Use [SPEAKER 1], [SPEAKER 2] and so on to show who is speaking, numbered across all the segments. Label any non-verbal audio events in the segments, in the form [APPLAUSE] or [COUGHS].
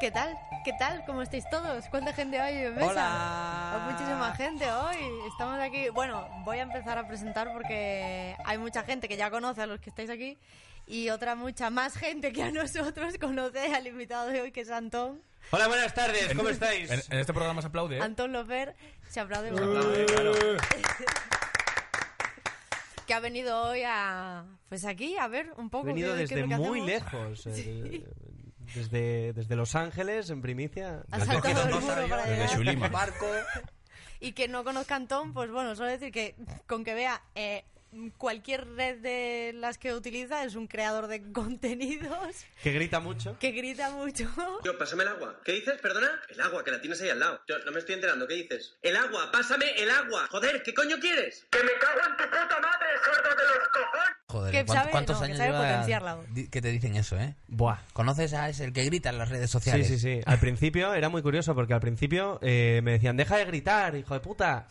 [SPEAKER 1] ¿Qué tal? ¿Qué tal? ¿Cómo estáis todos? ¿Cuánta gente hay en mesa?
[SPEAKER 2] Hola.
[SPEAKER 1] Hay muchísima gente hoy. Estamos aquí. Bueno, voy a empezar a presentar porque hay mucha gente que ya conoce a los que estáis aquí y otra mucha más gente que a nosotros conoce al invitado de hoy que es Antón.
[SPEAKER 3] Hola, buenas tardes, ¿cómo estáis?
[SPEAKER 2] En, en este programa se aplaude. ¿eh?
[SPEAKER 1] Antón Lofer se aplaude
[SPEAKER 3] aplaude, claro.
[SPEAKER 1] que ha venido hoy a pues aquí a ver un poco
[SPEAKER 3] He venido
[SPEAKER 1] qué- qué es
[SPEAKER 3] desde
[SPEAKER 1] lo que
[SPEAKER 3] muy
[SPEAKER 1] hacemos.
[SPEAKER 3] lejos. eh, Desde, desde Los Ángeles, en primicia.
[SPEAKER 1] Ha saltado el muro para
[SPEAKER 2] desde
[SPEAKER 1] llegar.
[SPEAKER 2] Chulima.
[SPEAKER 3] Barco.
[SPEAKER 1] Y que no conozca Antón, pues bueno, solo decir que con que vea eh, cualquier red de las que utiliza es un creador de contenidos
[SPEAKER 3] Que grita mucho.
[SPEAKER 1] que grita mucho.
[SPEAKER 4] Yo, pásame el agua. ¿Qué dices? ¿Perdona? El agua, que la tienes ahí al lado. Yo no me estoy enterando, ¿qué dices? El agua, pásame el agua. Joder, ¿qué coño quieres? Que me cago en tu puta madre, sordo de los cojones.
[SPEAKER 5] Joder,
[SPEAKER 1] Que
[SPEAKER 5] ¿cuán-
[SPEAKER 1] sabe-
[SPEAKER 5] ¿cuántos
[SPEAKER 1] no, que
[SPEAKER 5] años
[SPEAKER 1] sabe
[SPEAKER 5] lleva
[SPEAKER 1] potenciarla.
[SPEAKER 5] di- que te dicen eso, eh?
[SPEAKER 3] Buah.
[SPEAKER 5] ¿Conoces a ese el que grita en las redes
[SPEAKER 3] Sí,
[SPEAKER 5] sociales?
[SPEAKER 3] sí, sí. Al principio era muy curioso porque al principio eh, me decían, deja de gritar, hijo de
[SPEAKER 1] [LAUGHS]
[SPEAKER 3] puta.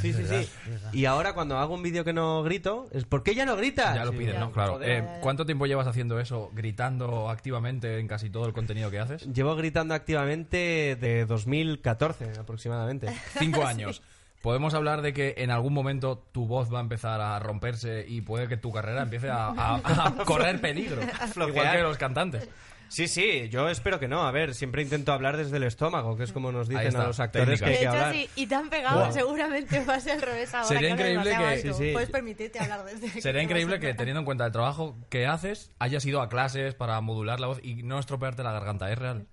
[SPEAKER 3] sí, sí, sí. Y ahora cuando hago un vídeo que no grito, es ¿por qué ya no gritas?
[SPEAKER 2] Ya lo
[SPEAKER 3] Sí.
[SPEAKER 2] piden, ¿no? Claro.
[SPEAKER 3] Joder.
[SPEAKER 2] Eh, ¿Cuánto tiempo llevas haciendo eso, gritando activamente en casi todo el contenido
[SPEAKER 3] [LAUGHS]
[SPEAKER 2] que haces?
[SPEAKER 3] Llevo gritando activamente de 2014
[SPEAKER 1] [LAUGHS]
[SPEAKER 3] aproximadamente.
[SPEAKER 2] Cinco años. Podemos hablar de que en algún momento tu voz va a empezar a romperse y puede que tu carrera empiece a, a- a correr peligro. Igual
[SPEAKER 3] flojear.
[SPEAKER 2] que los cantantes.
[SPEAKER 3] Sí, sí, yo espero que no. A ver, siempre intento hablar desde el estómago, que es como nos
[SPEAKER 2] Ahí
[SPEAKER 3] dicen
[SPEAKER 2] está,
[SPEAKER 3] a los actores que
[SPEAKER 2] técnica.
[SPEAKER 3] hay
[SPEAKER 1] De
[SPEAKER 3] que
[SPEAKER 1] hecho,
[SPEAKER 3] hablar.
[SPEAKER 1] sí, y tan pegado
[SPEAKER 3] Buah.
[SPEAKER 1] seguramente va a ser al revés ahora.
[SPEAKER 2] Sería
[SPEAKER 1] que hablas
[SPEAKER 2] increíble
[SPEAKER 1] demasiado
[SPEAKER 2] que-
[SPEAKER 1] alto.
[SPEAKER 3] sí, sí.
[SPEAKER 1] Puedes permitirte hablar desde aquí,
[SPEAKER 2] Sería
[SPEAKER 1] te vas
[SPEAKER 2] increíble
[SPEAKER 1] a-
[SPEAKER 2] que, teniendo en cuenta el trabajo que haces, hayas ido a clases para modular la voz y no estropearte la garganta. ¿Es real?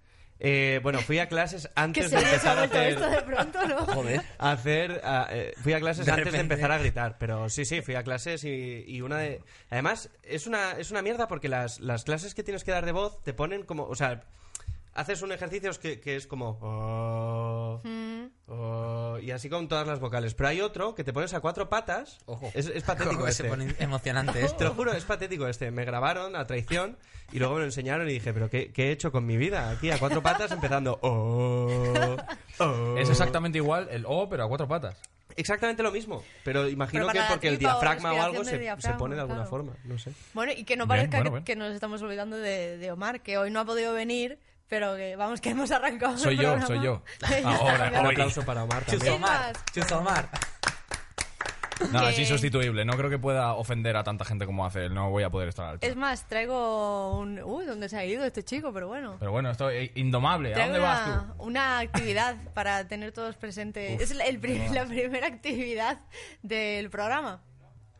[SPEAKER 3] Eh, bueno, fui a clases
[SPEAKER 1] Que
[SPEAKER 3] antes
[SPEAKER 1] se
[SPEAKER 3] de
[SPEAKER 1] les ha
[SPEAKER 3] empezar a
[SPEAKER 1] vuelto
[SPEAKER 3] hacer...
[SPEAKER 1] esto de pronto, ¿no?
[SPEAKER 5] Joder.
[SPEAKER 3] hacer a- eh, fui a clases
[SPEAKER 5] De
[SPEAKER 3] antes de
[SPEAKER 5] repente.
[SPEAKER 3] empezar a gritar pero sí sí fui a clases y, y una de además es una es una mierda porque las, las clases que tienes que dar de voz te ponen como o sea haces un ejercicio que, que es como "Oh, oh", y así con todas las vocales pero hay otro que te pones a cuatro patas
[SPEAKER 5] [LAUGHS] Ojo.
[SPEAKER 3] es, es patético
[SPEAKER 5] Cómo
[SPEAKER 3] este.
[SPEAKER 5] se pone emocionante
[SPEAKER 3] Te lo
[SPEAKER 5] esto.
[SPEAKER 3] juro, es patético este. Me grabaron a traición y luego me lo enseñaron y dije, pero ¿qué, qué he hecho con mi vida? Aquí a cuatro patas empezando... "Oh, oh".
[SPEAKER 2] Es exactamente igual el O, pero a cuatro patas.
[SPEAKER 3] Exactamente lo mismo, pero imagino
[SPEAKER 1] Pero
[SPEAKER 3] que
[SPEAKER 1] para la
[SPEAKER 3] porque el
[SPEAKER 1] tripa o
[SPEAKER 3] diafragma o
[SPEAKER 1] respiración
[SPEAKER 3] algo
[SPEAKER 1] del
[SPEAKER 3] se, se
[SPEAKER 1] diafragma,
[SPEAKER 3] pone de alguna
[SPEAKER 1] claro.
[SPEAKER 3] forma, no sé.
[SPEAKER 1] Bueno, y que no
[SPEAKER 2] Bien,
[SPEAKER 1] parezca
[SPEAKER 2] bueno,
[SPEAKER 1] que,
[SPEAKER 2] bien.
[SPEAKER 1] que nos estamos olvidando de, de Omar, que hoy no ha podido venir, pero que vamos, que hemos arrancado. el
[SPEAKER 2] Soy yo,
[SPEAKER 1] programa.
[SPEAKER 2] soy yo.
[SPEAKER 1] [LAUGHS] Ahora,
[SPEAKER 2] Ahora,
[SPEAKER 3] Un
[SPEAKER 2] hoy.
[SPEAKER 3] aplauso para Omar
[SPEAKER 5] Chus
[SPEAKER 3] también.
[SPEAKER 5] Omar, Chus Omar.
[SPEAKER 2] No,
[SPEAKER 1] que-
[SPEAKER 2] es insustituible. No creo que pueda ofender a tanta gente como hace él. No voy a poder estar al
[SPEAKER 1] Es más, traigo un... Uy, ¿dónde se ha ido este chico? Pero bueno.
[SPEAKER 2] Pero bueno, esto es indomable. ¿A
[SPEAKER 1] Traigo
[SPEAKER 2] dónde vas tú?
[SPEAKER 1] una, una actividad para tener todos presentes. Es la, el pri- la primera actividad del programa.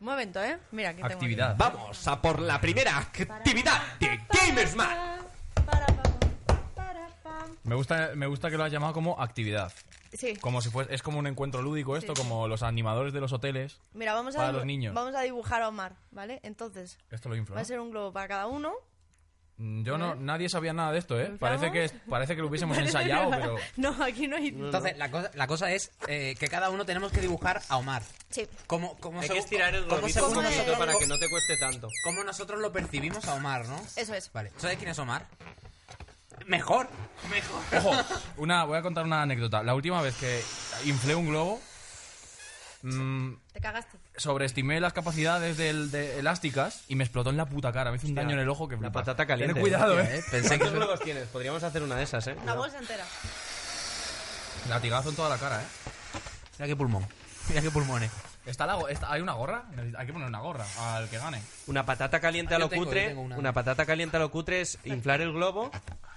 [SPEAKER 1] Un momento, ¿eh? Mira, que tengo aquí.
[SPEAKER 2] Actividad.
[SPEAKER 3] Vamos a por la primera actividad de Gamersman.
[SPEAKER 1] Para, para, para.
[SPEAKER 2] Me gusta, me gusta que lo has llamado como actividad.
[SPEAKER 1] Sí.
[SPEAKER 2] Como si fuese, es como un encuentro lúdico esto,
[SPEAKER 1] Sí, sí.
[SPEAKER 2] como los animadores de los hoteles.
[SPEAKER 1] Mira, vamos a,
[SPEAKER 2] Para
[SPEAKER 1] dibu-
[SPEAKER 2] los niños.
[SPEAKER 1] vamos a dibujar a Omar, ¿vale? Entonces,
[SPEAKER 2] Esto lo infla.
[SPEAKER 1] va a ser un globo para cada uno.
[SPEAKER 2] Mm, Yo no, nadie sabía nada de esto, ¿eh?
[SPEAKER 1] ¿Inflamos?
[SPEAKER 2] Parece que, es- parece que lo
[SPEAKER 1] [LAUGHS]
[SPEAKER 2] hubiésemos ensayado, pero
[SPEAKER 1] No, aquí no hay...
[SPEAKER 5] Entonces, la cosa, la cosa es eh, que cada uno tenemos que dibujar a Omar.
[SPEAKER 1] Sí.
[SPEAKER 5] ¿Cómo, cómo
[SPEAKER 3] Hay
[SPEAKER 5] se-
[SPEAKER 3] que estirar el
[SPEAKER 5] cómo se-
[SPEAKER 3] globito
[SPEAKER 1] ¿Cómo
[SPEAKER 3] un
[SPEAKER 1] es?
[SPEAKER 3] poquito para que no te cueste tanto.
[SPEAKER 5] cómo nosotros lo percibimos a Omar, ¿no?
[SPEAKER 1] Eso es.
[SPEAKER 5] Vale. ¿Sabes quién es Omar? Mejor. Mejor.
[SPEAKER 2] Ojo, una, voy a contar una anécdota. La última vez que inflé un globo, mm,
[SPEAKER 1] Te cagaste.
[SPEAKER 2] sobreestimé las capacidades del, de elásticas y me explotó en la puta cara. Me hizo un
[SPEAKER 3] Hostia,
[SPEAKER 2] daño en el ojo que
[SPEAKER 3] la
[SPEAKER 2] flipas.
[SPEAKER 3] patata caliente.
[SPEAKER 2] Ten cuidado,
[SPEAKER 5] Hostia,
[SPEAKER 2] ¿eh?
[SPEAKER 5] eh, Pensé
[SPEAKER 3] [LAUGHS]
[SPEAKER 5] que
[SPEAKER 3] ¿Cuántos globos tienes? Podríamos hacer una de esas, ¿eh?
[SPEAKER 1] Una bolsa entera.
[SPEAKER 2] Latigazo en toda la cara, ¿eh?
[SPEAKER 5] Mira qué pulmón. Mira qué pulmones.
[SPEAKER 2] ¿Está la, go- está- ¿Hay una gorra? Necesita- Hay que poner una gorra al que gane.
[SPEAKER 3] Una patata caliente
[SPEAKER 5] Ah,
[SPEAKER 3] a lo
[SPEAKER 5] yo tengo, yo
[SPEAKER 3] cutre,
[SPEAKER 5] tengo una.
[SPEAKER 3] una patata caliente a lo cutre es inflar el globo,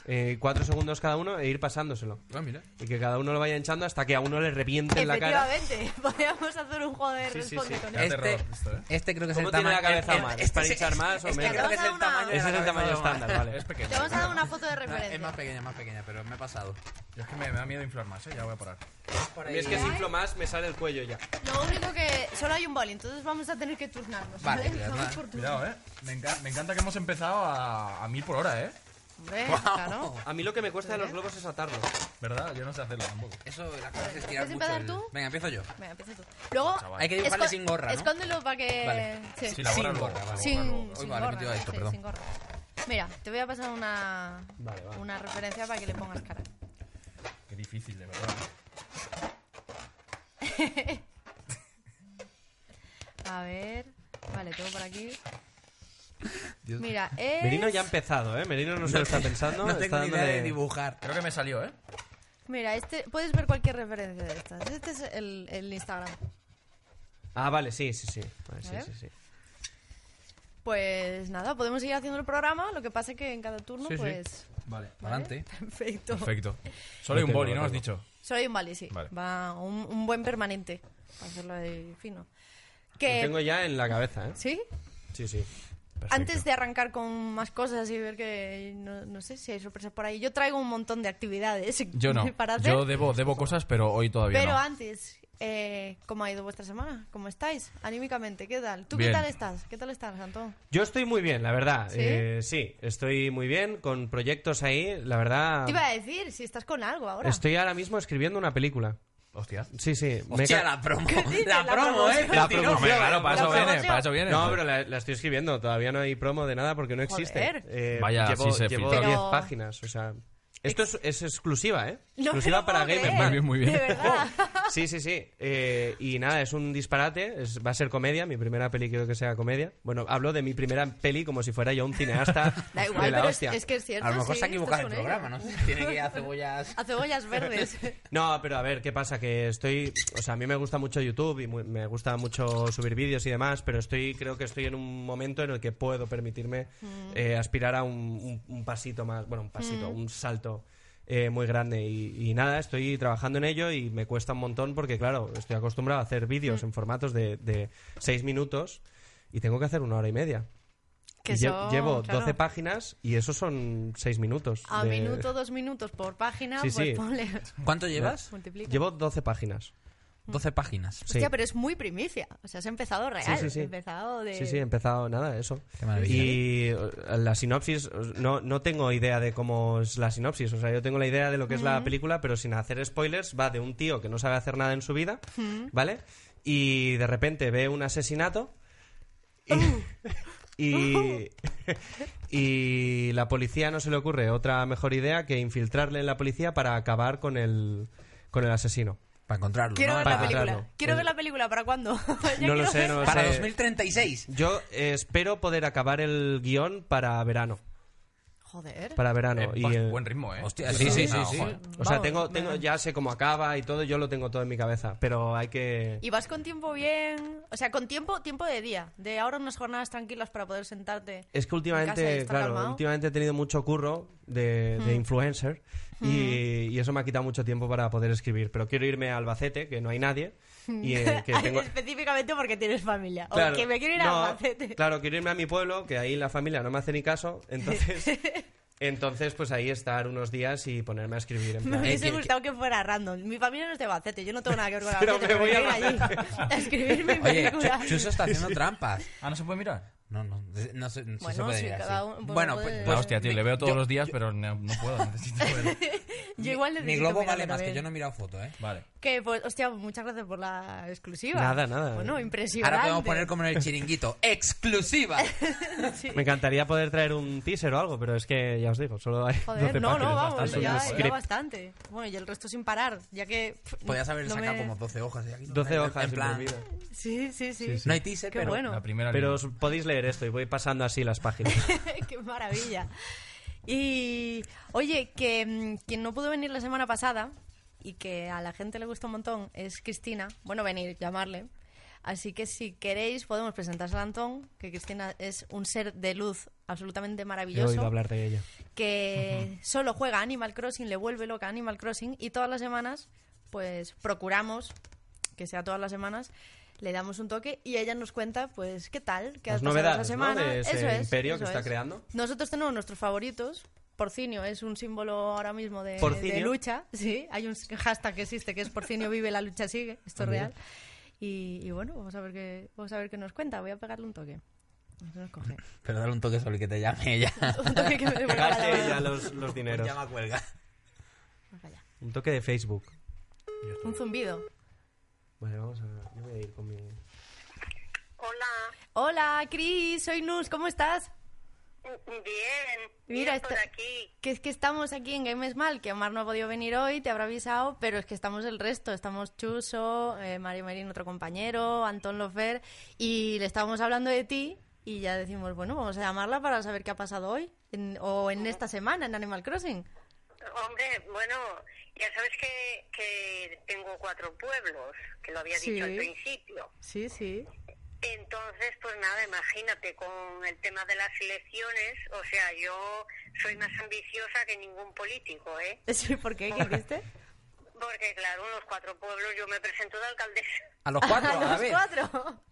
[SPEAKER 3] eh, cuatro segundos cada uno e ir pasándoselo.
[SPEAKER 6] Ah, mira.
[SPEAKER 3] Y que cada uno lo vaya hinchando hasta que a uno le reviente en la cara.
[SPEAKER 1] Efectivamente, [LAUGHS] podríamos hacer un juego de
[SPEAKER 3] Sí, sí,
[SPEAKER 1] responde
[SPEAKER 3] sí.
[SPEAKER 1] con
[SPEAKER 2] Da
[SPEAKER 1] eso.
[SPEAKER 5] Este,
[SPEAKER 2] terror esto, ¿eh?
[SPEAKER 5] este creo que es el
[SPEAKER 3] ¿Cómo tiene
[SPEAKER 5] tamaño.
[SPEAKER 3] la cabeza
[SPEAKER 5] el-
[SPEAKER 3] Omar?
[SPEAKER 5] este
[SPEAKER 3] ¿Es para
[SPEAKER 5] es-
[SPEAKER 3] hinchar
[SPEAKER 5] es-
[SPEAKER 3] más o
[SPEAKER 5] es que
[SPEAKER 3] menos?
[SPEAKER 5] creo que es el
[SPEAKER 1] Vamos a
[SPEAKER 5] tamaño.
[SPEAKER 1] una-
[SPEAKER 5] de
[SPEAKER 3] Ese
[SPEAKER 5] la
[SPEAKER 3] es el
[SPEAKER 5] cabeza
[SPEAKER 3] tamaño
[SPEAKER 5] de Omar.
[SPEAKER 3] estándar, vale.
[SPEAKER 2] Es pequeño.
[SPEAKER 1] Te vamos a dar una foto de
[SPEAKER 5] No,
[SPEAKER 1] referencia.
[SPEAKER 5] Es más pequeña, más pequeña, pero me he pasado.
[SPEAKER 2] Yo es que me, me da miedo inflar más, ¿eh? Ya voy a parar.
[SPEAKER 5] Por
[SPEAKER 3] A mí es que si inflo más me sale el cuello ya.
[SPEAKER 1] Lo único que solo hay un boli, entonces vamos a tener que turnarnos.
[SPEAKER 5] Vale,
[SPEAKER 1] ¿vale?
[SPEAKER 5] cuidado,
[SPEAKER 1] Vamos
[SPEAKER 5] va.
[SPEAKER 1] por turno.
[SPEAKER 2] Cuidado, ¿eh? Me, enca- me encanta que hemos empezado a, a mil por hora, ¿eh?
[SPEAKER 1] Hombre,
[SPEAKER 5] Wow.
[SPEAKER 1] claro.
[SPEAKER 3] A mí lo que me cuesta de los globos es atarlos.
[SPEAKER 2] ¿Verdad? Yo no sé hacerlo tampoco.
[SPEAKER 5] Eso, la cosa es estirar
[SPEAKER 1] ¿Puedes
[SPEAKER 5] mucho
[SPEAKER 1] empezar
[SPEAKER 5] el-
[SPEAKER 1] tú?
[SPEAKER 5] Venga, empiezo yo.
[SPEAKER 1] Venga, empieza tú. Luego,
[SPEAKER 2] Chaval.
[SPEAKER 5] Hay que dibujarle
[SPEAKER 1] esco-
[SPEAKER 5] sin gorra, ¿no?
[SPEAKER 1] Escóndelo para que.
[SPEAKER 5] Vale.
[SPEAKER 1] Sí.
[SPEAKER 2] Sí, la
[SPEAKER 5] Sin
[SPEAKER 2] gorra luego,
[SPEAKER 5] gorra,
[SPEAKER 2] la
[SPEAKER 5] vale.
[SPEAKER 1] Sin,
[SPEAKER 2] gorra luego.
[SPEAKER 1] sin
[SPEAKER 5] Uy, vale,
[SPEAKER 1] gorra,
[SPEAKER 5] metido esto,
[SPEAKER 1] sí,
[SPEAKER 5] perdón.
[SPEAKER 1] sin gorra. Mira, te voy a pasar una,
[SPEAKER 3] Vale, vale.
[SPEAKER 1] una referencia para que le pongas cara.
[SPEAKER 2] Qué difícil, de verdad.
[SPEAKER 1] A ver. Vale, tengo por aquí. Mira, es...
[SPEAKER 3] Merino ya ha empezado, ¿eh? Merino no se lo está pensando.
[SPEAKER 5] No
[SPEAKER 3] está
[SPEAKER 5] tengo ni idea
[SPEAKER 3] dándole-
[SPEAKER 5] de dibujar.
[SPEAKER 2] Creo que me salió, ¿eh?
[SPEAKER 1] Mira, este, puedes ver cualquier referencia de estas. Este es el, el Instagram.
[SPEAKER 3] Ah, vale, sí, sí, sí. Vale,
[SPEAKER 1] A ver.
[SPEAKER 3] sí, sí, sí.
[SPEAKER 1] Pues nada, podemos seguir haciendo el programa. Lo que pasa es que en cada turno,
[SPEAKER 2] Sí, sí.
[SPEAKER 1] pues.
[SPEAKER 2] Vale.
[SPEAKER 5] Adelante.
[SPEAKER 1] [LAUGHS] Perfecto.
[SPEAKER 2] Perfecto. Solo hay un
[SPEAKER 3] tengo,
[SPEAKER 2] boli,
[SPEAKER 3] lo
[SPEAKER 2] ¿no? Has
[SPEAKER 3] tengo.
[SPEAKER 2] dicho.
[SPEAKER 1] Solo hay un vale, sí.
[SPEAKER 2] Vale.
[SPEAKER 1] Va un, un buen permanente. Para hacerlo ahí fino. Que.
[SPEAKER 3] Lo tengo ya en la cabeza, ¿eh?
[SPEAKER 1] ¿Sí?
[SPEAKER 3] Sí, sí.
[SPEAKER 1] Antes de arrancar con más cosas y ver que no, no sé si hay sorpresas por ahí, yo traigo un montón de actividades [LAUGHS]
[SPEAKER 2] Yo no.
[SPEAKER 1] para hacer.
[SPEAKER 2] Yo debo, debo cosas, pero hoy todavía
[SPEAKER 1] Pero
[SPEAKER 2] no.
[SPEAKER 1] antes, eh, ¿cómo ha ido vuestra semana? ¿Cómo estáis? Anímicamente, ¿qué tal? ¿Tú
[SPEAKER 2] Bien.
[SPEAKER 1] qué tal estás? ¿Qué tal estás, Antón?
[SPEAKER 3] Yo estoy muy bien, la verdad.
[SPEAKER 1] ¿Sí?
[SPEAKER 3] Eh, sí, estoy muy bien con proyectos ahí, la verdad.
[SPEAKER 1] Te iba a decir, si estás con algo ahora.
[SPEAKER 3] Estoy ahora mismo escribiendo una película.
[SPEAKER 2] Hostia.
[SPEAKER 3] Sí, sí. me ca-
[SPEAKER 5] Hostia, la promo.
[SPEAKER 1] dices?
[SPEAKER 5] La
[SPEAKER 1] La
[SPEAKER 5] promo, ¿eh?
[SPEAKER 1] promoción.
[SPEAKER 3] La
[SPEAKER 5] Tirón.
[SPEAKER 3] promoción.
[SPEAKER 2] Hombre, claro, para eso
[SPEAKER 1] La
[SPEAKER 2] viene,
[SPEAKER 1] promoción.
[SPEAKER 2] para eso viene.
[SPEAKER 3] No, pero la, la estoy escribiendo. Todavía no hay promo de nada porque no existe.
[SPEAKER 1] Joder.
[SPEAKER 3] Eh,
[SPEAKER 2] Vaya,
[SPEAKER 3] llevo,
[SPEAKER 2] sí se
[SPEAKER 3] llevo
[SPEAKER 2] filtró.
[SPEAKER 3] 10
[SPEAKER 1] Pero-
[SPEAKER 3] páginas, o sea... Esto es, es exclusiva, ¿eh?
[SPEAKER 1] No me
[SPEAKER 3] exclusiva
[SPEAKER 1] lo
[SPEAKER 3] para
[SPEAKER 1] puedo
[SPEAKER 3] Gamer.
[SPEAKER 1] creer.
[SPEAKER 2] Muy bien, muy bien.
[SPEAKER 1] De verdad.
[SPEAKER 3] [LAUGHS] Sí, sí, sí. Eh, y nada, es un disparate. es- va a ser comedia. Mi primera peli creo que sea comedia. Bueno, hablo de mi primera peli como si fuera yo un cineasta
[SPEAKER 1] [LAUGHS] [LAUGHS] da
[SPEAKER 3] de
[SPEAKER 1] igual,
[SPEAKER 3] la
[SPEAKER 1] pero es,
[SPEAKER 3] hostia.
[SPEAKER 1] es que es cierto.
[SPEAKER 5] A lo mejor
[SPEAKER 1] sí,
[SPEAKER 5] se ha equivocado el
[SPEAKER 1] estás con
[SPEAKER 5] programa,
[SPEAKER 1] ella.
[SPEAKER 5] ¿no? Tiene que ir a cebollas.
[SPEAKER 1] A cebollas
[SPEAKER 3] [LAUGHS]
[SPEAKER 1] verdes.
[SPEAKER 3] No, pero a ver, ¿qué pasa? Que estoy... O sea, a mí me gusta mucho YouTube y mu- me gusta mucho subir vídeos y demás, pero estoy creo que estoy en un momento en el que puedo permitirme
[SPEAKER 1] Mm.
[SPEAKER 3] eh, aspirar a un, un- un pasito más... Bueno, un pasito, un salto eh, muy grande. Y, y nada, estoy trabajando en ello y me cuesta un montón porque, claro, estoy acostumbrado a hacer vídeos
[SPEAKER 1] Mm.
[SPEAKER 3] en formatos de, de seis minutos y tengo que hacer una hora y media.
[SPEAKER 1] Que
[SPEAKER 3] Y lle-
[SPEAKER 1] son,
[SPEAKER 3] llevo
[SPEAKER 1] claro,
[SPEAKER 3] 12 páginas y eso son seis minutos.
[SPEAKER 1] A
[SPEAKER 3] de-
[SPEAKER 1] minuto, dos minutos por página,
[SPEAKER 3] Sí,
[SPEAKER 1] pues
[SPEAKER 3] sí.
[SPEAKER 1] ponle.
[SPEAKER 5] ¿Cuánto llevas?
[SPEAKER 1] Multiplica.
[SPEAKER 3] Llevo 12 páginas.
[SPEAKER 5] 12 páginas.
[SPEAKER 3] Sí.
[SPEAKER 1] Hostia, pero es muy primicia. O sea, has empezado real.
[SPEAKER 3] sí, sí.
[SPEAKER 1] has empezado de.
[SPEAKER 3] Sí, sí, he empezado nada, eso.
[SPEAKER 5] Qué maravilla.
[SPEAKER 3] Y eh, la sinopsis, eh, no, no tengo idea de cómo es la sinopsis. O sea, yo tengo la idea de lo que es la película, pero sin hacer spoilers, va de un tío que no sabe hacer nada en su vida, ¿vale? Y de repente ve un asesinato y.
[SPEAKER 1] Oh.
[SPEAKER 3] [LAUGHS] Y, [LAUGHS] y la policía no se le ocurre otra mejor idea que infiltrarle en la policía para acabar con el, con el asesino.
[SPEAKER 5] Para encontrarlo,
[SPEAKER 1] Quiero
[SPEAKER 5] ¿no?
[SPEAKER 1] ver
[SPEAKER 3] Para
[SPEAKER 1] la película.
[SPEAKER 3] encontrarlo.
[SPEAKER 1] Quiero
[SPEAKER 3] El-
[SPEAKER 1] ver la película. ¿Para cuándo? [LAUGHS] Ya
[SPEAKER 3] No lo
[SPEAKER 1] quiero
[SPEAKER 3] sé,
[SPEAKER 1] ver.
[SPEAKER 3] no lo
[SPEAKER 5] Para
[SPEAKER 3] sé.
[SPEAKER 5] 2036.
[SPEAKER 3] Yo eh, espero poder acabar el guión para verano.
[SPEAKER 1] Joder.
[SPEAKER 3] Para verano.
[SPEAKER 2] Eh,
[SPEAKER 3] y,
[SPEAKER 2] pues,
[SPEAKER 3] eh,
[SPEAKER 2] buen ritmo, ¿eh?
[SPEAKER 5] Hostia, sí, sí, sí,
[SPEAKER 2] Ah,
[SPEAKER 5] sí.
[SPEAKER 2] joder.
[SPEAKER 3] O sea,
[SPEAKER 1] Mm. Vamos,
[SPEAKER 3] tengo, tengo,
[SPEAKER 1] venga.
[SPEAKER 3] ya sé cómo acaba y todo, yo lo tengo todo en mi cabeza, pero hay que...
[SPEAKER 1] Y vas con tiempo bien. O sea, con tiempo, tiempo de día. De ahora unas jornadas tranquilas para poder sentarte.
[SPEAKER 3] Es que
[SPEAKER 1] casa y
[SPEAKER 3] últimamente,
[SPEAKER 1] está
[SPEAKER 3] claro,
[SPEAKER 1] calmado. Mm.
[SPEAKER 3] últimamente he tenido mucho curro de, de influencer y, y eso me ha quitado mucho tiempo para poder escribir, pero quiero irme a Albacete, que no hay nadie, y
[SPEAKER 1] [LAUGHS]
[SPEAKER 3] eh, que tengo...
[SPEAKER 1] Específicamente porque tienes familia.
[SPEAKER 3] Claro,
[SPEAKER 1] o oh, que me quiero ir
[SPEAKER 3] no,
[SPEAKER 1] a Albacete.
[SPEAKER 3] Claro, quiero irme a mi pueblo, que ahí la familia no me hace
[SPEAKER 1] [LAUGHS]
[SPEAKER 3] ni caso, entonces... Entonces, pues ahí estar unos días y ponerme a escribir. En
[SPEAKER 1] Me
[SPEAKER 3] plan,
[SPEAKER 1] hubiese
[SPEAKER 3] eh, que-
[SPEAKER 1] gustado que fuera random. Mi familia no es de Albacete, yo no tengo nada que ver con
[SPEAKER 3] Pero
[SPEAKER 1] Albacete,
[SPEAKER 3] me
[SPEAKER 1] pero
[SPEAKER 3] voy
[SPEAKER 1] me
[SPEAKER 3] a
[SPEAKER 1] voy allí a escribir mi
[SPEAKER 5] [LAUGHS] Oye,
[SPEAKER 1] película.
[SPEAKER 5] Chu- Chuso está haciendo trampas.
[SPEAKER 2] Ah, ¿no se puede mirar?
[SPEAKER 5] No, no, de- no sé, no sé si se
[SPEAKER 1] Bueno,
[SPEAKER 5] puede
[SPEAKER 1] sí,
[SPEAKER 5] mirar,
[SPEAKER 1] cada
[SPEAKER 5] sí.
[SPEAKER 1] uno-
[SPEAKER 5] Bueno,
[SPEAKER 1] puede-
[SPEAKER 5] pues,
[SPEAKER 2] La hostia, tío,
[SPEAKER 5] mi-
[SPEAKER 2] le veo todos
[SPEAKER 5] yo-
[SPEAKER 2] los días, pero no, no puedo, necesito verlo.
[SPEAKER 1] Yo igual
[SPEAKER 5] Mi
[SPEAKER 1] necesito
[SPEAKER 5] globo
[SPEAKER 1] mirar
[SPEAKER 5] vale
[SPEAKER 1] otra
[SPEAKER 5] más, que
[SPEAKER 1] vez.
[SPEAKER 5] yo no he mirado foto, ¿eh?
[SPEAKER 2] Vale.
[SPEAKER 1] Que, pues, hostia, muchas gracias por la exclusiva.
[SPEAKER 3] Nada, nada.
[SPEAKER 1] Bueno, impresionante.
[SPEAKER 5] Ahora podemos poner como en el
[SPEAKER 1] [LAUGHS]
[SPEAKER 5] chiringuito. ¡Exclusiva!
[SPEAKER 1] Sí.
[SPEAKER 3] Me encantaría poder traer un teaser o algo, pero es que ya os digo, solo hay.
[SPEAKER 1] Joder, no, no, vamos,
[SPEAKER 3] bastante,
[SPEAKER 1] ya,
[SPEAKER 3] es un
[SPEAKER 1] ya
[SPEAKER 3] script.
[SPEAKER 1] bastante. Bueno, y el resto sin parar, ya que... pff,
[SPEAKER 5] Podías haber
[SPEAKER 1] no
[SPEAKER 5] sacado
[SPEAKER 1] me-
[SPEAKER 5] como 12 hojas. ¿eh? Aquí no
[SPEAKER 3] 12
[SPEAKER 5] hay-
[SPEAKER 3] hojas
[SPEAKER 5] En plan,
[SPEAKER 3] sin olvido.
[SPEAKER 1] Sí, sí, sí.
[SPEAKER 5] no hay teaser,
[SPEAKER 1] Qué
[SPEAKER 5] pero...
[SPEAKER 1] bueno.
[SPEAKER 2] La primera
[SPEAKER 3] Pero
[SPEAKER 2] línea.
[SPEAKER 3] os podéis leer esto y voy pasando así las páginas.
[SPEAKER 1] [LAUGHS] Qué maravilla. Y oye, que mm, quien no pudo venir la semana pasada y que a la gente le gusta un montón es Cristina. Bueno, venir, llamarle. Así que si queréis podemos presentársela a Antón, que Cristina es un ser de luz absolutamente
[SPEAKER 3] He oído
[SPEAKER 1] maravilloso
[SPEAKER 3] hablar de ella.
[SPEAKER 1] que solo juega Animal Crossing, le vuelve loca Animal Crossing y todas las semanas, pues procuramos que sea todas las semanas, le damos un toque y ella nos cuenta, pues, qué tal, qué
[SPEAKER 3] Las
[SPEAKER 1] has pasado esa
[SPEAKER 3] novedades,
[SPEAKER 1] semana.
[SPEAKER 3] ¿no? de ese
[SPEAKER 1] Eso es,
[SPEAKER 3] imperio
[SPEAKER 1] eso
[SPEAKER 3] que está
[SPEAKER 1] es.
[SPEAKER 3] creando.
[SPEAKER 1] Nosotros tenemos nuestros favoritos. Porcinio es un símbolo ahora mismo de,
[SPEAKER 3] Porcinio.
[SPEAKER 1] de lucha. Sí, hay un hashtag que existe que es Porcinio vive, la lucha sigue. Esto es real. Y, y bueno, vamos a ver qué vamos a ver qué nos cuenta. Voy a pegarle un toque. A ver si nos
[SPEAKER 3] [LAUGHS]
[SPEAKER 1] coge.
[SPEAKER 5] Pero dale un toque solo y que te llame
[SPEAKER 1] [LAUGHS]
[SPEAKER 5] Pues ella.
[SPEAKER 1] Un toque que me devuelva la
[SPEAKER 3] Gaste
[SPEAKER 1] llamada.
[SPEAKER 3] ya los, los dineros.
[SPEAKER 5] Llama cuelga.
[SPEAKER 1] Ojalá.
[SPEAKER 3] Un toque de Facebook.
[SPEAKER 1] Un zumbido.
[SPEAKER 3] Vale, vamos a Yo voy a ir con mi.
[SPEAKER 6] Hola,
[SPEAKER 1] Hola, Cris, soy Nus, ¿cómo estás?
[SPEAKER 6] bien, bien
[SPEAKER 1] Mira,
[SPEAKER 6] por
[SPEAKER 1] está-
[SPEAKER 6] aquí.
[SPEAKER 1] Que es que estamos aquí en Games Mal, que Omar no ha podido venir hoy, te habrá avisado, pero es que estamos el resto. Estamos Chuso, eh, Mario Marín, otro compañero, Antón Lofer, y le estábamos hablando de ti y ya decimos, bueno, vamos a llamarla para saber qué ha pasado hoy en- o en esta semana en Animal Crossing.
[SPEAKER 6] Hombre, bueno, ya sabes que, que tengo cuatro pueblos, que lo había
[SPEAKER 1] Sí.
[SPEAKER 6] dicho al principio.
[SPEAKER 1] Sí, sí.
[SPEAKER 6] Entonces, pues nada, imagínate, con el tema de las elecciones, o sea, yo soy más ambiciosa que ningún político, ¿eh?
[SPEAKER 1] [LAUGHS] Sí, ¿por qué?
[SPEAKER 5] [LAUGHS]
[SPEAKER 1] ¿Qué hiciste?
[SPEAKER 6] Porque claro, en los cuatro pueblos yo me presento de alcaldesa.
[SPEAKER 5] A los cuatro,
[SPEAKER 1] [LAUGHS]
[SPEAKER 5] a,
[SPEAKER 1] a
[SPEAKER 5] la
[SPEAKER 1] los
[SPEAKER 5] vez.
[SPEAKER 1] cuatro.
[SPEAKER 6] [LAUGHS]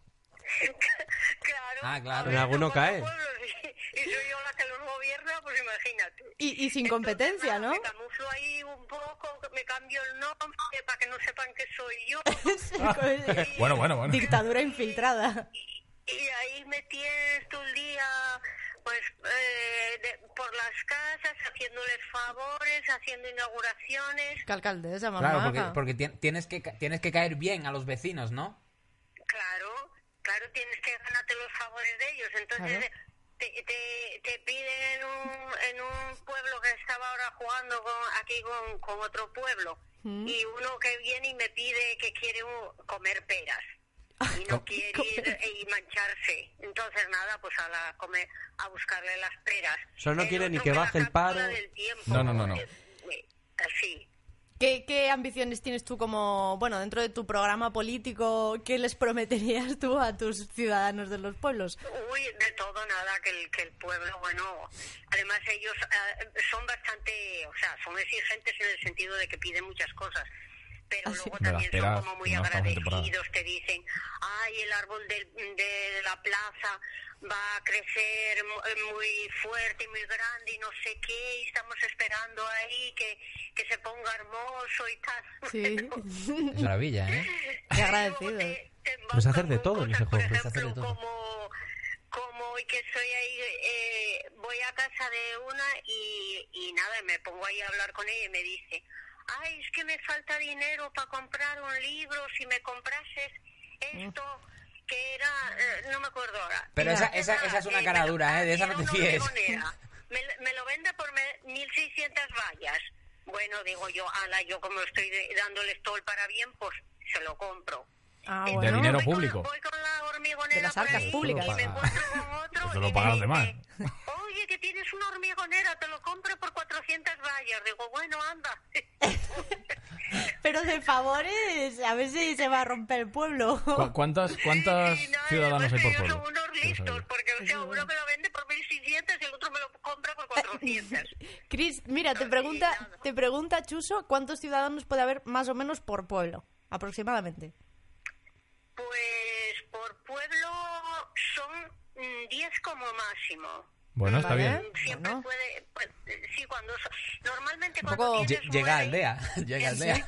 [SPEAKER 6] claro.
[SPEAKER 5] Ah, claro.
[SPEAKER 6] a
[SPEAKER 3] En
[SPEAKER 6] ver,
[SPEAKER 3] alguno
[SPEAKER 6] son cuatro
[SPEAKER 3] cae.
[SPEAKER 6] pueblos Y, y soy yo la que los gobierna, pues imagínate.
[SPEAKER 1] Y, y sin competencia, ¿no?
[SPEAKER 6] Entonces, nada, Me camuflo ahí un poco, me cambio el nombre para que no sepan que soy yo.
[SPEAKER 1] [LAUGHS] Sí, con-
[SPEAKER 2] Bueno, bueno,
[SPEAKER 5] [LAUGHS]
[SPEAKER 2] bueno.
[SPEAKER 1] Dictadura infiltrada.
[SPEAKER 6] Y ahí me tienes todo el día, pues, eh, de- por las casas, haciéndoles favores, haciendo inauguraciones.
[SPEAKER 1] Que alcaldesa, mamá.
[SPEAKER 5] Claro, porque, porque ti- tienes, que, ca- tienes que caer bien a los vecinos, ¿no?
[SPEAKER 6] Claro, claro, tienes que ganarte los favores de ellos. Entonces,
[SPEAKER 1] Claro.
[SPEAKER 6] eh, te, te, te piden en un, en un pueblo que estaba ahora jugando con- aquí con, con otro pueblo. Y uno que viene y me pide que quiere un- comer peras. Y no quiere ir eh, y mancharse. Entonces, nada, pues a, la, come- a buscarle las peras.
[SPEAKER 3] Solo no quiere ni
[SPEAKER 6] otro
[SPEAKER 3] que
[SPEAKER 6] la
[SPEAKER 3] baje el
[SPEAKER 6] captura
[SPEAKER 3] paro.
[SPEAKER 6] del tiempo.
[SPEAKER 2] No, no, no, no.
[SPEAKER 6] Eh, eh, Así.
[SPEAKER 1] ¿Qué, qué ambiciones tienes tú como, bueno, dentro de tu programa político, qué les prometerías tú a tus ciudadanos de los pueblos?
[SPEAKER 6] Uy, de todo nada, que el, que el pueblo, bueno, además ellos eh, son bastante, o sea, son exigentes en el sentido de que piden muchas cosas,
[SPEAKER 1] Ah,
[SPEAKER 6] pero
[SPEAKER 1] sí.
[SPEAKER 6] luego
[SPEAKER 2] Me las
[SPEAKER 6] también
[SPEAKER 2] pelas,
[SPEAKER 6] son como muy
[SPEAKER 2] no estamos en temporada.
[SPEAKER 6] agradecidos, te dicen, ay, el árbol del- de la plaza va a crecer mu- eh, muy fuerte y muy grande y no sé qué, y estamos esperando ahí que, que se ponga hermoso y tal. [LAUGHS]
[SPEAKER 2] [LAUGHS]
[SPEAKER 1] Sí.
[SPEAKER 5] Es maravilla, ¿eh?
[SPEAKER 1] Qué agradecidos.
[SPEAKER 3] Puedes Pues hacer de todo en ese juego, puedes
[SPEAKER 6] Puedes
[SPEAKER 3] hacer de todo.
[SPEAKER 6] Como, como hoy que estoy ahí, eh, voy a casa de una y, y nada, me pongo ahí a hablar con ella y me dice, ay, es que me falta dinero para comprar un libro, si me comprases
[SPEAKER 1] Mm.
[SPEAKER 6] esto, que era, eh, no me acuerdo ahora.
[SPEAKER 5] Pero
[SPEAKER 6] Era-
[SPEAKER 5] esa- esa- esa es una
[SPEAKER 6] eh,
[SPEAKER 5] cara
[SPEAKER 6] me lo-
[SPEAKER 5] dura, ¿eh? De esa no
[SPEAKER 6] era
[SPEAKER 5] te
[SPEAKER 6] una
[SPEAKER 5] fíes.
[SPEAKER 6] hormigonera. Me, me lo vende por me- 1.600 vallas. Bueno, digo yo, ala, yo como estoy de- dándoles todo el para bien, pues se lo compro.
[SPEAKER 1] Ah,
[SPEAKER 6] Eh,
[SPEAKER 2] De
[SPEAKER 1] bueno.
[SPEAKER 2] dinero
[SPEAKER 6] voy con-
[SPEAKER 2] público.
[SPEAKER 6] voy con la hormigonera
[SPEAKER 1] De las
[SPEAKER 6] por
[SPEAKER 1] arcas
[SPEAKER 6] ahí
[SPEAKER 1] públicas.
[SPEAKER 6] Y me
[SPEAKER 2] Eso lo
[SPEAKER 6] encuentro con otro.
[SPEAKER 2] Eso lo
[SPEAKER 6] y me
[SPEAKER 2] pagan los
[SPEAKER 6] dice,
[SPEAKER 2] demás.
[SPEAKER 6] Oye, que tienes una hormigonera, te lo compro por 400 vallas. Digo, bueno, anda. [LAUGHS]
[SPEAKER 1] Pero de favores, a ver si se va a romper el pueblo.
[SPEAKER 6] [LAUGHS]
[SPEAKER 2] ¿Cu- ¿Cuántas, cuántas
[SPEAKER 6] Sí, sí, no,
[SPEAKER 2] ciudadanos hay
[SPEAKER 6] además
[SPEAKER 2] por
[SPEAKER 6] ellos
[SPEAKER 2] pueblo?
[SPEAKER 6] Son unos
[SPEAKER 2] Quiero
[SPEAKER 6] listos,
[SPEAKER 2] saber.
[SPEAKER 6] porque o sea, uno me lo vende por 1.600 y el otro me lo compra por 400.
[SPEAKER 1] Cris, mira, te pregunta, te pregunta Chuso cuántos ciudadanos puede haber más o menos por pueblo, aproximadamente.
[SPEAKER 6] Pues por pueblo son mm, 10 como máximo.
[SPEAKER 2] Bueno, está
[SPEAKER 1] Vale.
[SPEAKER 2] bien.
[SPEAKER 6] Siempre
[SPEAKER 1] Bueno.
[SPEAKER 6] puede, pues, sí, cuando so- normalmente
[SPEAKER 5] Un
[SPEAKER 6] cuando
[SPEAKER 5] poco
[SPEAKER 6] tienes
[SPEAKER 5] lle- llega a
[SPEAKER 6] nueve-
[SPEAKER 5] aldea. [LAUGHS] Llega a aldea.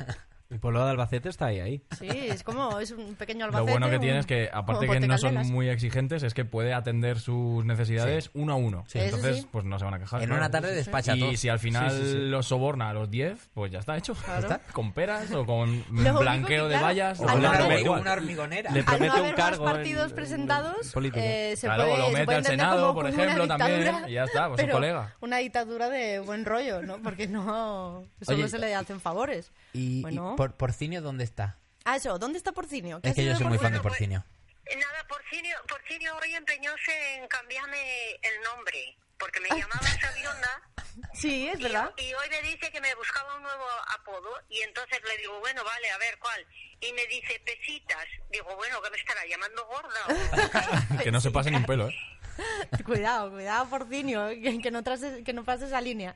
[SPEAKER 3] El pueblo de Albacete está ahí, ahí.
[SPEAKER 1] Sí, es como, es un pequeño
[SPEAKER 2] Lo
[SPEAKER 1] albacete.
[SPEAKER 2] bueno que
[SPEAKER 1] un-
[SPEAKER 2] tiene es que,
[SPEAKER 1] como
[SPEAKER 2] aparte que no son
[SPEAKER 1] Pontecandelas.
[SPEAKER 2] muy exigentes, es que puede atender sus necesidades uno a uno.
[SPEAKER 1] Eso
[SPEAKER 2] Entonces,
[SPEAKER 1] sí.
[SPEAKER 2] pues no se van a quejar.
[SPEAKER 5] En
[SPEAKER 2] claro.
[SPEAKER 5] una tarde despacha
[SPEAKER 2] Y
[SPEAKER 5] todo.
[SPEAKER 2] si al final
[SPEAKER 3] Sí, sí, sí.
[SPEAKER 2] los soborna a los 10, pues ya está hecho.
[SPEAKER 1] Claro.
[SPEAKER 2] ¿Está? Con peras o con
[SPEAKER 1] único
[SPEAKER 2] blanqueo
[SPEAKER 1] que,
[SPEAKER 2] de
[SPEAKER 1] claro,
[SPEAKER 2] vallas.
[SPEAKER 1] al
[SPEAKER 2] o
[SPEAKER 1] no
[SPEAKER 2] le
[SPEAKER 5] Una,
[SPEAKER 1] haber-
[SPEAKER 2] da
[SPEAKER 5] hormi-
[SPEAKER 2] igual.
[SPEAKER 5] una hormigonera.
[SPEAKER 3] Le-
[SPEAKER 1] Al no
[SPEAKER 3] promete un
[SPEAKER 1] haber más
[SPEAKER 3] cargo en-
[SPEAKER 1] partidos
[SPEAKER 3] en-
[SPEAKER 1] presentados,
[SPEAKER 3] en política.
[SPEAKER 1] eh, se,
[SPEAKER 2] Claro,
[SPEAKER 1] puede,
[SPEAKER 2] lo
[SPEAKER 1] se
[SPEAKER 2] mete
[SPEAKER 1] puede
[SPEAKER 2] al
[SPEAKER 1] entender
[SPEAKER 2] Senado,
[SPEAKER 1] como
[SPEAKER 2] por
[SPEAKER 1] una
[SPEAKER 2] ejemplo, también,
[SPEAKER 1] dictadura,
[SPEAKER 2] y ya está, pues, un
[SPEAKER 1] pero
[SPEAKER 2] colega.
[SPEAKER 1] Una dictadura de buen rollo, ¿no? Porque no solo
[SPEAKER 5] Oye, eh,
[SPEAKER 1] se le hacen favores.
[SPEAKER 5] ¿Y, y
[SPEAKER 1] Bueno.
[SPEAKER 5] por, Porcinio dónde está?
[SPEAKER 1] Ah, eso, ¿dónde está Porcinio? ¿Qué
[SPEAKER 5] Es que
[SPEAKER 1] ha sido
[SPEAKER 5] yo
[SPEAKER 1] de
[SPEAKER 5] soy muy fan de
[SPEAKER 6] Porcinio?
[SPEAKER 5] Porcinio.
[SPEAKER 6] eh, Nada, Porcinio, Porcinio hoy empeñóse en cambiarme el nombre, porque me llamaba Sabionda
[SPEAKER 1] Porcinio? Sí, es
[SPEAKER 6] y,
[SPEAKER 1] verdad. [LAUGHS]
[SPEAKER 6] y hoy me dice que me buscaba un nuevo apodo y entonces le digo, bueno, vale, a ver cuál. Y me dice Pesitas. Digo, bueno, que me estará llamando gorda. o-
[SPEAKER 2] [LAUGHS] Que no se pase ni un pelo, ¿eh?
[SPEAKER 1] cuidado, cuidado, Porcinio, que, que no trases- que no pases esa línea.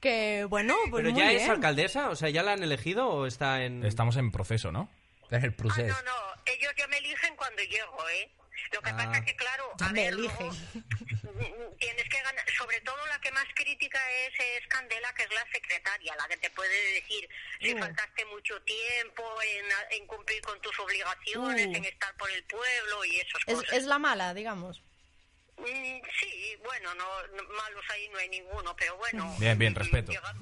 [SPEAKER 1] Que bueno, pues
[SPEAKER 3] ¿Pero
[SPEAKER 1] muy
[SPEAKER 3] ya es
[SPEAKER 1] bien.
[SPEAKER 3] alcaldesa? O sea, ¿ya la han elegido o está en...?
[SPEAKER 2] Estamos en proceso, ¿no?
[SPEAKER 1] pues.
[SPEAKER 5] Es el
[SPEAKER 6] Ah,
[SPEAKER 5] proceso.
[SPEAKER 6] no, no, ellos ya me eligen cuando llego, ¿eh? Lo que pasa es que, claro,
[SPEAKER 1] Ya
[SPEAKER 6] a
[SPEAKER 1] me
[SPEAKER 6] ver,
[SPEAKER 1] eligen.
[SPEAKER 6] luego, [LAUGHS] tienes que ganar, sobre todo la que más crítica es, es Candela, que es la secretaria, la que te puede decir si
[SPEAKER 1] Uh.
[SPEAKER 6] faltaste mucho tiempo en, en cumplir con tus obligaciones,
[SPEAKER 1] Uh.
[SPEAKER 6] en estar por el pueblo y esas
[SPEAKER 1] Es,
[SPEAKER 6] cosas.
[SPEAKER 1] es la mala, digamos.
[SPEAKER 6] Mm, sí, bueno, no, no- malos ahí no hay ninguno, pero bueno.
[SPEAKER 2] Bien, bien,
[SPEAKER 6] mm,
[SPEAKER 2] respeto.
[SPEAKER 6] llega-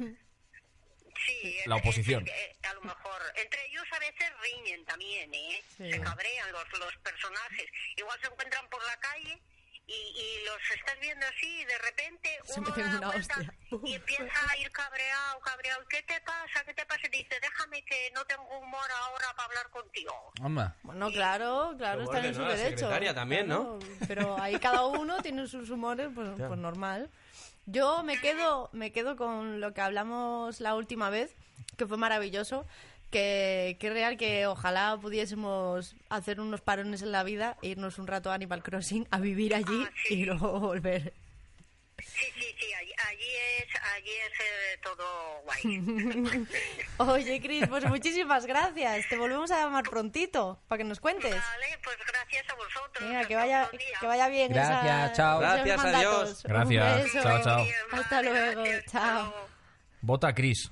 [SPEAKER 6] Sí,
[SPEAKER 2] La
[SPEAKER 6] es- es-
[SPEAKER 2] oposición.
[SPEAKER 6] eh, a lo mejor. Entre ellos a veces riñen también, ¿eh?
[SPEAKER 1] Sí.
[SPEAKER 6] Se cabrean los, los personajes. Igual se encuentran por la calle y, y los estás viendo así y de repente
[SPEAKER 1] Se
[SPEAKER 6] uno
[SPEAKER 1] meten
[SPEAKER 6] da la
[SPEAKER 1] una
[SPEAKER 6] vuelta
[SPEAKER 1] hostia.
[SPEAKER 6] y empieza a ir cabreado, cabreado. ¿Qué te pasa? ¿Qué te pasa? Y te dice, déjame que no tengo humor ahora para hablar contigo.
[SPEAKER 5] Hombre.
[SPEAKER 1] Bueno, claro, claro,
[SPEAKER 3] Pero
[SPEAKER 1] están
[SPEAKER 3] vuelve,
[SPEAKER 1] en su
[SPEAKER 3] ¿no? La
[SPEAKER 1] derecho.
[SPEAKER 3] secretaria también, ¿no?
[SPEAKER 1] Claro, Pero ahí cada uno tiene sus humores, pues, pues normal. Yo me quedo, me quedo con lo que hablamos la última vez, que fue maravilloso, que, que es real que ojalá pudiésemos hacer unos parones en la vida, e irnos un rato a Animal Crossing, a vivir allí
[SPEAKER 6] Ah, sí.
[SPEAKER 1] y luego volver.
[SPEAKER 6] Sí, sí, sí, allí, allí es, allí es eh, todo
[SPEAKER 1] [LAUGHS]
[SPEAKER 6] guay.
[SPEAKER 1] Oye, Cris, pues muchísimas gracias. Te volvemos a llamar prontito para que nos cuentes.
[SPEAKER 6] Vale, pues gracias a vosotros.
[SPEAKER 1] Venga, que
[SPEAKER 6] Hasta
[SPEAKER 1] vaya,
[SPEAKER 6] otro día.
[SPEAKER 1] que vaya bien.
[SPEAKER 5] Gracias,
[SPEAKER 1] esa-
[SPEAKER 5] chao.
[SPEAKER 1] esos
[SPEAKER 3] Gracias,
[SPEAKER 1] mandatos.
[SPEAKER 3] adiós.
[SPEAKER 1] Un
[SPEAKER 2] Gracias,
[SPEAKER 1] beso. eh.
[SPEAKER 2] Chao, chao.
[SPEAKER 6] Bien, vale,
[SPEAKER 1] Hasta luego,
[SPEAKER 6] gracias,
[SPEAKER 1] chao.
[SPEAKER 2] Vota Cris,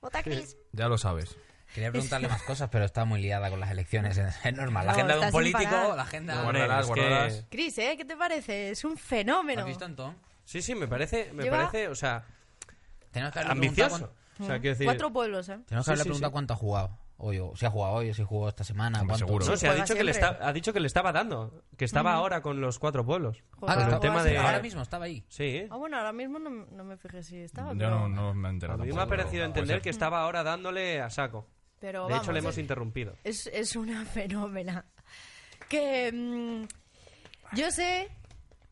[SPEAKER 1] Vota, Cris.
[SPEAKER 2] ya lo sabes.
[SPEAKER 1] [LAUGHS]
[SPEAKER 5] Quería preguntarle más cosas, pero está muy liada con las elecciones. Es normal. La
[SPEAKER 1] No,
[SPEAKER 5] agenda de
[SPEAKER 1] está
[SPEAKER 5] un
[SPEAKER 1] sin parar.
[SPEAKER 5] político, la agenda.
[SPEAKER 3] Hombre,
[SPEAKER 2] Guardarás,
[SPEAKER 3] es
[SPEAKER 2] guardarás.
[SPEAKER 3] que-
[SPEAKER 1] Cris, ¿eh? ¿Qué te parece? Es un fenómeno.
[SPEAKER 5] ¿Has visto, Antón?
[SPEAKER 3] Sí, sí, me parece, me
[SPEAKER 1] Lleva-
[SPEAKER 3] parece, o sea,
[SPEAKER 5] Tenemos que haberle preguntado
[SPEAKER 3] ambicioso.
[SPEAKER 5] cuán-
[SPEAKER 3] O sea, quiero decir...
[SPEAKER 1] Cuatro pueblos, ¿eh?
[SPEAKER 3] Sí,
[SPEAKER 5] Tenemos que haberle
[SPEAKER 3] sí,
[SPEAKER 5] preguntado
[SPEAKER 3] sí.
[SPEAKER 5] cuánto ha jugado hoy, o si ha jugado hoy, o si jugó esta semana.
[SPEAKER 2] Hombre,
[SPEAKER 5] cuánto.
[SPEAKER 2] seguro.
[SPEAKER 3] No, se ha
[SPEAKER 1] Juega
[SPEAKER 3] dicho, que le
[SPEAKER 1] siempre.
[SPEAKER 3] está, ha dicho que le estaba dando, que estaba ahora con los cuatro pueblos.
[SPEAKER 1] Juega-
[SPEAKER 5] Ah,
[SPEAKER 3] con
[SPEAKER 1] juega
[SPEAKER 3] el tema de...
[SPEAKER 1] siempre.
[SPEAKER 5] Ahora mismo estaba ahí.
[SPEAKER 3] Sí,
[SPEAKER 1] Ah, bueno, ahora mismo no, no me fijé si estaba.
[SPEAKER 2] Yo
[SPEAKER 1] Ah, pero,
[SPEAKER 2] no, no me he
[SPEAKER 3] a
[SPEAKER 2] enterado.
[SPEAKER 3] mí me ha
[SPEAKER 2] tampoco,
[SPEAKER 3] parecido
[SPEAKER 2] pero puede
[SPEAKER 3] entender
[SPEAKER 2] ser.
[SPEAKER 3] que estaba ahora dándole a saco.
[SPEAKER 1] pero
[SPEAKER 3] De
[SPEAKER 1] vamos,
[SPEAKER 3] hecho, le hemos
[SPEAKER 1] es-
[SPEAKER 3] interrumpido.
[SPEAKER 1] es, es una [LAUGHS] fenómena. Que. mm, yo sé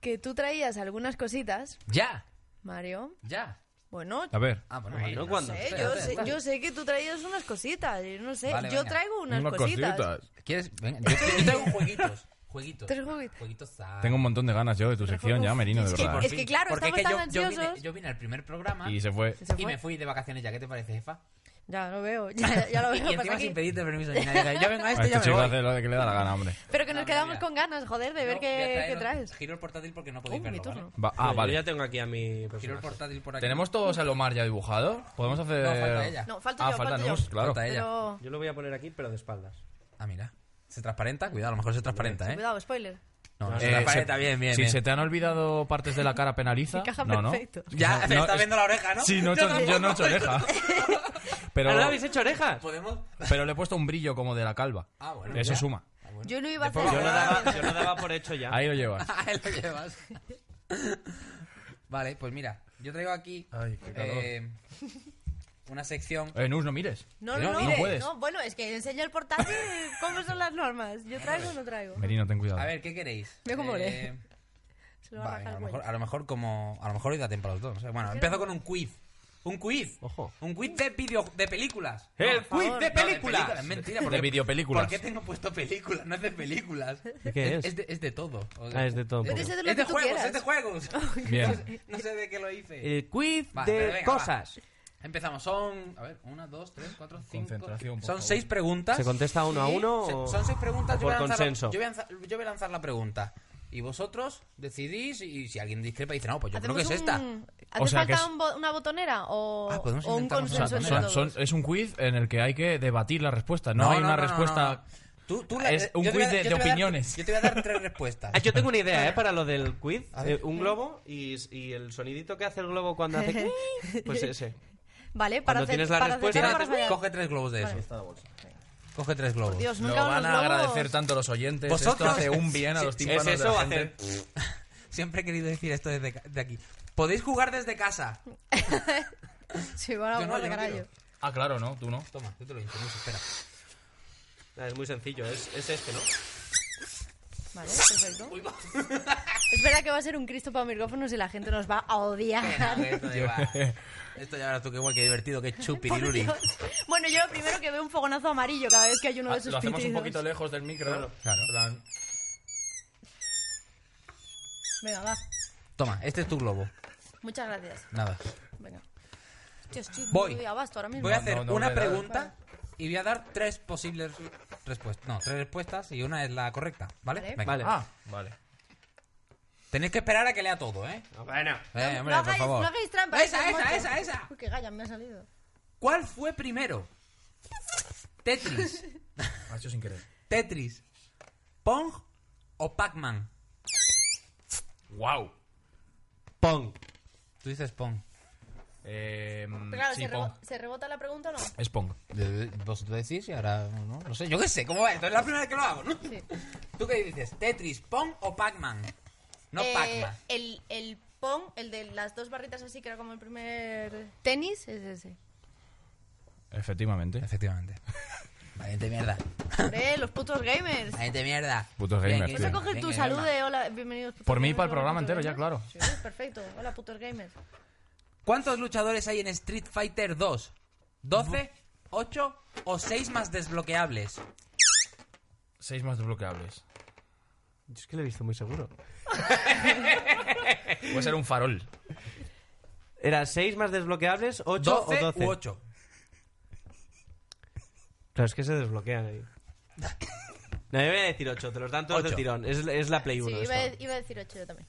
[SPEAKER 1] que tú traías algunas cositas,
[SPEAKER 5] Ya,
[SPEAKER 1] Mario.
[SPEAKER 5] ya.
[SPEAKER 1] Bueno,
[SPEAKER 2] A ver,
[SPEAKER 5] Ah, bueno,
[SPEAKER 3] Bueno,
[SPEAKER 5] ahí, no
[SPEAKER 3] ¿cuándo?
[SPEAKER 5] sé,
[SPEAKER 1] Eh,
[SPEAKER 5] espérate,
[SPEAKER 1] yo, sé,
[SPEAKER 5] espérate.
[SPEAKER 1] yo sé que tú traías unas cositas, yo no sé.
[SPEAKER 5] Vale,
[SPEAKER 1] yo
[SPEAKER 5] venga.
[SPEAKER 1] traigo unas,
[SPEAKER 2] unas
[SPEAKER 1] cositas.
[SPEAKER 2] cositas.
[SPEAKER 5] ¿Quieres? Venga, yo, yo tengo
[SPEAKER 1] [LAUGHS]
[SPEAKER 5] jueguitos. Jueguitos.
[SPEAKER 1] Tres jueguitos.
[SPEAKER 5] Jueguitos ah.
[SPEAKER 2] Tengo un montón de ganas yo de tu sección ya, Merino, de
[SPEAKER 1] Es que-
[SPEAKER 2] verdad.
[SPEAKER 5] Por
[SPEAKER 1] es
[SPEAKER 5] fin.
[SPEAKER 1] claro,
[SPEAKER 5] Porque
[SPEAKER 1] estamos
[SPEAKER 5] yo-
[SPEAKER 1] tan
[SPEAKER 5] yo,
[SPEAKER 1] ansiosos.
[SPEAKER 5] vine, yo vine al primer programa
[SPEAKER 2] Y
[SPEAKER 5] y,
[SPEAKER 2] se fue.
[SPEAKER 1] Que se fue.
[SPEAKER 5] me fui de vacaciones ya. ¿Qué te parece, jefa?
[SPEAKER 1] Ya lo veo, ya, ya [LAUGHS] lo
[SPEAKER 5] Y
[SPEAKER 1] veo. pasa
[SPEAKER 5] encima
[SPEAKER 1] aquí.
[SPEAKER 5] sin pedirte permiso ni nada. Yo vengo a
[SPEAKER 2] A
[SPEAKER 5] esto y
[SPEAKER 2] este
[SPEAKER 5] ya me
[SPEAKER 2] chico
[SPEAKER 5] voy.
[SPEAKER 2] hace lo de que le da la gana, hombre.
[SPEAKER 1] Pero que nos
[SPEAKER 5] No, mira,
[SPEAKER 1] quedamos
[SPEAKER 5] mira.
[SPEAKER 1] con ganas, joder, de ver
[SPEAKER 5] No, voy a
[SPEAKER 1] qué,
[SPEAKER 5] traer
[SPEAKER 1] qué
[SPEAKER 5] un-
[SPEAKER 1] traes.
[SPEAKER 5] Giro el portátil porque no podéis
[SPEAKER 1] Uh, mi
[SPEAKER 5] verlo,
[SPEAKER 1] turno.
[SPEAKER 5] ¿vale?
[SPEAKER 2] Va- ah,
[SPEAKER 3] Yo ya
[SPEAKER 2] vale.
[SPEAKER 3] tengo aquí a mi
[SPEAKER 5] Giro el
[SPEAKER 3] personaje.
[SPEAKER 5] portátil por aquí.
[SPEAKER 2] ¿Tenemos todos a Lomar ya dibujado? ¿Podemos hacer...?
[SPEAKER 5] No, falta ella.
[SPEAKER 1] No, falto
[SPEAKER 2] ah,
[SPEAKER 1] yo,
[SPEAKER 2] falta
[SPEAKER 1] falto
[SPEAKER 2] Neus,
[SPEAKER 1] yo.
[SPEAKER 2] claro.
[SPEAKER 5] Falta ella.
[SPEAKER 1] Pero,
[SPEAKER 3] Yo lo voy a poner aquí, pero de espaldas.
[SPEAKER 5] Ah, mira. ¿Se transparenta? Cuidado, a lo mejor se transparenta, ¿eh?
[SPEAKER 1] cuidado, spoiler.
[SPEAKER 5] No, no,
[SPEAKER 2] Eh,
[SPEAKER 5] se transparenta,
[SPEAKER 2] se-
[SPEAKER 5] bien, bien. eh.
[SPEAKER 2] Si
[SPEAKER 5] bien.
[SPEAKER 2] se te han olvidado partes de la cara, penaliza.
[SPEAKER 1] Encaja
[SPEAKER 2] no,
[SPEAKER 1] perfecto.
[SPEAKER 2] ¿no?
[SPEAKER 5] Ya, [LAUGHS]
[SPEAKER 2] No,
[SPEAKER 5] me
[SPEAKER 2] no,
[SPEAKER 5] está
[SPEAKER 2] es-
[SPEAKER 5] viendo la oreja, ¿no?
[SPEAKER 2] Sí,
[SPEAKER 5] [LAUGHS]
[SPEAKER 2] no he hecho, yo no he hecho oreja. Pero, Pues,
[SPEAKER 3] ¿Ah, no le habéis hecho orejas?
[SPEAKER 5] [LAUGHS] ¿Podemos?
[SPEAKER 2] pero le he puesto un brillo como de la calva.
[SPEAKER 5] Ah, bueno,
[SPEAKER 2] Eso
[SPEAKER 5] ya.
[SPEAKER 2] suma.
[SPEAKER 1] Yo no iba a hacer
[SPEAKER 3] Yo lo
[SPEAKER 1] nada.
[SPEAKER 2] [LAUGHS]
[SPEAKER 3] daba, yo lo daba por hecho ya.
[SPEAKER 2] Ahí lo llevas.
[SPEAKER 5] Ahí lo llevas. vale, pues mira, yo traigo aquí
[SPEAKER 2] Ay, qué calor.
[SPEAKER 5] eh, una sección.
[SPEAKER 2] Eh, Nus, no mires.
[SPEAKER 1] No,
[SPEAKER 5] No,
[SPEAKER 1] no, no,
[SPEAKER 5] no
[SPEAKER 1] eh,
[SPEAKER 2] puedes.
[SPEAKER 1] no, bueno, es que enseña el portátil cómo son las normas. Yo traigo o no traigo.
[SPEAKER 2] Merino, ten cuidado.
[SPEAKER 5] A ver, ¿qué queréis?
[SPEAKER 1] Mira cómo lee.
[SPEAKER 5] [LAUGHS] Eh,
[SPEAKER 1] Se lo va
[SPEAKER 5] va,
[SPEAKER 1] a
[SPEAKER 5] venga, a,
[SPEAKER 1] rajar
[SPEAKER 5] lo
[SPEAKER 1] el
[SPEAKER 5] mejor,
[SPEAKER 1] cuello.
[SPEAKER 5] a lo mejor como a lo mejor hoy da tiempo a los dos. no sé. Bueno, empiezo con un quiz. Un quiz.
[SPEAKER 3] Ojo.
[SPEAKER 5] Un quiz de video de películas.
[SPEAKER 3] ¡El
[SPEAKER 5] por
[SPEAKER 3] quiz
[SPEAKER 5] favor.
[SPEAKER 3] de
[SPEAKER 5] No,
[SPEAKER 3] películas!
[SPEAKER 5] Es mentira,
[SPEAKER 2] De
[SPEAKER 5] porque
[SPEAKER 2] videopelículas.
[SPEAKER 5] ¿Por qué tengo puesto películas? No es de películas.
[SPEAKER 3] ¿De qué es?
[SPEAKER 5] Es de, es de todo. O-
[SPEAKER 3] Ah, es de todo un
[SPEAKER 1] Puede
[SPEAKER 3] poco.
[SPEAKER 1] ser de lo que tú
[SPEAKER 5] juegos,
[SPEAKER 1] quieras.
[SPEAKER 5] es
[SPEAKER 1] [LAUGHS]
[SPEAKER 5] de juegos.
[SPEAKER 2] Bien.
[SPEAKER 5] No sé de qué lo hice.
[SPEAKER 3] El Eh, quiz
[SPEAKER 5] Va,
[SPEAKER 3] de
[SPEAKER 5] pero venga,
[SPEAKER 3] cosas.
[SPEAKER 5] va. Empezamos, son. A ver, una, dos, tres, cuatro, cinco.
[SPEAKER 2] Concentración, por
[SPEAKER 5] Son
[SPEAKER 2] favor.
[SPEAKER 5] seis preguntas.
[SPEAKER 3] ¿Se contesta uno a uno
[SPEAKER 5] Se-
[SPEAKER 3] o-
[SPEAKER 5] Son seis preguntas.
[SPEAKER 3] o
[SPEAKER 5] yo voy a
[SPEAKER 3] por
[SPEAKER 5] lanzar-
[SPEAKER 3] consenso?
[SPEAKER 5] yo voy a lanzar- yo voy a lanzar la pregunta. Y vosotros decidís. Y si alguien discrepa, dice, no, pues yo creo que es
[SPEAKER 1] un-
[SPEAKER 5] esta.
[SPEAKER 1] ¿Hace
[SPEAKER 2] O sea, que
[SPEAKER 1] falta
[SPEAKER 2] es-
[SPEAKER 1] un bo- una botonera o,
[SPEAKER 5] Ah, podemos
[SPEAKER 1] o un
[SPEAKER 5] inventarnos una
[SPEAKER 2] O sea,
[SPEAKER 1] consenso
[SPEAKER 5] Son-
[SPEAKER 1] de
[SPEAKER 2] son-
[SPEAKER 1] todos?
[SPEAKER 2] son- es un quiz en el que hay que debatir la respuesta. No, hay una
[SPEAKER 5] no, no,
[SPEAKER 2] respuesta.
[SPEAKER 5] no. Tú, tú la-
[SPEAKER 2] Es un
[SPEAKER 5] yo te voy a-
[SPEAKER 2] quiz de-
[SPEAKER 5] yo te
[SPEAKER 2] de
[SPEAKER 5] voy a dar-
[SPEAKER 2] opiniones.
[SPEAKER 5] yo te voy a dar tres respuestas.
[SPEAKER 3] Ah, yo tengo una idea, ¿eh? Para lo del quiz.
[SPEAKER 5] A ver.
[SPEAKER 3] Eh, un globo y, y el sonidito que hace el globo cuando
[SPEAKER 1] [LAUGHS]
[SPEAKER 3] hace... quiz, Pues ese.
[SPEAKER 1] Vale, para
[SPEAKER 3] cuando
[SPEAKER 1] hacer,
[SPEAKER 3] tienes la
[SPEAKER 1] para
[SPEAKER 3] respuesta,
[SPEAKER 1] acertar,
[SPEAKER 5] Tienes-
[SPEAKER 1] para fallar.
[SPEAKER 5] coge tres globos de eso. Coge tres globos.
[SPEAKER 1] Dios,
[SPEAKER 2] Lo
[SPEAKER 1] nunca
[SPEAKER 2] van
[SPEAKER 1] los
[SPEAKER 2] a
[SPEAKER 1] globos.
[SPEAKER 2] agradecer tanto los oyentes.
[SPEAKER 5] Vosotros-
[SPEAKER 2] Esto hace un bien a los
[SPEAKER 5] Sí,
[SPEAKER 2] tímpanos
[SPEAKER 3] es
[SPEAKER 2] de
[SPEAKER 3] eso,
[SPEAKER 2] la gente.
[SPEAKER 3] hacer-
[SPEAKER 5] Siempre he querido decir esto desde ca- de aquí. Podéis jugar desde casa.
[SPEAKER 1] Sí, bueno,
[SPEAKER 5] Yo no,
[SPEAKER 1] vale,
[SPEAKER 5] yo no
[SPEAKER 1] carajo.
[SPEAKER 5] quiero.
[SPEAKER 2] Ah, claro, no, tú no.
[SPEAKER 5] Toma, yo te lo intento, espera.
[SPEAKER 3] Ah, Es muy sencillo, es, es este, ¿no?
[SPEAKER 1] Vale, perfecto. Espera que va a ser un Cristo para micrófonos y la gente nos va a odiar.
[SPEAKER 5] esto,
[SPEAKER 1] [LAUGHS]
[SPEAKER 5] ya esto ya verás tú que igual, que divertido, que
[SPEAKER 1] Por
[SPEAKER 5] chupiruluri.
[SPEAKER 1] Dios. Bueno, yo lo primero que veo un fogonazo amarillo cada vez que hay uno
[SPEAKER 2] Ah,
[SPEAKER 1] de esos
[SPEAKER 2] lo hacemos un
[SPEAKER 1] pitidos.
[SPEAKER 2] poquito lejos del micro.
[SPEAKER 5] Claro.
[SPEAKER 2] En plan-
[SPEAKER 1] Venga, va.
[SPEAKER 5] Toma, este es tu globo.
[SPEAKER 1] Muchas gracias.
[SPEAKER 5] Nada.
[SPEAKER 1] Venga. Hostia, estoy
[SPEAKER 5] Voy.
[SPEAKER 1] muy abasto ahora mismo.
[SPEAKER 5] Voy a
[SPEAKER 2] No,
[SPEAKER 5] hacer
[SPEAKER 2] no, no,
[SPEAKER 5] una
[SPEAKER 2] hombre, nada.
[SPEAKER 5] pregunta y voy a dar tres posibles respuestas. No, tres respuestas y una es la correcta, ¿vale?
[SPEAKER 1] Vale.
[SPEAKER 5] Venga.
[SPEAKER 3] Vale.
[SPEAKER 2] Ah, vale.
[SPEAKER 5] Tenéis que esperar a que lea todo, ¿eh?
[SPEAKER 3] Bueno.
[SPEAKER 5] Eh, hombre,
[SPEAKER 1] no
[SPEAKER 5] por
[SPEAKER 1] hagáis,
[SPEAKER 5] favor.
[SPEAKER 1] no hagáis trampa.
[SPEAKER 5] Esa,
[SPEAKER 1] que
[SPEAKER 5] esa,
[SPEAKER 1] te
[SPEAKER 5] esa,
[SPEAKER 1] mato.
[SPEAKER 5] esa. Mm,
[SPEAKER 1] Uy, qué galla me ha salido.
[SPEAKER 5] ¿Cuál fue primero?
[SPEAKER 1] [LAUGHS]
[SPEAKER 5] Tetris.
[SPEAKER 2] Ha hecho sin querer.
[SPEAKER 5] Tetris. Pong o Pac-Man.
[SPEAKER 2] Wow.
[SPEAKER 3] Pong.
[SPEAKER 5] Tú dices Pong.
[SPEAKER 2] Eh,
[SPEAKER 1] Pero claro,
[SPEAKER 2] sí,
[SPEAKER 1] se,
[SPEAKER 2] Pong.
[SPEAKER 1] rebo- ¿se rebota la pregunta o no?
[SPEAKER 2] Es Pong.
[SPEAKER 5] Vosotros decís y ahora no, no sé. Yo qué sé, ¿cómo va? Esto es la primera vez que lo hago, ¿no?
[SPEAKER 1] Sí.
[SPEAKER 5] ¿Tú qué dices? ¿Tetris, Pong o Pac-Man? No
[SPEAKER 1] Eh,
[SPEAKER 5] Pac-Man.
[SPEAKER 1] el, el Pong, el de las dos barritas así, que era como el primer tenis, es ese.
[SPEAKER 2] Efectivamente.
[SPEAKER 5] Efectivamente. Valiente mierda. [LAUGHS]
[SPEAKER 1] Hombre, los putos gamers.
[SPEAKER 5] Valiente mierda.
[SPEAKER 2] Putos
[SPEAKER 5] Bien,
[SPEAKER 2] gamers,
[SPEAKER 5] Guillermo,
[SPEAKER 1] Vas a
[SPEAKER 2] sí.
[SPEAKER 1] coger
[SPEAKER 5] bien,
[SPEAKER 1] tu
[SPEAKER 5] Guillermo.
[SPEAKER 1] salud de hola, bienvenidos. putos
[SPEAKER 2] Por mí,
[SPEAKER 1] gamers,
[SPEAKER 2] para el
[SPEAKER 1] hola,
[SPEAKER 2] programa
[SPEAKER 1] putos
[SPEAKER 2] entero, ya,
[SPEAKER 1] gamers. Sí, perfecto. Hola, putos gamers.
[SPEAKER 5] ¿Cuántos luchadores hay en Street Fighter 2? ¿12, 8 o 6 más desbloqueables?
[SPEAKER 2] Seis más desbloqueables.
[SPEAKER 3] Yo es que lo he visto muy seguro.
[SPEAKER 2] Puede ser un farol.
[SPEAKER 3] ¿Era 6 más desbloqueables, 8 o
[SPEAKER 5] 12
[SPEAKER 3] 12?
[SPEAKER 5] u 8.
[SPEAKER 3] Claro, es que se desbloquean [LAUGHS] ahí. No, yo voy a decir 8, te los dan todos
[SPEAKER 5] Ocho.
[SPEAKER 3] del tirón. Es, es la Play
[SPEAKER 1] Sí,
[SPEAKER 3] 1.
[SPEAKER 1] iba, a, iba a decir 8 yo también.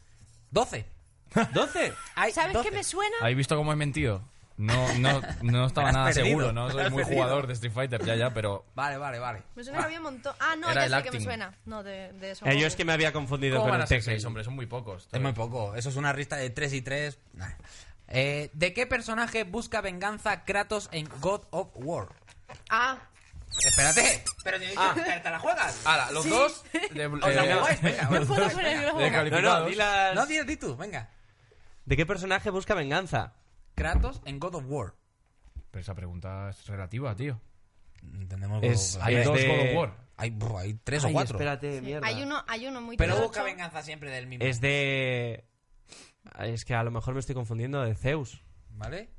[SPEAKER 5] 12.
[SPEAKER 1] [LAUGHS]
[SPEAKER 3] ¿12?
[SPEAKER 5] Hay
[SPEAKER 1] ¿Sabes
[SPEAKER 5] 12.
[SPEAKER 1] qué me suena?
[SPEAKER 2] ¿Habéis visto cómo he mentido? No, no, no estaba
[SPEAKER 5] has
[SPEAKER 2] nada
[SPEAKER 5] perdido,
[SPEAKER 2] seguro, no
[SPEAKER 5] me
[SPEAKER 2] soy
[SPEAKER 5] has
[SPEAKER 2] muy
[SPEAKER 5] perdido.
[SPEAKER 2] jugador de Street Fighter, ya, ya, pero
[SPEAKER 5] Vale, vale, vale.
[SPEAKER 1] Me suena que había un montón. Ah, no, ya
[SPEAKER 2] Era
[SPEAKER 1] sé
[SPEAKER 2] el
[SPEAKER 1] que me
[SPEAKER 2] acting.
[SPEAKER 1] suena. No, de, de eso.
[SPEAKER 3] Eh, yo es que me había confundido
[SPEAKER 2] ¿Cómo
[SPEAKER 3] con
[SPEAKER 2] van
[SPEAKER 3] el
[SPEAKER 2] a ser
[SPEAKER 3] Tekken.
[SPEAKER 2] seis, hombre? Son muy pocos.
[SPEAKER 5] Es muy poco. Eso es una lista de 3 y 3. ¿De qué personaje busca venganza Kratos en God of War?
[SPEAKER 1] Ah,
[SPEAKER 5] Espérate. Ah. Pero te, te la juegas.
[SPEAKER 2] Ahora, los [LAUGHS] dos... De,
[SPEAKER 5] O sea, me vais, venga,
[SPEAKER 1] no
[SPEAKER 5] os
[SPEAKER 1] puedo
[SPEAKER 5] vais,
[SPEAKER 1] con el
[SPEAKER 5] venga.
[SPEAKER 1] globo.
[SPEAKER 2] Deja-
[SPEAKER 3] No, no, di las-
[SPEAKER 5] No, di, di tú, venga.
[SPEAKER 3] ¿De qué personaje busca venganza?
[SPEAKER 5] Kratos en God of War.
[SPEAKER 2] Pero esa pregunta es relativa, tío.
[SPEAKER 5] Entendemos God
[SPEAKER 3] Es-
[SPEAKER 5] of War.
[SPEAKER 2] Hay
[SPEAKER 3] Es
[SPEAKER 2] dos
[SPEAKER 3] de-
[SPEAKER 2] God of War.
[SPEAKER 5] Hay, bro, hay tres o
[SPEAKER 3] Ay,
[SPEAKER 5] cuatro.
[SPEAKER 3] espérate, mierda.
[SPEAKER 1] hay uno, hay uno muy
[SPEAKER 5] Pero
[SPEAKER 1] tocho.
[SPEAKER 5] busca venganza siempre del mismo.
[SPEAKER 3] Es de... Ay, Es que a lo mejor me estoy confundiendo de Zeus.
[SPEAKER 5] ¿Vale?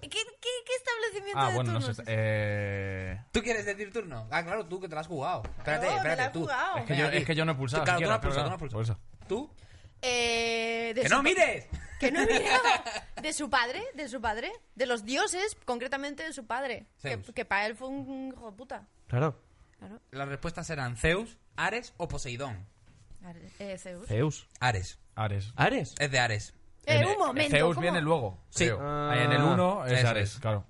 [SPEAKER 1] ¿Qué, qué, qué establecimiento
[SPEAKER 2] Ah,
[SPEAKER 1] de
[SPEAKER 2] bueno, no sé...
[SPEAKER 1] turnos es?
[SPEAKER 2] Eh...
[SPEAKER 5] ¿Tú quieres decir turno? Ah, claro, tú que te lo has jugado. Espérate,
[SPEAKER 1] Claro, me la
[SPEAKER 5] espérate,
[SPEAKER 1] he
[SPEAKER 5] tú.
[SPEAKER 1] jugado.
[SPEAKER 2] Es que,
[SPEAKER 5] Venga,
[SPEAKER 2] yo,
[SPEAKER 5] aquí.
[SPEAKER 2] es que yo no he pulsado.
[SPEAKER 5] Claro, tú
[SPEAKER 2] siquiera,
[SPEAKER 5] no has pulsado, tú no
[SPEAKER 2] claro,
[SPEAKER 5] has
[SPEAKER 2] por
[SPEAKER 5] pulsado.
[SPEAKER 2] eso.
[SPEAKER 5] ¿Tú?
[SPEAKER 1] Eh, de
[SPEAKER 5] ¡Que
[SPEAKER 1] su-
[SPEAKER 5] no mires!
[SPEAKER 1] Que no miraba. De su padre, de su padre. De los dioses, concretamente de su padre. Que,
[SPEAKER 5] Zeus.
[SPEAKER 1] que para él fue un hijo de puta.
[SPEAKER 3] Claro.
[SPEAKER 1] Claro.
[SPEAKER 5] Las respuestas eran Zeus, Ares o Poseidón.
[SPEAKER 1] A ver, Eh, Zeus.
[SPEAKER 3] Zeus.
[SPEAKER 5] Ares.
[SPEAKER 2] Ares.
[SPEAKER 3] ¿Ares?
[SPEAKER 5] Es de Ares.
[SPEAKER 1] Eh,
[SPEAKER 2] El-
[SPEAKER 1] un momento.
[SPEAKER 2] Zeus
[SPEAKER 1] ¿cómo?
[SPEAKER 2] viene luego.
[SPEAKER 5] Sí.
[SPEAKER 2] creo.
[SPEAKER 3] Ah.
[SPEAKER 2] en el 1 es
[SPEAKER 5] Eso
[SPEAKER 2] Ares,
[SPEAKER 5] es.
[SPEAKER 2] claro.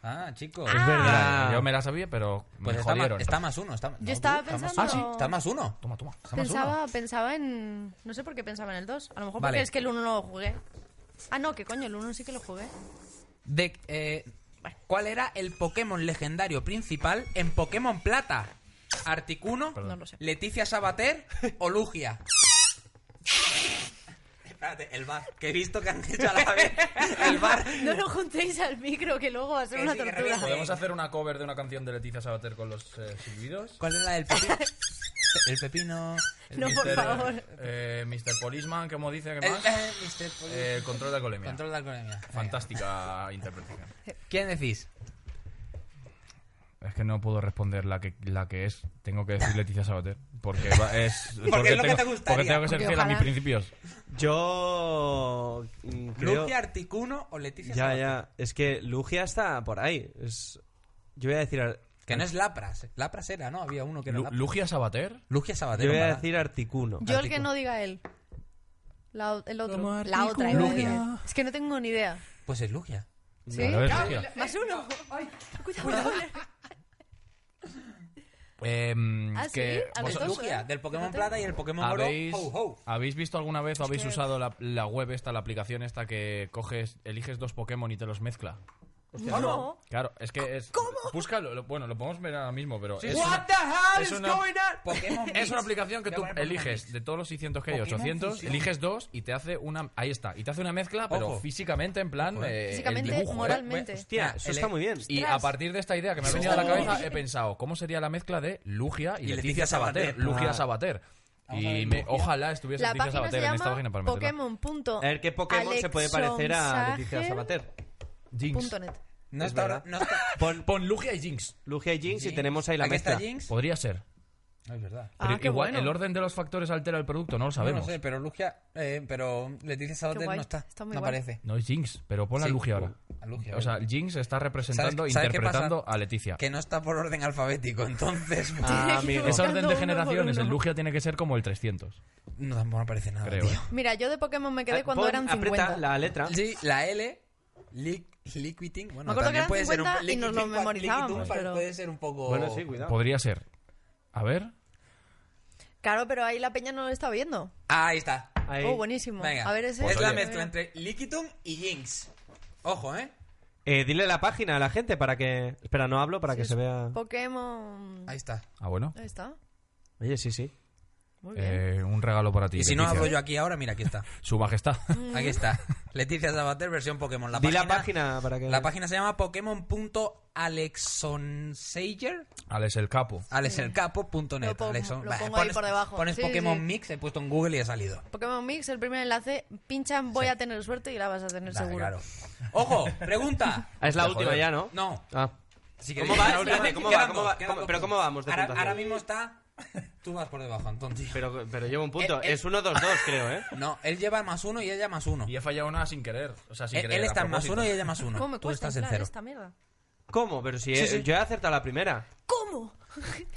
[SPEAKER 5] Ah, chico.
[SPEAKER 1] Ah.
[SPEAKER 3] verdad.
[SPEAKER 2] Yo me la sabía, pero me
[SPEAKER 5] Pues está más,
[SPEAKER 2] jodieron.
[SPEAKER 5] está más uno. Está,
[SPEAKER 1] Yo estaba pensando-
[SPEAKER 5] Ah, sí. Está más uno.
[SPEAKER 2] Toma, toma.
[SPEAKER 5] Está más uno.
[SPEAKER 1] Pensaba, pensaba en. No sé por qué pensaba en el 2. A lo mejor
[SPEAKER 5] Vale.
[SPEAKER 1] porque es que el 1 no lo jugué. Ah, no, que coño, el 1 sí que lo jugué.
[SPEAKER 5] De, eh, ¿Cuál era el Pokémon legendario principal en Pokémon Plata? ¿Articuno,
[SPEAKER 1] No lo sé.
[SPEAKER 5] Leticia Sabater o Lugia? Espérate, el bar. Que he visto que han hecho a la vez. El bar.
[SPEAKER 1] No lo juntéis al micro, que luego va a ser
[SPEAKER 5] Que
[SPEAKER 1] una
[SPEAKER 5] sí, que
[SPEAKER 1] tortura.
[SPEAKER 5] reviento.
[SPEAKER 2] ¿Podemos hacer una cover de una canción de Leticia Sabater con los eh, silbidos?
[SPEAKER 5] ¿Cuál era el pepino? El pepino.
[SPEAKER 1] No, por
[SPEAKER 2] Mister-
[SPEAKER 1] favor.
[SPEAKER 2] Eh, Mr. Policeman, ¿cómo dice? ¿Qué
[SPEAKER 5] El,
[SPEAKER 2] más?
[SPEAKER 5] eh, Mr. Poli-
[SPEAKER 2] Eh, control de alcoholemia.
[SPEAKER 5] Control de alcoholemia.
[SPEAKER 2] Fantástica interpretación.
[SPEAKER 5] ¿Quién decís?
[SPEAKER 2] Es que no puedo responder la que, la que es. Tengo que decir Leticia Sabater. Porque va-
[SPEAKER 5] [LAUGHS]
[SPEAKER 2] es. Porque,
[SPEAKER 5] es lo que
[SPEAKER 2] tengo,
[SPEAKER 5] te gustaría.
[SPEAKER 2] porque tengo que ser
[SPEAKER 1] Porque
[SPEAKER 2] fiel a mis
[SPEAKER 1] ojalá.
[SPEAKER 2] principios.
[SPEAKER 3] Yo... mm, creo-
[SPEAKER 5] ¿Lugia, Articuno o Leticia
[SPEAKER 3] Ya,
[SPEAKER 5] Sabater?
[SPEAKER 3] ya. Es que Lugia está por ahí. Es... Yo voy a decir... ar-
[SPEAKER 5] Que no es Lapras. eh. Lapras era, ¿no? Había uno que era
[SPEAKER 2] Lu-
[SPEAKER 5] Lapras.
[SPEAKER 2] ¿Lugia Sabater?
[SPEAKER 5] Lugia Sabater.
[SPEAKER 3] Yo voy a
[SPEAKER 5] ¿verdad?
[SPEAKER 3] decir Articuno.
[SPEAKER 1] Yo el que no diga él. La, o- el
[SPEAKER 2] Como
[SPEAKER 1] otro. La
[SPEAKER 2] artículo.
[SPEAKER 1] otra. iba a decir.
[SPEAKER 2] Lugia.
[SPEAKER 1] Es que no tengo ni idea.
[SPEAKER 5] Pues es Lugia.
[SPEAKER 1] ¿Sí? Ah,
[SPEAKER 2] Claro, es Lugia.
[SPEAKER 1] Más uno. Cuidado, cuidado.
[SPEAKER 2] Em,
[SPEAKER 1] ¿Ah, sí?
[SPEAKER 2] que
[SPEAKER 1] A ver,
[SPEAKER 2] vosotros-
[SPEAKER 5] Pues
[SPEAKER 1] Entonces,
[SPEAKER 5] Lugia, del Pokémon
[SPEAKER 1] fíjate.
[SPEAKER 5] Plata y el Pokémon Oro.
[SPEAKER 2] ¿Habéis,
[SPEAKER 5] Ho, ho.
[SPEAKER 2] ¿Habéis visto alguna vez o habéis usado la, la web esta, la aplicación esta que coges, eliges dos Pokémon y te los mezcla?
[SPEAKER 1] No.
[SPEAKER 2] Claro, es que es. ¿Cómo? Búscalo, lo- bueno, lo podemos ver ahora mismo, pero. es una-
[SPEAKER 3] hell
[SPEAKER 2] es una-
[SPEAKER 5] Ah,
[SPEAKER 3] [LAUGHS]
[SPEAKER 5] Pokémon
[SPEAKER 2] Es una
[SPEAKER 5] Mix.
[SPEAKER 2] aplicación que
[SPEAKER 5] Voy a
[SPEAKER 2] tú
[SPEAKER 5] poner Pokémon
[SPEAKER 2] eliges
[SPEAKER 5] Mix.
[SPEAKER 2] de todos los 600 que hay,
[SPEAKER 5] Pokémon
[SPEAKER 2] 800,
[SPEAKER 5] fusión.
[SPEAKER 2] eliges dos y te hace una. Ahí está, y te hace una mezcla, pero
[SPEAKER 5] Ojo.
[SPEAKER 2] físicamente, en plan.
[SPEAKER 5] Ojo, eh.
[SPEAKER 2] eh, el
[SPEAKER 1] Físicamente,
[SPEAKER 2] dibujo,
[SPEAKER 5] eh.
[SPEAKER 1] moralmente.
[SPEAKER 3] Hostia, eso
[SPEAKER 5] Ele-
[SPEAKER 3] está muy bien.
[SPEAKER 2] Y a partir de esta idea que me ha venido a la cabeza, he pensado, ¿cómo sería la mezcla de Lugia y,
[SPEAKER 5] Y
[SPEAKER 2] Leticia Sabater?
[SPEAKER 5] Sabater.
[SPEAKER 2] Lugia
[SPEAKER 3] Ah.
[SPEAKER 2] Sabater.
[SPEAKER 5] Vamos
[SPEAKER 2] Y
[SPEAKER 5] a ver,
[SPEAKER 2] me-
[SPEAKER 5] Lugia.
[SPEAKER 2] ojalá estuviese
[SPEAKER 1] La
[SPEAKER 2] Leticia
[SPEAKER 1] página se
[SPEAKER 2] Sabater en esta
[SPEAKER 1] llama
[SPEAKER 2] página para meterla.
[SPEAKER 1] Pokémon.
[SPEAKER 3] A ver qué Pokémon se puede parecer a Leticia Sabater.
[SPEAKER 2] Jinx.
[SPEAKER 5] No
[SPEAKER 3] Es
[SPEAKER 5] está,
[SPEAKER 3] verdad.
[SPEAKER 5] no está.
[SPEAKER 3] Pon
[SPEAKER 2] Pon Lugia y Jinx.
[SPEAKER 3] Lugia y Jinx y tenemos ahí la
[SPEAKER 5] Aquí está
[SPEAKER 3] mezcla.
[SPEAKER 5] Jinx.
[SPEAKER 2] Podría ser.
[SPEAKER 5] No, es verdad.
[SPEAKER 1] Ah,
[SPEAKER 2] Pero
[SPEAKER 1] qué
[SPEAKER 2] igual,
[SPEAKER 1] bueno.
[SPEAKER 2] ¿el orden de los factores altera el producto? No lo
[SPEAKER 5] No,
[SPEAKER 2] sabemos.
[SPEAKER 5] no sé, pero Lugia, eh, pero Leticia Sabater
[SPEAKER 1] guay,
[SPEAKER 5] no está,
[SPEAKER 1] está muy
[SPEAKER 5] no
[SPEAKER 1] guay.
[SPEAKER 5] aparece.
[SPEAKER 2] No es Jinx, pero pon a
[SPEAKER 5] Sí,
[SPEAKER 2] Lugia ahora.
[SPEAKER 5] a Lugia,
[SPEAKER 2] o sea,
[SPEAKER 5] vale.
[SPEAKER 2] Jinx está representando,
[SPEAKER 5] ¿Sabes- sabes qué
[SPEAKER 2] interpretando
[SPEAKER 5] pasa?
[SPEAKER 2] a Leticia.
[SPEAKER 5] Que no está por orden alfabético, entonces...
[SPEAKER 1] [LAUGHS]
[SPEAKER 3] Ah, amigo.
[SPEAKER 2] Es orden
[SPEAKER 1] Buscando
[SPEAKER 2] de
[SPEAKER 1] uno por
[SPEAKER 2] generaciones,
[SPEAKER 1] uno.
[SPEAKER 2] el Lugia tiene que ser como el 300.
[SPEAKER 5] [LAUGHS] No, tampoco aparece nada,
[SPEAKER 2] Creo,
[SPEAKER 5] tío.
[SPEAKER 2] eh.
[SPEAKER 1] Mira, yo de Pokémon me quedé
[SPEAKER 3] Ah,
[SPEAKER 1] cuando
[SPEAKER 3] pon-
[SPEAKER 1] eran
[SPEAKER 3] Aprieta
[SPEAKER 1] 50.
[SPEAKER 3] la letra.
[SPEAKER 5] Sí, la L, li- liquiting, bueno,
[SPEAKER 1] Me acuerdo
[SPEAKER 5] también
[SPEAKER 1] que eran
[SPEAKER 5] puede ser un...
[SPEAKER 1] 50 y nos lo
[SPEAKER 5] liquiting, pa-
[SPEAKER 1] memorizábamos,
[SPEAKER 5] liquitum, pa-
[SPEAKER 1] pero-
[SPEAKER 5] Puede ser un poco...
[SPEAKER 3] Bueno, sí, cuidado.
[SPEAKER 2] Podría ser. A ver.
[SPEAKER 1] Claro, pero ahí la peña no lo está viendo.
[SPEAKER 5] Ah, ahí está.
[SPEAKER 3] Ahí.
[SPEAKER 1] Oh, buenísimo.
[SPEAKER 5] Venga.
[SPEAKER 1] A ver ese. eh.
[SPEAKER 5] Es la
[SPEAKER 2] oye.
[SPEAKER 5] mezcla entre Liquitum y Jinx. Ojo, ¿eh?
[SPEAKER 3] Eh, dile la página a la gente para que... Espera, no hablo para que se vea...
[SPEAKER 1] Pokémon.
[SPEAKER 5] Ahí está.
[SPEAKER 2] Ah, bueno.
[SPEAKER 1] Ahí está.
[SPEAKER 3] Oye, sí, sí.
[SPEAKER 1] Muy bien.
[SPEAKER 2] Eh, un regalo para ti.
[SPEAKER 5] Y si no
[SPEAKER 2] Leticia.
[SPEAKER 5] hablo yo aquí ahora, mira, aquí está.
[SPEAKER 2] Su majestad. [LAUGHS]
[SPEAKER 5] Aquí
[SPEAKER 1] [LAUGHS]
[SPEAKER 5] está. Leticia Sabater, versión Pokémon. La
[SPEAKER 3] Di
[SPEAKER 5] página,
[SPEAKER 3] la página para que...
[SPEAKER 5] La página se llama Pokémon.alexonsager.
[SPEAKER 2] Alex el capo.
[SPEAKER 1] Lo
[SPEAKER 5] Alexelcapo.net.
[SPEAKER 1] pongo-
[SPEAKER 5] Alexon-
[SPEAKER 1] lo
[SPEAKER 5] Bah,
[SPEAKER 1] pongo ahí por debajo.
[SPEAKER 5] Pones
[SPEAKER 1] Sí,
[SPEAKER 5] Pokémon
[SPEAKER 1] sí.
[SPEAKER 5] Mix, he puesto en Google y ha salido.
[SPEAKER 1] Pokémon Mix, el primer enlace. Pinchan, voy a tener suerte y la vas a tener
[SPEAKER 5] Dale,
[SPEAKER 1] seguro.
[SPEAKER 5] claro. Ojo, pregunta.
[SPEAKER 3] Ah, es la
[SPEAKER 2] Joder.
[SPEAKER 3] última ya, ¿no?
[SPEAKER 5] No.
[SPEAKER 3] Ah.
[SPEAKER 5] Si
[SPEAKER 3] ¿Cómo
[SPEAKER 5] queréis-
[SPEAKER 3] va?
[SPEAKER 5] Espérate,
[SPEAKER 3] Espérate, ¿cómo
[SPEAKER 5] quedan
[SPEAKER 3] va? ¿Cómo
[SPEAKER 5] dos,
[SPEAKER 3] va?
[SPEAKER 5] quedan
[SPEAKER 3] ¿Cómo-
[SPEAKER 5] dos
[SPEAKER 3] pero
[SPEAKER 5] puntos.
[SPEAKER 3] cómo vamos de
[SPEAKER 5] ahora,
[SPEAKER 3] puntuación?
[SPEAKER 5] ahora mismo está. Tú vas por debajo, entonces.
[SPEAKER 3] Pero, pero lleva un punto.
[SPEAKER 5] Eh, eh.
[SPEAKER 3] Es 1-2-2, creo, ¿eh?
[SPEAKER 5] No, él lleva más uno y ella más uno.
[SPEAKER 2] Y he fallado una sin querer. O sea, sin
[SPEAKER 5] Él,
[SPEAKER 2] querer.
[SPEAKER 5] él
[SPEAKER 2] a
[SPEAKER 5] está en más
[SPEAKER 2] propósito.
[SPEAKER 5] uno y ella más uno.
[SPEAKER 1] ¿Cómo me
[SPEAKER 5] Tú
[SPEAKER 1] cuesta
[SPEAKER 5] estás en
[SPEAKER 1] entrar
[SPEAKER 5] cero.
[SPEAKER 1] esta mierda?
[SPEAKER 3] ¿Cómo? Pero si
[SPEAKER 5] Sí,
[SPEAKER 3] eh,
[SPEAKER 5] sí.
[SPEAKER 3] yo he acertado la primera.
[SPEAKER 1] ¿Cómo?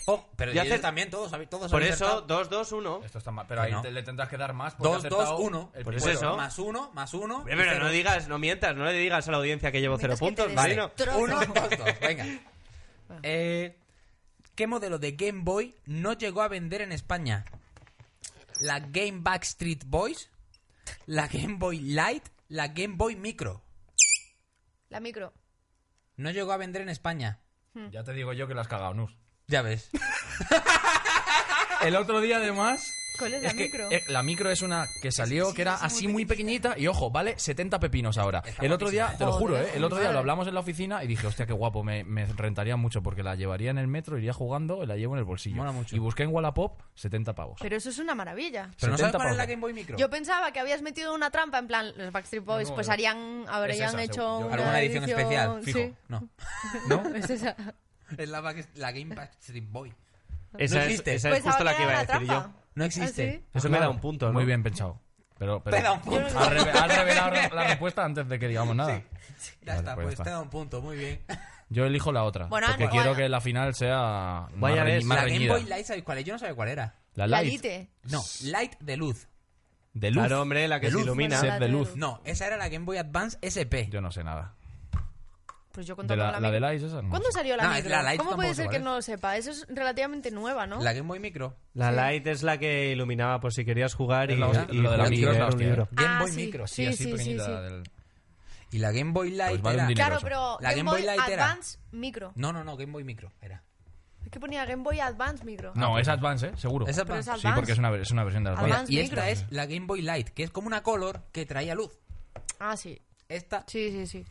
[SPEAKER 5] Oh, pero
[SPEAKER 3] Yo
[SPEAKER 5] yo
[SPEAKER 3] acerté-
[SPEAKER 5] también, todos, habéis- todos
[SPEAKER 3] Por
[SPEAKER 5] habéis
[SPEAKER 3] eso,
[SPEAKER 5] acertado.
[SPEAKER 3] 2-2-1.
[SPEAKER 2] Esto está mal. Pero
[SPEAKER 5] Que
[SPEAKER 2] ahí
[SPEAKER 5] no.
[SPEAKER 2] te- le tendrás que dar más. porque
[SPEAKER 5] Dos,
[SPEAKER 2] he
[SPEAKER 5] dos,
[SPEAKER 2] acertado
[SPEAKER 5] uno.
[SPEAKER 2] el
[SPEAKER 3] Pues es
[SPEAKER 2] primero.
[SPEAKER 3] eso.
[SPEAKER 5] Más uno, más uno.
[SPEAKER 3] Eh, Pero
[SPEAKER 5] cero.
[SPEAKER 3] no digas, no mientas, no le digas a la audiencia que llevo cero
[SPEAKER 1] Mientras que
[SPEAKER 3] puntos,
[SPEAKER 1] te
[SPEAKER 5] Vale,
[SPEAKER 3] Marino.
[SPEAKER 1] Trozo.
[SPEAKER 5] uno, dos,
[SPEAKER 1] [LAUGHS]
[SPEAKER 5] dos, venga. Eh, ¿Qué modelo de Game Boy no llegó a vender en España? ¿La Game Backstreet Boys? ¿La Game Boy Light? ¿La Game Boy Micro?
[SPEAKER 1] La micro.
[SPEAKER 5] No llegó a vender en España.
[SPEAKER 2] Ya te digo yo que las has cagado, Nus.
[SPEAKER 5] Ya ves.
[SPEAKER 2] El otro día, además.
[SPEAKER 1] ¿Cuál es,
[SPEAKER 2] Es
[SPEAKER 1] la
[SPEAKER 2] que,
[SPEAKER 1] micro?
[SPEAKER 2] eh, la micro es una que salió que era así muy pequeñita y ojo, vale 70 pepinos ahora.
[SPEAKER 5] Está
[SPEAKER 2] El otro día,
[SPEAKER 5] guapísima,
[SPEAKER 2] te lo juro,
[SPEAKER 1] Joder,
[SPEAKER 2] eh, el otro día
[SPEAKER 1] madre.
[SPEAKER 2] lo hablamos en la oficina y dije, hostia, qué guapo, me, me rentaría mucho porque la llevaría en el metro, iría jugando y la llevo en el bolsillo.
[SPEAKER 5] Mola mucho.
[SPEAKER 2] Y busqué en Wallapop 70 pavos.
[SPEAKER 1] Pero eso es una maravilla.
[SPEAKER 5] ¿Pero
[SPEAKER 2] 70
[SPEAKER 5] no sabes cuál es la
[SPEAKER 2] pavos.
[SPEAKER 5] Game Boy Micro?
[SPEAKER 1] Yo pensaba que habías metido una trampa en plan los Backstreet Boys,
[SPEAKER 2] No,
[SPEAKER 1] pues
[SPEAKER 2] no.
[SPEAKER 1] harían, habrían
[SPEAKER 2] esa,
[SPEAKER 1] hecho
[SPEAKER 2] seguro.
[SPEAKER 1] una
[SPEAKER 5] ¿Alguna edición, especial? Fijo.
[SPEAKER 1] sí.
[SPEAKER 5] No. [LAUGHS]
[SPEAKER 2] ¿No?
[SPEAKER 1] [LAUGHS] Es esa.
[SPEAKER 5] Es la, Back- la Game Backstreet Boy.
[SPEAKER 3] Esa es,
[SPEAKER 5] existe.
[SPEAKER 3] esa es
[SPEAKER 1] Pues
[SPEAKER 3] justo
[SPEAKER 1] ahora
[SPEAKER 3] la que iba a
[SPEAKER 1] era la
[SPEAKER 3] decir yo.
[SPEAKER 1] trampa.
[SPEAKER 5] No
[SPEAKER 1] ¿Ah,
[SPEAKER 5] existe.
[SPEAKER 1] sí?
[SPEAKER 3] Eso me da un punto, ¿no?
[SPEAKER 2] Muy bien pensado. Pero, pero
[SPEAKER 5] Te da un punto.
[SPEAKER 2] Has, reve-
[SPEAKER 1] [LAUGHS]
[SPEAKER 2] has revelado la respuesta antes de que digamos nada.
[SPEAKER 5] Ya
[SPEAKER 2] Vale, pues ya
[SPEAKER 5] está, pues
[SPEAKER 2] está.
[SPEAKER 5] te da un punto, muy bien.
[SPEAKER 2] Yo elijo la otra.
[SPEAKER 1] Bueno,
[SPEAKER 2] porque
[SPEAKER 1] bueno.
[SPEAKER 2] quiero que la final sea más
[SPEAKER 3] Vaya
[SPEAKER 2] reñi-
[SPEAKER 3] ves,
[SPEAKER 2] más
[SPEAKER 5] la Game
[SPEAKER 2] reñida.
[SPEAKER 5] Boy Light, ¿sabéis cuál es? Yo no sabía cuál era.
[SPEAKER 2] La
[SPEAKER 1] La
[SPEAKER 2] light.
[SPEAKER 1] Lite.
[SPEAKER 5] No, Light de luz.
[SPEAKER 2] De luz.
[SPEAKER 3] Claro, hombre, la que
[SPEAKER 5] De
[SPEAKER 3] se
[SPEAKER 5] luz.
[SPEAKER 3] ilumina.
[SPEAKER 2] Sed de luz.
[SPEAKER 5] No, esa era la Game Boy Advance SP.
[SPEAKER 2] Yo no sé nada.
[SPEAKER 1] Pues yo
[SPEAKER 2] De
[SPEAKER 1] contaba con
[SPEAKER 2] la, la
[SPEAKER 1] la
[SPEAKER 2] de
[SPEAKER 1] micro.
[SPEAKER 2] Light, esa no
[SPEAKER 1] ¿Cuándo
[SPEAKER 2] sé.
[SPEAKER 1] salió la
[SPEAKER 5] No, es
[SPEAKER 1] micro?
[SPEAKER 5] la Light
[SPEAKER 1] ¿Cómo
[SPEAKER 5] tampoco
[SPEAKER 1] puede
[SPEAKER 5] sé
[SPEAKER 1] ser
[SPEAKER 5] cuál
[SPEAKER 1] que
[SPEAKER 5] es.
[SPEAKER 1] no lo sepa? Eso es relativamente nueva, ¿no?
[SPEAKER 5] La Game Boy Micro.
[SPEAKER 3] La light es la que iluminaba por si querías jugar y,
[SPEAKER 2] Es la hostia.
[SPEAKER 3] y
[SPEAKER 2] Lo de la
[SPEAKER 3] y
[SPEAKER 2] micro es la
[SPEAKER 3] leer un
[SPEAKER 2] hostia, ¿eh?
[SPEAKER 3] libro.
[SPEAKER 5] Game
[SPEAKER 1] Ah,
[SPEAKER 5] Boy
[SPEAKER 1] sí,
[SPEAKER 5] Micro.
[SPEAKER 2] Sí,
[SPEAKER 1] Sí,
[SPEAKER 2] así
[SPEAKER 1] sí, sí,
[SPEAKER 2] pequeñita.
[SPEAKER 1] sí.
[SPEAKER 2] del-
[SPEAKER 5] Y la Game Boy Light
[SPEAKER 2] Pues vale un
[SPEAKER 5] era...
[SPEAKER 2] dinero.
[SPEAKER 1] Claro,
[SPEAKER 2] Microsoft.
[SPEAKER 1] pero
[SPEAKER 5] La
[SPEAKER 1] Game
[SPEAKER 5] Game Boy
[SPEAKER 1] Boy
[SPEAKER 5] Light era.
[SPEAKER 1] Advance micro.
[SPEAKER 5] No, no, no, Game Boy Micro era.
[SPEAKER 1] Es que ponía Game Boy Advance micro.
[SPEAKER 2] No, es Advance, ¿eh? Seguro.
[SPEAKER 5] Esa
[SPEAKER 1] Pero es
[SPEAKER 5] pa-
[SPEAKER 2] Sí, porque es una, es una versión de Advance.
[SPEAKER 1] Advance
[SPEAKER 5] Y esta
[SPEAKER 1] Micro.
[SPEAKER 5] es la Game Boy Light, que es como una color que traía luz.
[SPEAKER 1] Ah, sí.
[SPEAKER 5] Esta...
[SPEAKER 1] Sí, sí, sí.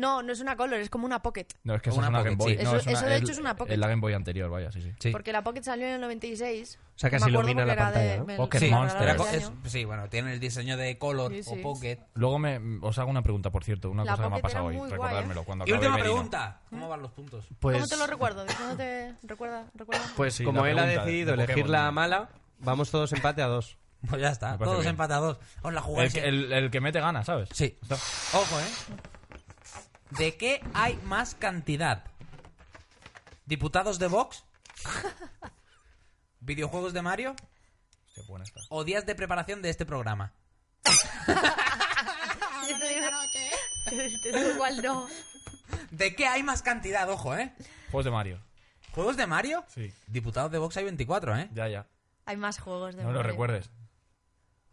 [SPEAKER 1] No, no es una color, es como una pocket.
[SPEAKER 2] No, es que esa
[SPEAKER 5] Una
[SPEAKER 2] es una
[SPEAKER 5] Pocket,
[SPEAKER 2] Game Boy.
[SPEAKER 5] sí.
[SPEAKER 2] No,
[SPEAKER 1] Eso-
[SPEAKER 2] es una-
[SPEAKER 1] eso de hecho es una Pocket.
[SPEAKER 2] la Game Boy anterior, vaya, sí, sí.
[SPEAKER 5] Sí.
[SPEAKER 1] Porque la pocket salió en el 96.
[SPEAKER 3] O sea, que
[SPEAKER 1] Me
[SPEAKER 3] se
[SPEAKER 1] acuerdo
[SPEAKER 3] ilumina
[SPEAKER 1] porque
[SPEAKER 3] la
[SPEAKER 1] era
[SPEAKER 3] pantalla, ¿no?
[SPEAKER 1] me-
[SPEAKER 2] Pocket
[SPEAKER 1] me
[SPEAKER 5] Sí,
[SPEAKER 1] la
[SPEAKER 2] Monster.
[SPEAKER 5] era
[SPEAKER 1] regalaron
[SPEAKER 5] co-
[SPEAKER 1] ese
[SPEAKER 5] es-
[SPEAKER 1] año.
[SPEAKER 5] sí, bueno, tiene el diseño de color
[SPEAKER 1] Sí, sí.
[SPEAKER 5] o pocket.
[SPEAKER 2] Luego me, os hago una pregunta, por cierto, una
[SPEAKER 1] La
[SPEAKER 2] cosa que me
[SPEAKER 1] Pocket
[SPEAKER 2] ha
[SPEAKER 1] era
[SPEAKER 2] pasado hoy.
[SPEAKER 1] muy guay,
[SPEAKER 2] Recordármelo cuando
[SPEAKER 5] Y
[SPEAKER 2] acabe
[SPEAKER 5] última
[SPEAKER 2] Merino.
[SPEAKER 5] pregunta.
[SPEAKER 1] ¿Eh?
[SPEAKER 5] ¿Cómo van los puntos? [LAUGHS]
[SPEAKER 3] Pues,
[SPEAKER 1] ¿Cómo te lo recuerdo? Diciéndote, recuerda, recuerda.
[SPEAKER 3] pues
[SPEAKER 2] Sí,
[SPEAKER 3] como
[SPEAKER 2] la
[SPEAKER 3] él ha
[SPEAKER 2] pregunta de-
[SPEAKER 3] decidido
[SPEAKER 2] de
[SPEAKER 3] elegir
[SPEAKER 2] Pokémon,
[SPEAKER 3] la
[SPEAKER 2] ¿no?
[SPEAKER 3] mala, vamos todos empate a dos.
[SPEAKER 5] Pues ya está,
[SPEAKER 2] Me parece
[SPEAKER 5] todos
[SPEAKER 2] bien.
[SPEAKER 5] empatados. Os la
[SPEAKER 2] El,
[SPEAKER 5] jugáis.
[SPEAKER 2] que- el- el que mete gana, ¿sabes?
[SPEAKER 5] Sí.
[SPEAKER 2] Está-
[SPEAKER 5] Ojo, ¿eh? ¿De qué hay más cantidad? ¿Diputados de Vox? [LAUGHS] ¿Videojuegos de Mario?
[SPEAKER 2] Qué buena está.
[SPEAKER 5] ¿O días de preparación de este programa?
[SPEAKER 1] Ah, Yo te digo- te digo igual no.
[SPEAKER 5] ¿De qué hay más cantidad? Ojo, ¿eh?
[SPEAKER 2] Juegos de Mario.
[SPEAKER 5] ¿Juegos de Mario?
[SPEAKER 2] Sí.
[SPEAKER 5] Diputados de Vox hay 24, ¿eh?
[SPEAKER 2] Ya, ya.
[SPEAKER 1] Hay más juegos de
[SPEAKER 2] No lo
[SPEAKER 1] Mario.
[SPEAKER 2] recuerdes.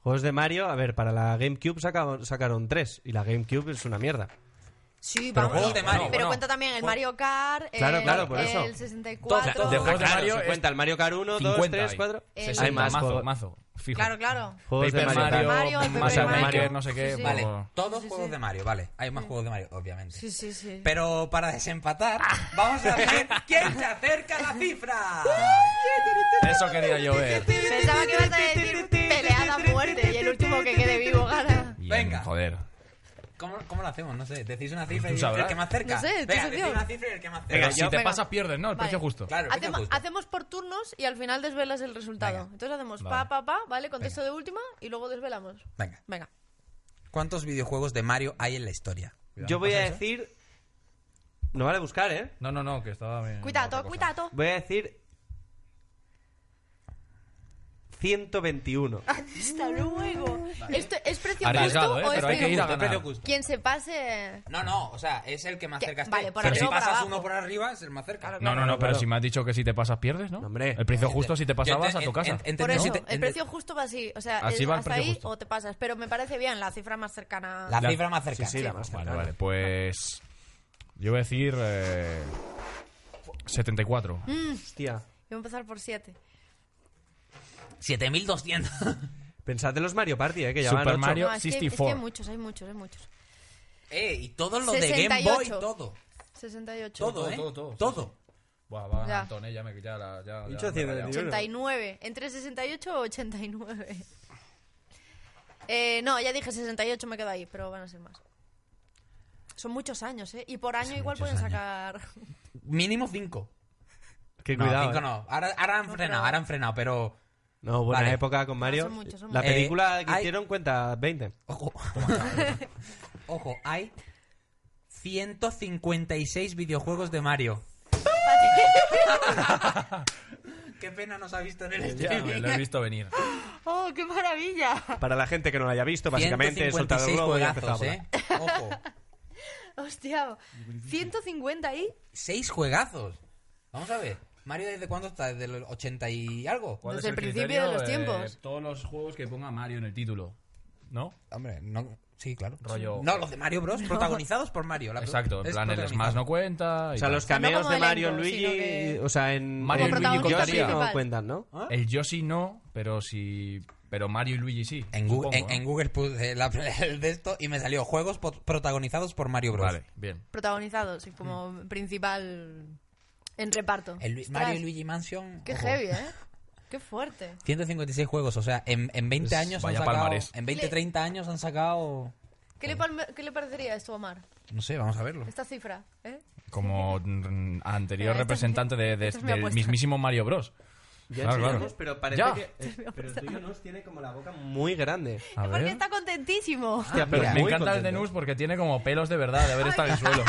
[SPEAKER 3] Juegos de Mario, a ver, para la GameCube saca- sacaron tres y la GameCube es una mierda.
[SPEAKER 1] Sí,
[SPEAKER 5] Pero
[SPEAKER 1] vamos.
[SPEAKER 5] juegos de Mario,
[SPEAKER 1] Pero
[SPEAKER 5] bueno.
[SPEAKER 1] cuenta también el
[SPEAKER 5] Jue-
[SPEAKER 1] Mario Kart,
[SPEAKER 3] Claro,
[SPEAKER 1] el,
[SPEAKER 3] claro, por eso.
[SPEAKER 1] el 64.
[SPEAKER 2] Todo, de juegos de
[SPEAKER 3] Ah, claro,
[SPEAKER 2] Mario
[SPEAKER 3] se
[SPEAKER 2] es-
[SPEAKER 3] cuenta el Mario Kart 1, 2,
[SPEAKER 2] 50
[SPEAKER 3] 3,
[SPEAKER 2] hay.
[SPEAKER 3] 4.
[SPEAKER 1] El-
[SPEAKER 3] Hay más
[SPEAKER 2] mazo,
[SPEAKER 3] juegos-
[SPEAKER 2] mazo. Fijo.
[SPEAKER 1] Claro, claro.
[SPEAKER 3] Juegos de
[SPEAKER 2] Paper
[SPEAKER 3] Mario, Kart.
[SPEAKER 2] Mario,
[SPEAKER 1] Mario, Paper
[SPEAKER 2] Mario
[SPEAKER 1] Mario.
[SPEAKER 2] Maker, no sé qué.
[SPEAKER 1] Sí, sí.
[SPEAKER 5] Vale,
[SPEAKER 2] luego-
[SPEAKER 5] todos
[SPEAKER 1] Sí, sí,
[SPEAKER 5] juegos
[SPEAKER 1] sí.
[SPEAKER 5] de Mario, vale. Hay más juegos de Mario, obviamente.
[SPEAKER 1] Sí, sí, sí.
[SPEAKER 5] Pero
[SPEAKER 1] [LAUGHS]
[SPEAKER 5] para desempatar, vamos a ver quién se acerca a la cifra.
[SPEAKER 2] Eso quería yo ver.
[SPEAKER 1] Pensaba que ibas a decir peleada a muerte y el último que quede vivo gana.
[SPEAKER 2] Bien,
[SPEAKER 5] Venga.
[SPEAKER 2] Joder.
[SPEAKER 5] ¿Cómo, ¿Cómo lo hacemos? No sé, decís una cifra
[SPEAKER 2] Tú
[SPEAKER 5] y
[SPEAKER 2] sabrás.
[SPEAKER 5] el que más cerca.
[SPEAKER 1] No sé, tú
[SPEAKER 5] Venga,
[SPEAKER 1] sabías.
[SPEAKER 5] decís una cifra y el que más cerca.
[SPEAKER 2] Pero si te
[SPEAKER 1] venga.
[SPEAKER 2] pasas, pierdes, ¿no? El
[SPEAKER 1] Vale.
[SPEAKER 2] precio justo.
[SPEAKER 5] Claro, el precio
[SPEAKER 1] Hacemos,
[SPEAKER 5] justo.
[SPEAKER 1] hacemos por turno unos y al final desvelas el resultado.
[SPEAKER 5] Venga.
[SPEAKER 1] Entonces hacemos
[SPEAKER 2] Vale.
[SPEAKER 1] pa, pa, pa, ¿vale? Contesto de última y luego desvelamos.
[SPEAKER 5] Venga.
[SPEAKER 1] Venga.
[SPEAKER 5] ¿Cuántos videojuegos de Mario hay en la historia?
[SPEAKER 2] Cuidado,
[SPEAKER 3] Yo voy
[SPEAKER 2] ¿pasa
[SPEAKER 3] a
[SPEAKER 2] eso?
[SPEAKER 3] decir. No vale buscar, ¿eh?
[SPEAKER 2] No, no, no, que estaba bien. otra
[SPEAKER 1] Cuidado,
[SPEAKER 2] cosa.
[SPEAKER 1] cuidado.
[SPEAKER 3] Voy a decir. 121.
[SPEAKER 1] Ah. Hasta luego. Esto es precio
[SPEAKER 2] Arriesgado,
[SPEAKER 1] justo
[SPEAKER 2] ¿eh?
[SPEAKER 1] o es
[SPEAKER 2] Pero hay
[SPEAKER 1] precio
[SPEAKER 2] que ir a
[SPEAKER 1] justo?
[SPEAKER 2] ganar.
[SPEAKER 1] Quien se pase.
[SPEAKER 5] No, no, o sea, es el que más
[SPEAKER 1] Que-
[SPEAKER 5] cerca está.
[SPEAKER 1] vale, por
[SPEAKER 5] Pero si
[SPEAKER 1] arriba o por
[SPEAKER 5] pasas
[SPEAKER 1] abajo.
[SPEAKER 5] uno por arriba, es el más cerca.
[SPEAKER 2] No, no, no, pero si me has dicho que si te pasas pierdes, ¿no?
[SPEAKER 3] Hombre.
[SPEAKER 2] El precio justo, si te pasabas
[SPEAKER 5] Yo
[SPEAKER 2] a
[SPEAKER 5] ente-
[SPEAKER 2] tu casa.
[SPEAKER 5] en- en-
[SPEAKER 1] Por
[SPEAKER 5] entendí,
[SPEAKER 1] eso,
[SPEAKER 5] sí, te-
[SPEAKER 1] el
[SPEAKER 5] ente-
[SPEAKER 1] precio justo va así. O sea,
[SPEAKER 2] Así
[SPEAKER 1] es
[SPEAKER 2] va el
[SPEAKER 1] hasta
[SPEAKER 2] precio
[SPEAKER 1] ahí
[SPEAKER 2] justo.
[SPEAKER 1] o te pasas. Pero me parece bien la cifra más cercana.
[SPEAKER 5] La,
[SPEAKER 2] La-
[SPEAKER 5] cifra más cerca.
[SPEAKER 3] Sí, sí, la más
[SPEAKER 2] Vale,
[SPEAKER 3] cercana.
[SPEAKER 2] vale, pues. Yo voy a decir. eh, 74.
[SPEAKER 1] Mm.
[SPEAKER 3] Hostia.
[SPEAKER 1] Voy a empezar por 7.
[SPEAKER 2] [LAUGHS]
[SPEAKER 5] 7200.
[SPEAKER 3] Pensad en los Mario Party, ¿eh? Que ya
[SPEAKER 2] Super
[SPEAKER 3] van ocho.
[SPEAKER 2] Mario
[SPEAKER 1] es, que, es que
[SPEAKER 2] 64.
[SPEAKER 1] hay muchos, hay muchos, hay muchos.
[SPEAKER 5] eh, y todo lo de Game
[SPEAKER 1] 68.
[SPEAKER 5] Boy, todo.
[SPEAKER 1] 68.
[SPEAKER 5] Todo,
[SPEAKER 2] Todo,
[SPEAKER 5] ¿eh?
[SPEAKER 2] todo, todo,
[SPEAKER 5] Todo.
[SPEAKER 2] Buah, va,
[SPEAKER 1] Ya.
[SPEAKER 2] Anton, eh, ya me ya la- ya- ya
[SPEAKER 3] Dicho
[SPEAKER 2] me he
[SPEAKER 3] cien,
[SPEAKER 2] rayado.
[SPEAKER 3] digo.
[SPEAKER 1] 89. Entre 68 o 89. Eh, no, ya dije 68, me quedo ahí, pero van a ser más. Son muchos años, ¿eh? Y por año igual pueden
[SPEAKER 5] muchos años. [LAUGHS]
[SPEAKER 1] sacar...
[SPEAKER 5] Mínimo 5.
[SPEAKER 3] Que
[SPEAKER 5] No,
[SPEAKER 3] cuidado.
[SPEAKER 5] 5
[SPEAKER 3] ¿eh? no.
[SPEAKER 5] no. Ahora, ahora han frenado, ahora han frenado, pero.
[SPEAKER 3] buena
[SPEAKER 5] Vale.
[SPEAKER 3] época con Mario.
[SPEAKER 1] son muchos, son
[SPEAKER 3] la
[SPEAKER 5] muchos.
[SPEAKER 3] película
[SPEAKER 5] Eh,
[SPEAKER 3] que
[SPEAKER 5] hay-
[SPEAKER 3] hicieron cuenta 20.
[SPEAKER 5] Ojo. [LAUGHS] Ojo, hay 156 videojuegos de Mario.
[SPEAKER 2] [LAUGHS]
[SPEAKER 5] Qué pena nos ha visto en el
[SPEAKER 2] Ya,
[SPEAKER 5] streaming.
[SPEAKER 2] me lo he
[SPEAKER 1] [LAUGHS]
[SPEAKER 2] visto venir.
[SPEAKER 1] ¡Oh, qué maravilla!
[SPEAKER 3] Para la gente que no la haya visto, básicamente, soltado el
[SPEAKER 5] 156
[SPEAKER 3] globo y empezado a
[SPEAKER 5] juegazos,
[SPEAKER 3] volar.
[SPEAKER 5] ¿eh? Ojo.
[SPEAKER 1] [LAUGHS] Hostia, 150 ahí.
[SPEAKER 5] 6 juegazos. Vamos a ver. Mario, ¿desde cuándo está? ¿Desde los 80 y algo?
[SPEAKER 2] ¿Cuál
[SPEAKER 1] Desde
[SPEAKER 2] es
[SPEAKER 1] el principio
[SPEAKER 2] criterio
[SPEAKER 1] de los
[SPEAKER 2] de
[SPEAKER 1] tiempos.
[SPEAKER 2] Todos los juegos que ponga Mario en el título. ¿no?
[SPEAKER 5] Hombre, no. Sí, claro.
[SPEAKER 2] Rollo-
[SPEAKER 5] No, los de Mario
[SPEAKER 2] [LAUGHS]
[SPEAKER 5] Bros. protagonizados por Mario. la-
[SPEAKER 2] Exacto, en
[SPEAKER 5] es
[SPEAKER 2] plan el Smash
[SPEAKER 5] protagonizado.
[SPEAKER 2] no cuenta. y
[SPEAKER 3] O sea,
[SPEAKER 2] tal.
[SPEAKER 3] los
[SPEAKER 1] sea, no
[SPEAKER 3] cameos
[SPEAKER 1] como
[SPEAKER 3] de Mario
[SPEAKER 1] elenco,
[SPEAKER 3] Luigi,
[SPEAKER 1] sino que-
[SPEAKER 3] o sea, en
[SPEAKER 2] Mario ¿Ah?
[SPEAKER 3] en
[SPEAKER 2] Luigi
[SPEAKER 3] Luigi
[SPEAKER 2] contaría.
[SPEAKER 3] Yoshi no
[SPEAKER 1] principal.
[SPEAKER 3] cuentan, ¿no?
[SPEAKER 2] El Yoshi no, pero si. Pero Mario y Luigi sí.
[SPEAKER 5] En Google,
[SPEAKER 2] supongo,
[SPEAKER 5] en, en
[SPEAKER 2] ¿no?
[SPEAKER 5] Google puse la- [LAUGHS] el de esto y me salió juegos pot- protagonizados por Mario Bros.
[SPEAKER 2] Vale, bien.
[SPEAKER 1] Protagonizados y como principal en reparto.
[SPEAKER 5] Mm. El Lu-
[SPEAKER 1] Ostras,
[SPEAKER 5] Mario y Luigi Mansion.
[SPEAKER 1] Qué
[SPEAKER 5] ojo.
[SPEAKER 1] heavy,
[SPEAKER 5] [LAUGHS]
[SPEAKER 1] ¿eh? Qué fuerte.
[SPEAKER 5] 156 juegos, o sea, en, en 20
[SPEAKER 2] Pues
[SPEAKER 5] años
[SPEAKER 2] vaya
[SPEAKER 5] han sacado,
[SPEAKER 2] palmarés.
[SPEAKER 5] en 20, 30 años han sacado,
[SPEAKER 1] ¿Qué le, palme- qué le parecería esto, Omar?
[SPEAKER 5] no sé, vamos
[SPEAKER 1] [LAUGHS]
[SPEAKER 5] a verlo.
[SPEAKER 1] Esta cifra, ¿eh?
[SPEAKER 2] Como mm, anterior
[SPEAKER 1] Mira, esta-
[SPEAKER 2] representante de, de-
[SPEAKER 1] esta es mi
[SPEAKER 2] del
[SPEAKER 1] apuesta.
[SPEAKER 2] mismísimo Mario Bros. Claro, claro. Ya.
[SPEAKER 3] eh,
[SPEAKER 1] [LAUGHS]
[SPEAKER 3] pero el tuyo Nus tiene como la boca muy grande.
[SPEAKER 2] A
[SPEAKER 1] Porque
[SPEAKER 2] ver.
[SPEAKER 1] está
[SPEAKER 5] [LAUGHS]
[SPEAKER 1] contentísimo.
[SPEAKER 3] Hostia,
[SPEAKER 2] Ah, Pero
[SPEAKER 3] pero
[SPEAKER 2] me
[SPEAKER 3] muy
[SPEAKER 2] encanta el de
[SPEAKER 3] contento.
[SPEAKER 2] Nus porque tiene como pelos de verdad de haber estado en
[SPEAKER 1] [LAUGHS]
[SPEAKER 2] el suelo.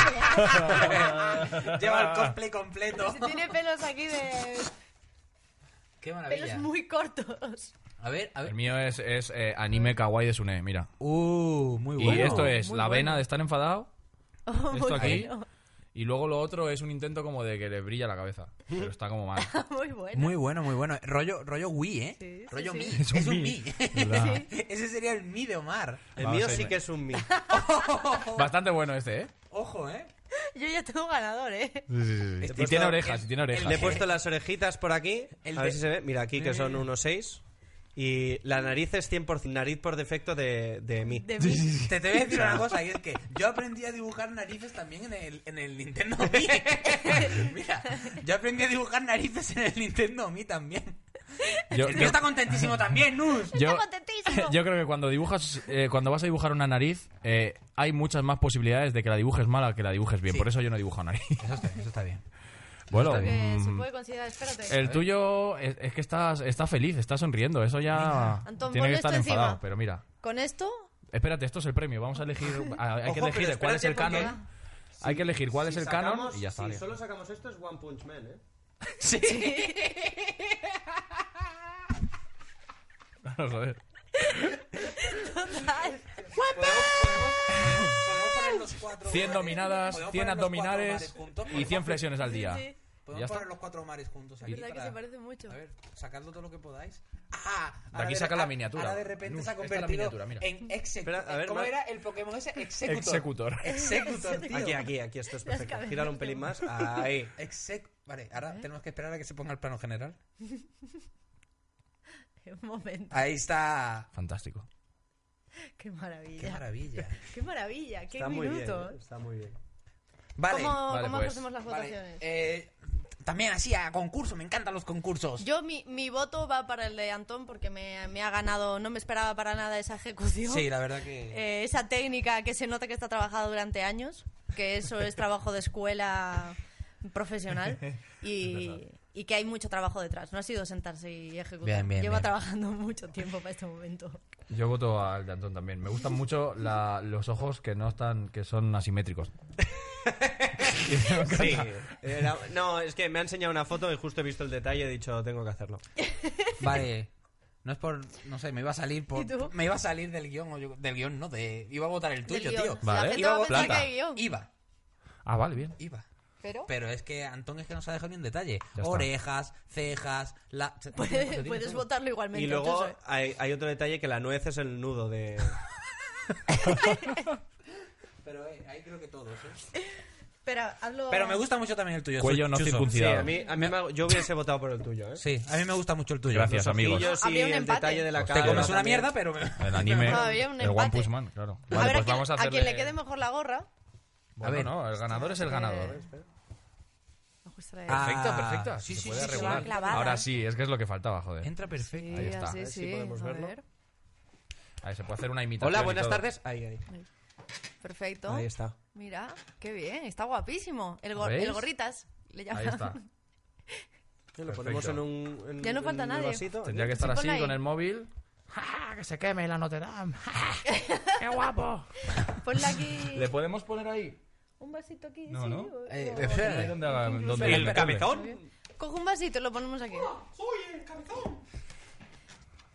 [SPEAKER 5] Lleva [LAUGHS] el cosplay completo.
[SPEAKER 1] Se tiene pelos aquí de...
[SPEAKER 5] Qué
[SPEAKER 1] Pelos
[SPEAKER 5] maravilla.
[SPEAKER 1] muy cortos. [LAUGHS]
[SPEAKER 5] A ver, a
[SPEAKER 2] El
[SPEAKER 5] ver.
[SPEAKER 2] mío es, es eh, anime kawaii de Sune, mira.
[SPEAKER 5] Uh, muy
[SPEAKER 2] Y
[SPEAKER 5] bueno.
[SPEAKER 2] esto es
[SPEAKER 1] muy
[SPEAKER 2] la
[SPEAKER 1] bueno.
[SPEAKER 2] vena de estar enfadado.
[SPEAKER 1] Oh, muy
[SPEAKER 2] Esto aquí.
[SPEAKER 1] bueno.
[SPEAKER 2] Y luego lo otro es un intento como de que le brilla la cabeza. Pero está
[SPEAKER 1] [LAUGHS]
[SPEAKER 2] como mal.
[SPEAKER 1] Muy bueno.
[SPEAKER 5] Muy bueno, muy bueno. Rollo, rollo Wii, ¿eh?
[SPEAKER 1] Sí, sí,
[SPEAKER 5] rollo
[SPEAKER 1] sí.
[SPEAKER 5] Mi.
[SPEAKER 2] Es un Mi. [LAUGHS] ¿Verdad?
[SPEAKER 5] [LAUGHS] Ese sería el Mi de Omar.
[SPEAKER 3] El
[SPEAKER 2] Vamos
[SPEAKER 3] mío
[SPEAKER 2] a
[SPEAKER 3] sí
[SPEAKER 2] irme.
[SPEAKER 3] que es un mi.
[SPEAKER 2] Bastante bueno este, ¿eh?
[SPEAKER 5] Ojo, ¿eh?
[SPEAKER 1] Yo ya tengo ganador, ¿eh?
[SPEAKER 2] Y
[SPEAKER 3] He puesto-
[SPEAKER 2] tiene orejas, y tiene
[SPEAKER 3] Le he
[SPEAKER 2] orejas.
[SPEAKER 3] puesto las orejitas por aquí.
[SPEAKER 5] El
[SPEAKER 3] a
[SPEAKER 5] de- Mm.
[SPEAKER 3] ver si se ve. Mira, aquí que son unos 6. Y la nariz es 100% nariz por defecto de, de mí.
[SPEAKER 1] De mí.
[SPEAKER 5] Te, te voy a decir una cosa, y es que yo aprendí a dibujar narices también en el, en el
[SPEAKER 2] [LAUGHS]
[SPEAKER 5] Nintendo Mi. Mira, yo aprendí a dibujar narices en el Nintendo Mi también.
[SPEAKER 2] Yo,
[SPEAKER 5] el
[SPEAKER 2] yo-
[SPEAKER 5] mío está contentísimo también, Nus.
[SPEAKER 2] yo-
[SPEAKER 1] Está contentísimo.
[SPEAKER 2] [LAUGHS] yo creo que cuando dibujas, eh, cuando vas a dibujar una nariz, eh, hay muchas más posibilidades de que la dibujes mal a que la dibujes bien.
[SPEAKER 5] Sí.
[SPEAKER 2] Por eso yo no dibujo nariz.
[SPEAKER 5] Eso está, eso está bien.
[SPEAKER 2] Bueno,
[SPEAKER 5] está
[SPEAKER 1] Que se
[SPEAKER 2] mm,
[SPEAKER 1] puede considerar... Espérate.
[SPEAKER 2] el tuyo es, es que estás, está feliz, está sonriendo. Eso ya
[SPEAKER 1] Antón,
[SPEAKER 2] tiene
[SPEAKER 1] ponle
[SPEAKER 2] que estar
[SPEAKER 1] esto
[SPEAKER 2] enfadado.
[SPEAKER 1] encima.
[SPEAKER 2] Pero mira,
[SPEAKER 1] Con esto...
[SPEAKER 2] espérate, esto es el premio. Vamos a elegir, a- hay que
[SPEAKER 3] Ojo,
[SPEAKER 2] elegir
[SPEAKER 3] pero
[SPEAKER 2] cuál es el
[SPEAKER 3] espérate,
[SPEAKER 2] canon. hay que elegir cuál es el canon y ya está. [LAUGHS] tío.
[SPEAKER 3] sacamos esto es One Punch Man, ¿eh?
[SPEAKER 5] Sí.
[SPEAKER 2] Joder.
[SPEAKER 1] Ay,
[SPEAKER 5] Podemos poner los cuatro
[SPEAKER 2] 100
[SPEAKER 5] mares-
[SPEAKER 2] dominadas,
[SPEAKER 5] podemos
[SPEAKER 2] 100
[SPEAKER 5] poner los
[SPEAKER 2] abdominares
[SPEAKER 5] cuatro mares juntos,
[SPEAKER 2] y
[SPEAKER 5] podemos
[SPEAKER 2] 100
[SPEAKER 5] poner-
[SPEAKER 2] flexiones al día.
[SPEAKER 1] sí.
[SPEAKER 2] Ya
[SPEAKER 5] Podemos
[SPEAKER 2] está.
[SPEAKER 5] poner los cuatro mares juntos aquí.
[SPEAKER 1] Es verdad que
[SPEAKER 5] para-
[SPEAKER 1] se parece mucho.
[SPEAKER 5] A ver, sacadlo todo lo que podáis. ¡Ah! Ahora
[SPEAKER 2] aquí
[SPEAKER 5] de-
[SPEAKER 2] saca la
[SPEAKER 5] ah,
[SPEAKER 2] miniatura.
[SPEAKER 5] Ahora de repente
[SPEAKER 2] Nus,
[SPEAKER 5] se ha
[SPEAKER 2] esta es la
[SPEAKER 5] convertido
[SPEAKER 2] miniatura, mira.
[SPEAKER 5] en
[SPEAKER 3] Espera,
[SPEAKER 5] Executor.
[SPEAKER 3] a ver,
[SPEAKER 5] ¿Cómo
[SPEAKER 3] ma-
[SPEAKER 5] era el Pokémon ese? Executor.
[SPEAKER 2] Executor.
[SPEAKER 5] Executor, tío.
[SPEAKER 3] Aquí, aquí, aquí, esto es perfecto.
[SPEAKER 1] cabezas
[SPEAKER 3] Gíralo un pelín más. Ahí.
[SPEAKER 5] Exec- Vale, ahora tenemos que esperar a que se ponga el plano general.
[SPEAKER 1] [LAUGHS] Un momento. [LAUGHS]
[SPEAKER 5] Ahí está.
[SPEAKER 2] Fantástico.
[SPEAKER 1] Qué maravilla.
[SPEAKER 5] Qué maravilla.
[SPEAKER 1] Qué maravilla, qué
[SPEAKER 3] Está muy bien.
[SPEAKER 1] minuto.
[SPEAKER 3] ¿eh? Está muy bien.
[SPEAKER 5] Vale.
[SPEAKER 1] ¿Cómo,
[SPEAKER 2] vale,
[SPEAKER 1] cómo
[SPEAKER 2] pues,
[SPEAKER 1] hacemos las
[SPEAKER 5] vale,
[SPEAKER 1] votaciones?
[SPEAKER 5] eh, también así a concurso, me encantan los concursos.
[SPEAKER 1] Yo, mi, mi voto va para el de Antón porque me, me ha ganado, no me esperaba para nada esa ejecución.
[SPEAKER 5] Sí, la verdad que.
[SPEAKER 1] Eh, esa técnica que se nota que está trabajada durante
[SPEAKER 3] [LAUGHS]
[SPEAKER 1] años, que eso es trabajo de escuela profesional. Y, y que hay mucho trabajo detrás. No ha sido sentarse y ejecutar.
[SPEAKER 5] Bien, bien,
[SPEAKER 1] Lleva
[SPEAKER 5] bien.
[SPEAKER 1] trabajando [LAUGHS] mucho tiempo para este momento.
[SPEAKER 2] Yo voto al de Antón también. Me gustan mucho la- los ojos que no están, que son asimétricos.
[SPEAKER 3] [LAUGHS] [LAUGHS] Sí. Era- no, es que me ha enseñado una foto y justo he visto el detalle y he dicho, tengo que hacerlo.
[SPEAKER 5] Vale. No es por. No sé, me iba a salir por.
[SPEAKER 1] ¿Y tú?
[SPEAKER 5] Me iba a salir del guión. o yo- del guión, no. De, iba a votar el tuyo,
[SPEAKER 1] guión.
[SPEAKER 5] tío.
[SPEAKER 1] La
[SPEAKER 2] Vale.
[SPEAKER 1] gente
[SPEAKER 5] Iba
[SPEAKER 1] va
[SPEAKER 5] a
[SPEAKER 1] a pensar
[SPEAKER 2] plata.
[SPEAKER 1] que hay guión.
[SPEAKER 5] Iba,
[SPEAKER 2] Ah, vale, bien.
[SPEAKER 5] iba.
[SPEAKER 1] Pero
[SPEAKER 5] [LAUGHS] Pero es que Antón es que no se ha dejado ni un detalle.
[SPEAKER 2] Ya está.
[SPEAKER 5] Orejas, cejas, la.
[SPEAKER 1] [LAUGHS] puedes,
[SPEAKER 5] Dime
[SPEAKER 1] puedes
[SPEAKER 5] tú.
[SPEAKER 1] votarlo igualmente.
[SPEAKER 3] Y luego
[SPEAKER 1] entonces,
[SPEAKER 3] hay, hay otro detalle que la nuez es el nudo de...
[SPEAKER 5] Pero eh, ahí creo que todos, ¿eh?
[SPEAKER 1] espera, hazlo.
[SPEAKER 5] Pero me gusta mucho también el tuyo.
[SPEAKER 2] Cuello
[SPEAKER 5] Chu-
[SPEAKER 2] no
[SPEAKER 5] Chuso.
[SPEAKER 3] Sí,
[SPEAKER 2] circuncidado.
[SPEAKER 3] a mí, a mí me ha- yo hubiese votado por el tuyo, ¿eh?
[SPEAKER 5] Sí, a mí me gusta mucho el tuyo.
[SPEAKER 2] Gracias,
[SPEAKER 5] Los
[SPEAKER 2] amigos.
[SPEAKER 3] Y yo sí,
[SPEAKER 1] Había un
[SPEAKER 3] el
[SPEAKER 1] empate.
[SPEAKER 3] detalle de la
[SPEAKER 2] Hostia,
[SPEAKER 3] cara.
[SPEAKER 5] Te comes
[SPEAKER 2] Yo
[SPEAKER 5] una
[SPEAKER 3] también.
[SPEAKER 5] mierda, pero...
[SPEAKER 2] El anime,
[SPEAKER 1] Ah, había un
[SPEAKER 2] el One
[SPEAKER 1] empate.
[SPEAKER 2] Punch Man, claro.
[SPEAKER 1] a ver,
[SPEAKER 2] Vale, pues
[SPEAKER 1] a, quien,
[SPEAKER 2] vamos a
[SPEAKER 1] a quien
[SPEAKER 2] hacerle...
[SPEAKER 1] le quede mejor la gorra.
[SPEAKER 2] Bueno,
[SPEAKER 5] A ver.
[SPEAKER 2] no, el ganador es el ganador.
[SPEAKER 1] ajusta la-
[SPEAKER 5] Ah,
[SPEAKER 2] Perfecta, perfecta.
[SPEAKER 5] sí,
[SPEAKER 2] Se
[SPEAKER 5] sí,
[SPEAKER 2] puede
[SPEAKER 5] sí, sí,
[SPEAKER 2] regular.
[SPEAKER 1] va clavada.
[SPEAKER 2] Ahora sí, es que es lo que faltaba, joder.
[SPEAKER 5] Entra perfecto.
[SPEAKER 2] ahí
[SPEAKER 1] Sí,
[SPEAKER 2] está.
[SPEAKER 1] así
[SPEAKER 3] A ver si
[SPEAKER 1] sí,
[SPEAKER 3] podemos
[SPEAKER 1] a
[SPEAKER 3] verlo.
[SPEAKER 1] ver.
[SPEAKER 2] Ahí se puede hacer una imitación.
[SPEAKER 3] Hola,
[SPEAKER 2] y
[SPEAKER 3] buenas
[SPEAKER 2] todo.
[SPEAKER 3] tardes. Ahí, ahí.
[SPEAKER 1] Perfecto.
[SPEAKER 3] Ahí está.
[SPEAKER 1] Mira, qué bien, está guapísimo. El, gor-
[SPEAKER 2] ¿Ves?
[SPEAKER 1] el gorritas, le llaman. [LAUGHS]
[SPEAKER 2] Ahí [LAUGHS] está.
[SPEAKER 3] Lo ponemos en
[SPEAKER 2] Perfecto.
[SPEAKER 3] un... en-
[SPEAKER 1] Ya no
[SPEAKER 3] en
[SPEAKER 1] falta
[SPEAKER 3] el
[SPEAKER 1] nadie.
[SPEAKER 3] vasito.
[SPEAKER 2] Tendría que estar
[SPEAKER 1] Sí,
[SPEAKER 2] así
[SPEAKER 1] ponla ahí.
[SPEAKER 2] con el móvil. [LAUGHS] ¡Ja, ja! que se queme la Notre Dame! [LAUGHS] ¡Ja, ja! ¡Qué guapo!
[SPEAKER 1] Ponle aquí
[SPEAKER 2] ¿Le podemos poner ahí?
[SPEAKER 1] un vasito aquí.
[SPEAKER 2] No,
[SPEAKER 1] sí,
[SPEAKER 2] ¿no?
[SPEAKER 1] o-
[SPEAKER 5] Eh,
[SPEAKER 1] o-
[SPEAKER 5] espera.
[SPEAKER 2] Ahí donde haga- donde le
[SPEAKER 3] ¿El
[SPEAKER 2] toque.
[SPEAKER 3] cabezón?
[SPEAKER 1] Coge un vasito y lo ponemos aquí.
[SPEAKER 3] ¡Oye, el cabezón!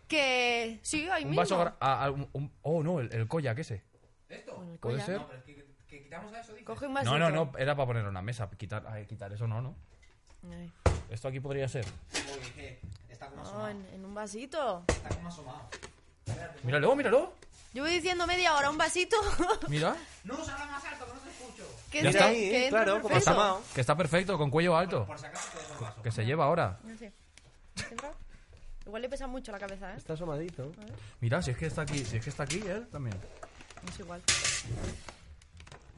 [SPEAKER 1] Que sí, ahí
[SPEAKER 2] Un
[SPEAKER 1] mismo.
[SPEAKER 2] vaso... gra- ah, ah, un- un- oh, no, el, el Koyak ese.
[SPEAKER 5] ¿Esto?
[SPEAKER 1] Bueno, el
[SPEAKER 2] ¿Puede
[SPEAKER 1] collar.
[SPEAKER 2] ser?
[SPEAKER 5] pero es que, que quitamos a eso, dice.
[SPEAKER 1] Coge un vasito.
[SPEAKER 2] No, no, no, era para poner una mesa. Quitar, ay, quitar eso no, ¿no?
[SPEAKER 1] Ay.
[SPEAKER 2] Esto aquí podría ser.
[SPEAKER 5] Oye, que está como
[SPEAKER 1] No, en, en un vasito.
[SPEAKER 5] Está como asomado.
[SPEAKER 2] Míralo, míralo.
[SPEAKER 1] Yo voy diciendo media hora, un vasito. [LAUGHS]
[SPEAKER 2] Mira.
[SPEAKER 5] No, se habla más alto, que no te escucho.
[SPEAKER 1] que
[SPEAKER 2] Ya
[SPEAKER 1] entre-
[SPEAKER 2] está.
[SPEAKER 3] Ahí,
[SPEAKER 1] que entre
[SPEAKER 3] claro, como
[SPEAKER 5] Pues
[SPEAKER 1] perfecto.
[SPEAKER 3] asomado.
[SPEAKER 2] Que está perfecto, con cuello alto.
[SPEAKER 5] Por si acaso te dejo el vaso.
[SPEAKER 2] Que se lleva ahora.
[SPEAKER 1] No sé. ¿Entra? Igual le pesa mucho la cabeza, ¿eh?
[SPEAKER 3] Está asomadito.
[SPEAKER 2] Mira, si es que está aquí, si es que está aquí él también.
[SPEAKER 1] No es igual.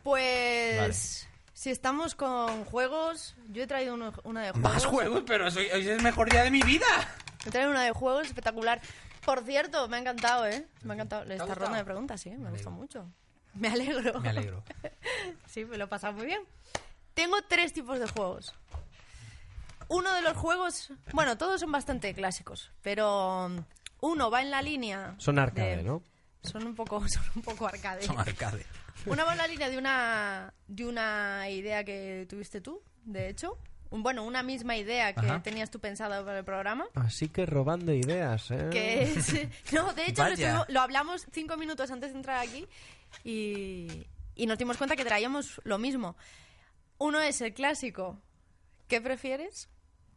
[SPEAKER 1] Pues. Si estamos con juegos, yo he traído uno- una de juegos.
[SPEAKER 5] Más juegos, pero soy- hoy es el mejor día de mi vida.
[SPEAKER 1] He traído una de juegos espectacular. Por cierto, me ha encantado, ¿eh? Me ha encantado esta
[SPEAKER 5] gustado?
[SPEAKER 1] ronda de preguntas, sí, me, gusta
[SPEAKER 5] alegro.
[SPEAKER 1] mucho. Me alegro.
[SPEAKER 5] Me alegro.
[SPEAKER 1] [LAUGHS] Sí, me lo he pasado muy bien. Tengo tres tipos de juegos. Uno de los juegos, bueno, todos son bastante clásicos, pero um, uno va en la línea.
[SPEAKER 3] Son arcade,
[SPEAKER 1] de-
[SPEAKER 3] ¿no?
[SPEAKER 1] Son un poco, [LAUGHS] son un poco arcade.
[SPEAKER 5] [LAUGHS] Son arcade.
[SPEAKER 1] Una buena línea de una, de una idea que tuviste tú, de hecho. Un- bueno, una misma idea que
[SPEAKER 5] Ajá.
[SPEAKER 1] tenías tú pensada para el programa.
[SPEAKER 3] Así que robando ideas, ¿eh?
[SPEAKER 1] Que es... No, de hecho, lo,
[SPEAKER 5] Vaya.
[SPEAKER 1] estuvimos- lo hablamos cinco minutos antes de entrar aquí y, y nos dimos cuenta que traíamos lo mismo. Uno es el clásico. ¿Qué prefieres?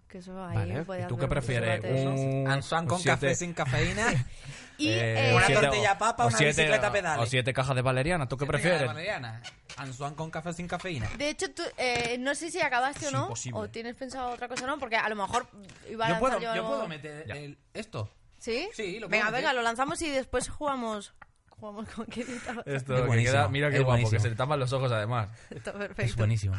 [SPEAKER 1] Que eso ahí
[SPEAKER 3] Vale.
[SPEAKER 1] puede
[SPEAKER 2] ¿Y tú
[SPEAKER 1] haber
[SPEAKER 2] qué
[SPEAKER 1] mucho
[SPEAKER 2] prefieres?
[SPEAKER 1] debate.
[SPEAKER 2] Un
[SPEAKER 5] Ansuan con
[SPEAKER 2] siete-
[SPEAKER 5] café
[SPEAKER 2] [LAUGHS]
[SPEAKER 5] sin cafeína.
[SPEAKER 1] Y
[SPEAKER 2] eh,
[SPEAKER 1] eh,
[SPEAKER 5] Una
[SPEAKER 2] siete-
[SPEAKER 5] tortilla papa,
[SPEAKER 2] o
[SPEAKER 5] una
[SPEAKER 2] siete-
[SPEAKER 5] bicicleta pedales.
[SPEAKER 2] O siete cajas de valeriana, ¿tú qué
[SPEAKER 5] Venga,
[SPEAKER 2] prefieres?
[SPEAKER 5] Valeriana. Ansuan con café sin cafeína.
[SPEAKER 1] de hecho, tú, eh, no sé si acabaste
[SPEAKER 2] Es
[SPEAKER 1] o no,
[SPEAKER 2] imposible.
[SPEAKER 1] o tienes pensado otra cosa o no, porque a lo mejor iba a
[SPEAKER 5] Yo
[SPEAKER 1] lanzar
[SPEAKER 5] puedo,
[SPEAKER 1] yo
[SPEAKER 5] yo
[SPEAKER 1] algo-
[SPEAKER 5] puedo meter
[SPEAKER 2] Ya.
[SPEAKER 5] el- esto.
[SPEAKER 1] ¿Sí?
[SPEAKER 5] Sí, lo puedo
[SPEAKER 1] Venga,
[SPEAKER 5] meter.
[SPEAKER 1] venga, lo lanzamos y después jugamos. Jugamos con qué estaba-
[SPEAKER 2] Esto
[SPEAKER 5] Es
[SPEAKER 2] que
[SPEAKER 5] buenísimo,
[SPEAKER 2] queda, mira qué
[SPEAKER 5] es
[SPEAKER 2] guapo, que
[SPEAKER 5] buenísimo.
[SPEAKER 2] se le tapan los ojos además.
[SPEAKER 1] está
[SPEAKER 5] Es
[SPEAKER 1] perfecto.
[SPEAKER 5] buenísimo.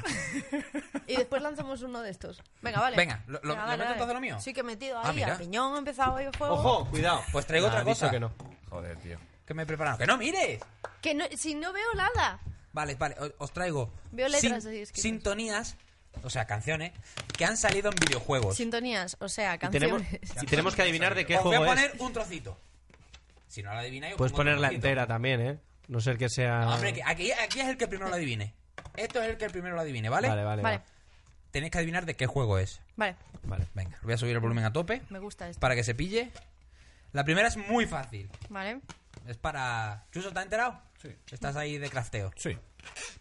[SPEAKER 1] Y después lanzamos uno de estos. Venga, vale.
[SPEAKER 5] Venga, lo- lo- ¿le meto entonces lo mío?
[SPEAKER 1] Sí, que he metido
[SPEAKER 5] Ah,
[SPEAKER 1] ahí.
[SPEAKER 5] mira.
[SPEAKER 1] a piñón he empezado hoy el fuego.
[SPEAKER 3] Ojo, cuidado.
[SPEAKER 5] Pues traigo
[SPEAKER 3] Ah,
[SPEAKER 5] otra
[SPEAKER 3] ha dicho
[SPEAKER 5] cosa.
[SPEAKER 3] que no.
[SPEAKER 2] Joder, tío.
[SPEAKER 5] Que me he preparado. ¡Que no mires!
[SPEAKER 1] Que no, si no veo nada.
[SPEAKER 5] Vale, vale, o- os traigo
[SPEAKER 1] Veo letras así escritas.
[SPEAKER 5] sintonías, o sea, canciones, que han salido en videojuegos.
[SPEAKER 1] Sintonías, o sea,
[SPEAKER 3] Y tenemos,
[SPEAKER 1] canciones.
[SPEAKER 5] [LAUGHS]
[SPEAKER 3] y tenemos que adivinar de qué
[SPEAKER 5] os voy a
[SPEAKER 3] juego es.
[SPEAKER 5] poner un trocito. Si no la adivináis, os
[SPEAKER 3] Puedes
[SPEAKER 5] pongo otro
[SPEAKER 3] ponerla
[SPEAKER 5] trocito.
[SPEAKER 3] entera también, ¿eh? No ser que sea...
[SPEAKER 5] No, hombre, que aquí, aquí es el que primero lo adivine. Esto es el que el primero lo adivine, ¿vale?
[SPEAKER 3] Vale, vale,
[SPEAKER 1] Vale,
[SPEAKER 3] va.
[SPEAKER 5] Tenéis que adivinar de qué juego es.
[SPEAKER 1] vale.
[SPEAKER 5] Vale, venga, voy a subir el volumen a tope
[SPEAKER 1] Me gusta esto.
[SPEAKER 5] para que se pille. La primera es muy fácil.
[SPEAKER 1] Vale.
[SPEAKER 5] Es para. ¿Chuso, te has enterado? Sí. Estás ahí de crafteo.
[SPEAKER 2] Sí.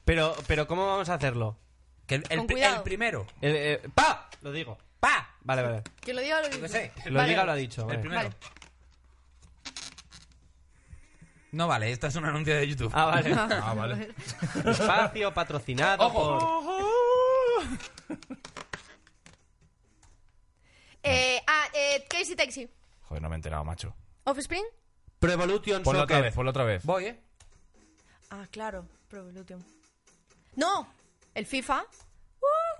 [SPEAKER 3] Pero, pero ¿cómo vamos a hacerlo?
[SPEAKER 5] Que el, el
[SPEAKER 1] Con
[SPEAKER 5] pri-
[SPEAKER 1] cuidado.
[SPEAKER 5] el primero.
[SPEAKER 3] El- eh, ¡Pa! Lo digo.
[SPEAKER 5] ¡Pa!
[SPEAKER 3] Vale, vale.
[SPEAKER 1] Que lo diga lo
[SPEAKER 5] Yo
[SPEAKER 1] digo.
[SPEAKER 5] qué sé.
[SPEAKER 3] Lo
[SPEAKER 1] Vale.
[SPEAKER 3] diga lo ha dicho.
[SPEAKER 5] El
[SPEAKER 3] vale.
[SPEAKER 5] primero.
[SPEAKER 1] Vale.
[SPEAKER 5] No vale, esto es un anuncio de YouTube.
[SPEAKER 1] [LAUGHS]
[SPEAKER 3] Ah,
[SPEAKER 5] [LAUGHS]
[SPEAKER 3] vale.
[SPEAKER 2] Ah, vale.
[SPEAKER 3] Espacio patrocinado por...
[SPEAKER 1] Eh, ah, eh, Casey Taxi.
[SPEAKER 2] Joder, no me he enterado, macho.
[SPEAKER 1] Offspring.
[SPEAKER 3] Pro Evolution
[SPEAKER 2] Ponlo otra
[SPEAKER 3] Soccer.
[SPEAKER 2] vez, ponlo otra vez.
[SPEAKER 5] Voy, ¿eh?
[SPEAKER 1] Ah, claro. Pro Evolution. No. El FIFA.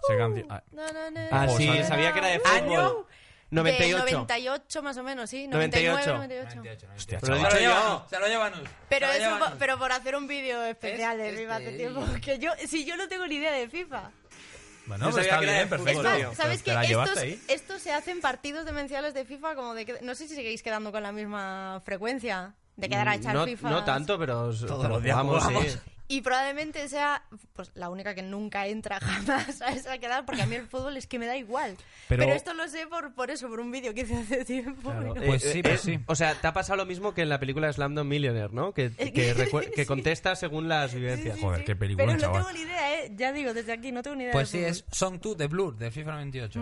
[SPEAKER 2] Se cambia- ah,
[SPEAKER 1] No, no, no.
[SPEAKER 3] Ah, sí,
[SPEAKER 2] Joder.
[SPEAKER 3] sabía que era de fútbol.
[SPEAKER 5] ¿Año?
[SPEAKER 3] 98.
[SPEAKER 1] De 98 más o menos, sí. 99,
[SPEAKER 3] 98.
[SPEAKER 1] 98.
[SPEAKER 2] hostia,
[SPEAKER 3] Pero lo he
[SPEAKER 2] chaval.
[SPEAKER 5] Se lo
[SPEAKER 3] dicho
[SPEAKER 5] lleva
[SPEAKER 3] yo.
[SPEAKER 5] Anus, se lo lleva Anus.
[SPEAKER 1] Pero
[SPEAKER 5] Se lo
[SPEAKER 1] eso,
[SPEAKER 5] lleva
[SPEAKER 1] po-
[SPEAKER 5] Anus.
[SPEAKER 1] pero por hacer un vídeo especial
[SPEAKER 5] Es
[SPEAKER 1] de FIFA hace
[SPEAKER 5] este.
[SPEAKER 1] tiempo. Que yo, si yo no tengo ni idea de FIFA.
[SPEAKER 2] Bueno,
[SPEAKER 3] Yo
[SPEAKER 2] pues
[SPEAKER 3] sabía
[SPEAKER 2] está
[SPEAKER 3] que era
[SPEAKER 2] bien,
[SPEAKER 3] de
[SPEAKER 2] perfecto.
[SPEAKER 3] fútbol,
[SPEAKER 1] Más,
[SPEAKER 3] tío.
[SPEAKER 1] ¿sabes
[SPEAKER 2] ¿Te
[SPEAKER 1] qué?
[SPEAKER 2] la
[SPEAKER 1] Estos,
[SPEAKER 2] llevaste ahí?
[SPEAKER 1] estos se hacen partidos demenciales de FIFA como de... que- No sé si seguís quedando con la misma frecuencia de quedar a echar
[SPEAKER 3] Mm, no,
[SPEAKER 1] FIFA.
[SPEAKER 3] no tanto, pero s-
[SPEAKER 5] Todos
[SPEAKER 3] pero
[SPEAKER 5] los días
[SPEAKER 3] jugamos,
[SPEAKER 5] jugamos.
[SPEAKER 3] sí. Eh,
[SPEAKER 1] Y probablemente sea pues la única que nunca entra [LAUGHS] jamás a esa quedar, porque a mí el fútbol es que me da igual.
[SPEAKER 2] Pero-
[SPEAKER 1] Pero, esto lo sé por, por eso, por un vídeo que hice hace tiempo.
[SPEAKER 3] Claro.
[SPEAKER 1] ¿no?
[SPEAKER 3] Eh,
[SPEAKER 5] Pues
[SPEAKER 3] eh,
[SPEAKER 5] sí, pues
[SPEAKER 3] eh,
[SPEAKER 5] sí.
[SPEAKER 3] O sea, te ha pasado lo mismo que en la película Slamdon Millionaire, ¿no?
[SPEAKER 1] [LAUGHS]
[SPEAKER 3] Que, que, recue- que contesta según las vivencias.
[SPEAKER 2] Joder, qué película,
[SPEAKER 1] Pero no
[SPEAKER 2] chaval.
[SPEAKER 1] tengo ni idea, ¿eh? Ya digo, desde aquí no tengo ni idea.
[SPEAKER 5] Pues
[SPEAKER 1] de Mm.
[SPEAKER 5] sí, es
[SPEAKER 1] fútbol.
[SPEAKER 5] Song 2 de Blur, de FIFA 98.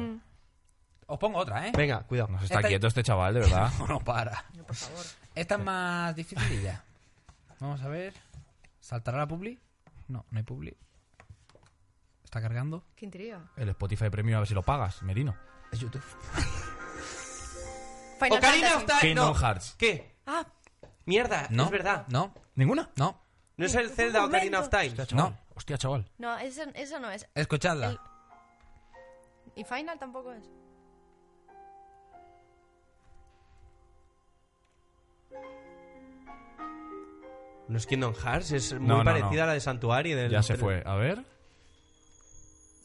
[SPEAKER 5] Os pongo otra, ¿eh?
[SPEAKER 3] Venga, cuidado.
[SPEAKER 2] Nos
[SPEAKER 5] Esta-
[SPEAKER 2] está quieto este chaval, de verdad.
[SPEAKER 5] [LAUGHS] No, no para.
[SPEAKER 1] No, por favor.
[SPEAKER 5] Esta es más difícil ya. Vamos a ver. ¿Saltará la publi? No, no hay publi. ¿Está cargando?
[SPEAKER 1] Qué intriga.
[SPEAKER 2] El Spotify Premium, a ver si lo pagas, Merino.
[SPEAKER 5] Es YouTube.
[SPEAKER 1] Final
[SPEAKER 3] Ocarina of
[SPEAKER 1] Fantasy.
[SPEAKER 3] Time.
[SPEAKER 2] Kingdom
[SPEAKER 3] no.
[SPEAKER 2] Hearts.
[SPEAKER 3] ¿Qué?
[SPEAKER 1] Ah,
[SPEAKER 3] Mierda,
[SPEAKER 5] No.
[SPEAKER 3] es verdad. No,
[SPEAKER 5] No,
[SPEAKER 2] ¿Ninguna?
[SPEAKER 5] no,
[SPEAKER 3] es el
[SPEAKER 1] Un
[SPEAKER 3] Zelda Ocarina of
[SPEAKER 1] momento.
[SPEAKER 3] Time.
[SPEAKER 2] Chaval. Hostia, chaval.
[SPEAKER 1] no, eso, eso no es.
[SPEAKER 5] Escuchadla.
[SPEAKER 1] El- Y Final tampoco es.
[SPEAKER 3] No es Kingdom Hearts, es muy
[SPEAKER 2] No, no,
[SPEAKER 3] parecida
[SPEAKER 2] no.
[SPEAKER 3] a la de Santuario. Del,
[SPEAKER 2] Ya se fue. A ver.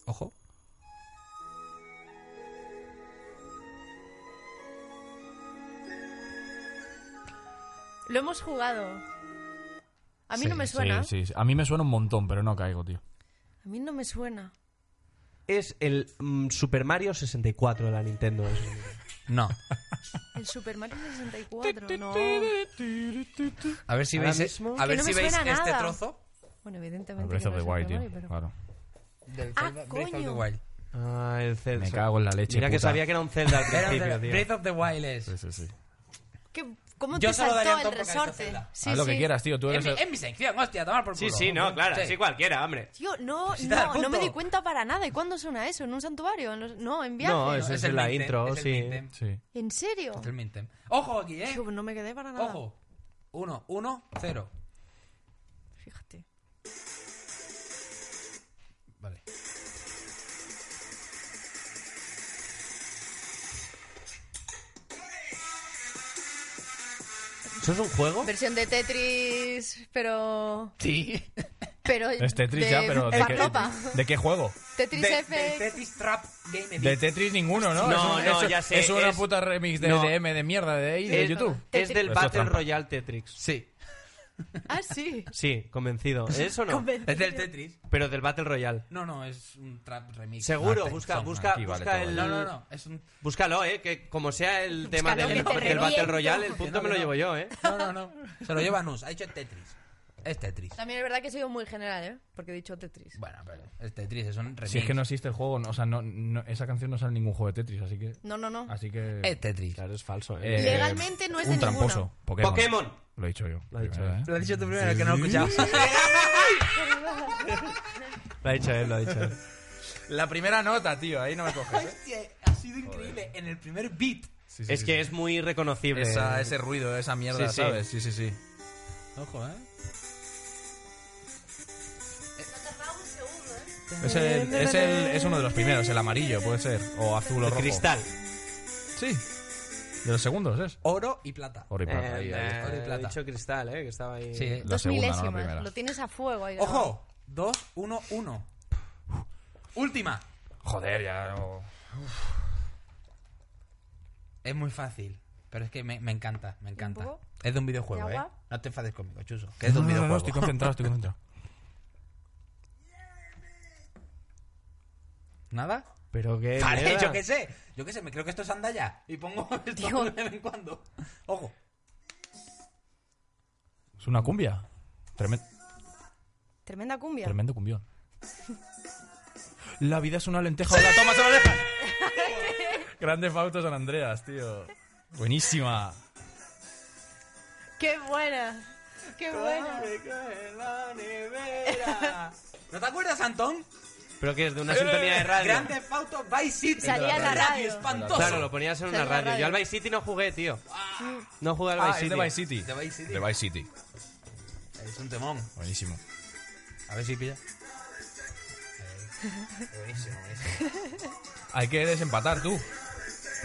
[SPEAKER 5] Ojo.
[SPEAKER 1] Lo hemos jugado. A mí
[SPEAKER 5] Sí,
[SPEAKER 1] no me
[SPEAKER 5] sí,
[SPEAKER 1] suena.
[SPEAKER 2] Sí, sí, sí. A mí me suena un montón, pero no caigo, tío.
[SPEAKER 1] A mí no me suena.
[SPEAKER 3] Es el mm, Super Mario 64 de la Nintendo. es.
[SPEAKER 5] [LAUGHS] No.
[SPEAKER 1] El Super Mario 64, no.
[SPEAKER 5] A ver si
[SPEAKER 3] Ahora
[SPEAKER 5] veis, e-
[SPEAKER 3] mismo-
[SPEAKER 5] a ver
[SPEAKER 1] Que no me
[SPEAKER 5] si veis
[SPEAKER 1] suena
[SPEAKER 5] este
[SPEAKER 1] nada.
[SPEAKER 5] trozo.
[SPEAKER 1] Bueno, evidentemente.
[SPEAKER 2] El Breath
[SPEAKER 1] que
[SPEAKER 2] of the
[SPEAKER 1] no es
[SPEAKER 2] Wild,
[SPEAKER 1] Super
[SPEAKER 2] tío. Ah.
[SPEAKER 1] Mario, pero-
[SPEAKER 2] Claro.
[SPEAKER 5] Del
[SPEAKER 1] Ah,
[SPEAKER 5] Zelda- Breath of the
[SPEAKER 1] coño.
[SPEAKER 5] Wild.
[SPEAKER 3] Ah, el Zelda.
[SPEAKER 2] Me cago en la leche,
[SPEAKER 3] Mira que
[SPEAKER 2] puta.
[SPEAKER 3] sabía que era un Zelda al
[SPEAKER 5] Breath of the-
[SPEAKER 3] principio, tío. Pues,
[SPEAKER 5] Breath of the Wild es.
[SPEAKER 2] Sí, sí, sí.
[SPEAKER 1] ¿Qué- ¿Cómo
[SPEAKER 5] Yo
[SPEAKER 1] te
[SPEAKER 5] se lo daría
[SPEAKER 1] saltó
[SPEAKER 5] a Tom
[SPEAKER 1] el
[SPEAKER 5] porque ha dicho
[SPEAKER 1] resorte?
[SPEAKER 5] Zelda.
[SPEAKER 1] Sí,
[SPEAKER 2] Haz lo que
[SPEAKER 1] sí. Em,
[SPEAKER 2] quieras, tío. Tú
[SPEAKER 5] En
[SPEAKER 2] eres
[SPEAKER 5] mi,
[SPEAKER 2] el-
[SPEAKER 5] en mi sección, hostia, a tomar por
[SPEAKER 3] Sí,
[SPEAKER 5] culo.
[SPEAKER 3] sí, no, claro,
[SPEAKER 5] Sí.
[SPEAKER 3] sí, cualquiera, hombre.
[SPEAKER 1] Tío, no,
[SPEAKER 5] Pues Si te das
[SPEAKER 1] no, no me
[SPEAKER 5] punto.
[SPEAKER 1] di cuenta para nada. ¿Y cuándo suena eso? ¿En un santuario? ¿En los- No, en viaje.
[SPEAKER 3] No,
[SPEAKER 5] No,
[SPEAKER 3] es- Esa
[SPEAKER 5] el
[SPEAKER 3] la
[SPEAKER 5] main theme,
[SPEAKER 3] intro,
[SPEAKER 5] es el
[SPEAKER 3] sí.
[SPEAKER 5] main theme.
[SPEAKER 2] Sí.
[SPEAKER 1] ¿En serio?
[SPEAKER 5] Es el main theme. Ojo aquí, eh.
[SPEAKER 1] Tío, no me quedé para nada.
[SPEAKER 5] Ojo. 1, 1, 0.
[SPEAKER 1] Fíjate.
[SPEAKER 5] Vale.
[SPEAKER 3] ¿Eso es un juego?
[SPEAKER 1] Versión de Tetris, pero.
[SPEAKER 5] [LAUGHS] Sí.
[SPEAKER 1] Pero.
[SPEAKER 2] Es Tetris
[SPEAKER 1] de
[SPEAKER 2] ya, pero ¿de qué,
[SPEAKER 1] farlopa.
[SPEAKER 2] ¿de qué juego?
[SPEAKER 1] Tetris
[SPEAKER 5] De-
[SPEAKER 1] F.
[SPEAKER 5] del Tetris Trap Game
[SPEAKER 1] Em.
[SPEAKER 2] De
[SPEAKER 5] Edition.
[SPEAKER 2] Tetris ninguno, ¿no?
[SPEAKER 3] No,
[SPEAKER 2] es
[SPEAKER 3] no,
[SPEAKER 2] es-
[SPEAKER 3] ya sé,
[SPEAKER 2] Es una
[SPEAKER 3] es-
[SPEAKER 2] puta remix de
[SPEAKER 3] no.
[SPEAKER 2] DM de mierda de ahí, de
[SPEAKER 3] Es-
[SPEAKER 2] YouTube.
[SPEAKER 3] Es del
[SPEAKER 2] Eso es
[SPEAKER 3] Battle
[SPEAKER 2] trampa.
[SPEAKER 3] Royale Tetris.
[SPEAKER 5] Sí.
[SPEAKER 1] Ah, sí.
[SPEAKER 3] Sí, convencido. ¿Eso no?
[SPEAKER 5] Es del Tetris.
[SPEAKER 3] Pero del Battle Royale.
[SPEAKER 5] No, no, es un trap remix.
[SPEAKER 3] Seguro,
[SPEAKER 5] Arte,
[SPEAKER 3] busca,
[SPEAKER 5] Ah, son,
[SPEAKER 3] busca,
[SPEAKER 2] aquí vale
[SPEAKER 3] busca
[SPEAKER 2] todo,
[SPEAKER 3] el...
[SPEAKER 5] No, no, no. Es un.
[SPEAKER 3] Búscalo, eh, que como sea el tema
[SPEAKER 1] Búscalo,
[SPEAKER 3] del,
[SPEAKER 1] que te
[SPEAKER 3] del Battle
[SPEAKER 1] reviento.
[SPEAKER 3] Royale, el
[SPEAKER 5] Que no,
[SPEAKER 3] punto me lo
[SPEAKER 5] que no.
[SPEAKER 3] llevo yo, eh.
[SPEAKER 5] No, no, no. Se lo lleva Nus. Ha dicho Tetris. Es Tetris.
[SPEAKER 1] También es verdad que he sido muy general, ¿eh? Porque he dicho Tetris.
[SPEAKER 5] Bueno, pero es Tetris, es un remix.
[SPEAKER 2] Si es que no existe el juego, no- o sea, no, no- esa canción no sale en ningún juego de Tetris, así que.
[SPEAKER 1] No, no, no.
[SPEAKER 2] Así que.
[SPEAKER 5] Es Tetris.
[SPEAKER 3] Claro, es falso,
[SPEAKER 2] eh,
[SPEAKER 1] Legalmente no es de
[SPEAKER 2] Un tramposo.
[SPEAKER 1] ninguna.
[SPEAKER 2] Pokémon.
[SPEAKER 3] Pokémon.
[SPEAKER 2] Lo he dicho yo.
[SPEAKER 3] Lo ha dicho
[SPEAKER 2] primero, ¿eh?
[SPEAKER 5] Lo has dicho tú primero, que no lo escuchabas.
[SPEAKER 2] [LAUGHS]
[SPEAKER 3] Lo ha dicho él, lo ha dicho [LAUGHS] él.
[SPEAKER 2] La primera nota, tío, ahí no me coges. ¿eh?
[SPEAKER 5] Hostia, ha sido increíble. En el primer beat.
[SPEAKER 2] Sí, sí,
[SPEAKER 3] Es
[SPEAKER 2] sí,
[SPEAKER 3] que
[SPEAKER 2] sí.
[SPEAKER 3] es muy reconocible.
[SPEAKER 2] Esa- ese ruido, esa mierda,
[SPEAKER 3] Sí, sí.
[SPEAKER 2] ¿sabes? Sí, sí, sí.
[SPEAKER 5] Ojo, eh.
[SPEAKER 2] Es, el- es, el- es uno de los primeros, el amarillo, puede ser. O azul o
[SPEAKER 3] El
[SPEAKER 2] rojo.
[SPEAKER 3] cristal.
[SPEAKER 2] Sí. De los segundos es.
[SPEAKER 5] Oro y plata.
[SPEAKER 2] Oro y plata, Ah, ahí,
[SPEAKER 3] Eh,
[SPEAKER 2] ahí
[SPEAKER 3] eh,
[SPEAKER 2] está.
[SPEAKER 5] oro y
[SPEAKER 3] he
[SPEAKER 5] plata.
[SPEAKER 3] dicho cristal, eh, que estaba ahí.
[SPEAKER 5] Sí. eh.
[SPEAKER 2] La
[SPEAKER 1] Dos
[SPEAKER 2] segunda, no la
[SPEAKER 1] milésimas.
[SPEAKER 2] primera.
[SPEAKER 1] Lo tienes a fuego ahí.
[SPEAKER 5] Ojo. 2, 1, 1. Última.
[SPEAKER 2] Joder, ya. no-
[SPEAKER 5] Es muy fácil. Pero es que me, me encanta, me encanta.
[SPEAKER 1] poco?
[SPEAKER 5] Es de un videojuego,
[SPEAKER 1] ¿De
[SPEAKER 5] ¿eh?
[SPEAKER 1] agua?
[SPEAKER 5] No te enfades conmigo, Chuso. Que es
[SPEAKER 2] No,
[SPEAKER 5] de un
[SPEAKER 2] no, no,
[SPEAKER 5] videojuego.
[SPEAKER 2] no, estoy concentrado, estoy concentrado.
[SPEAKER 5] ¿Nada?
[SPEAKER 3] Pero qué
[SPEAKER 2] Eh,
[SPEAKER 5] Vale,
[SPEAKER 3] mierda.
[SPEAKER 5] yo qué sé. Yo qué sé, me creo que esto es andalla. Y pongo [LAUGHS] esto de vez en cuando. Ojo.
[SPEAKER 2] Es una cumbia. Tremen-
[SPEAKER 1] Tremenda cumbia.
[SPEAKER 2] Tremendo cumbión. La vida es una lenteja. ¡La toma, se la deja! Grande Fausto San Andreas, tío. Buenísima.
[SPEAKER 1] ¡Qué buena! ¡Qué buena!
[SPEAKER 5] ¿No te acuerdas, Antón?
[SPEAKER 3] Pero que es de una sintonía de radio.
[SPEAKER 5] Grande Fauto Vice City.
[SPEAKER 1] Salía en la radio.
[SPEAKER 5] espantoso.
[SPEAKER 3] Claro, lo ponías en una
[SPEAKER 1] Salía
[SPEAKER 3] radio.
[SPEAKER 1] radio.
[SPEAKER 3] Yo al Vice City no jugué, tío. No jugué al
[SPEAKER 2] Ah,
[SPEAKER 3] Vice
[SPEAKER 2] es
[SPEAKER 3] City.
[SPEAKER 2] de Vice City.
[SPEAKER 5] De Vice City.
[SPEAKER 2] De Vice City.
[SPEAKER 5] Es un temón.
[SPEAKER 2] Buenísimo.
[SPEAKER 5] A ver si pilla. Buenísimo, buenísimo.
[SPEAKER 2] Hay que desempatar, tú.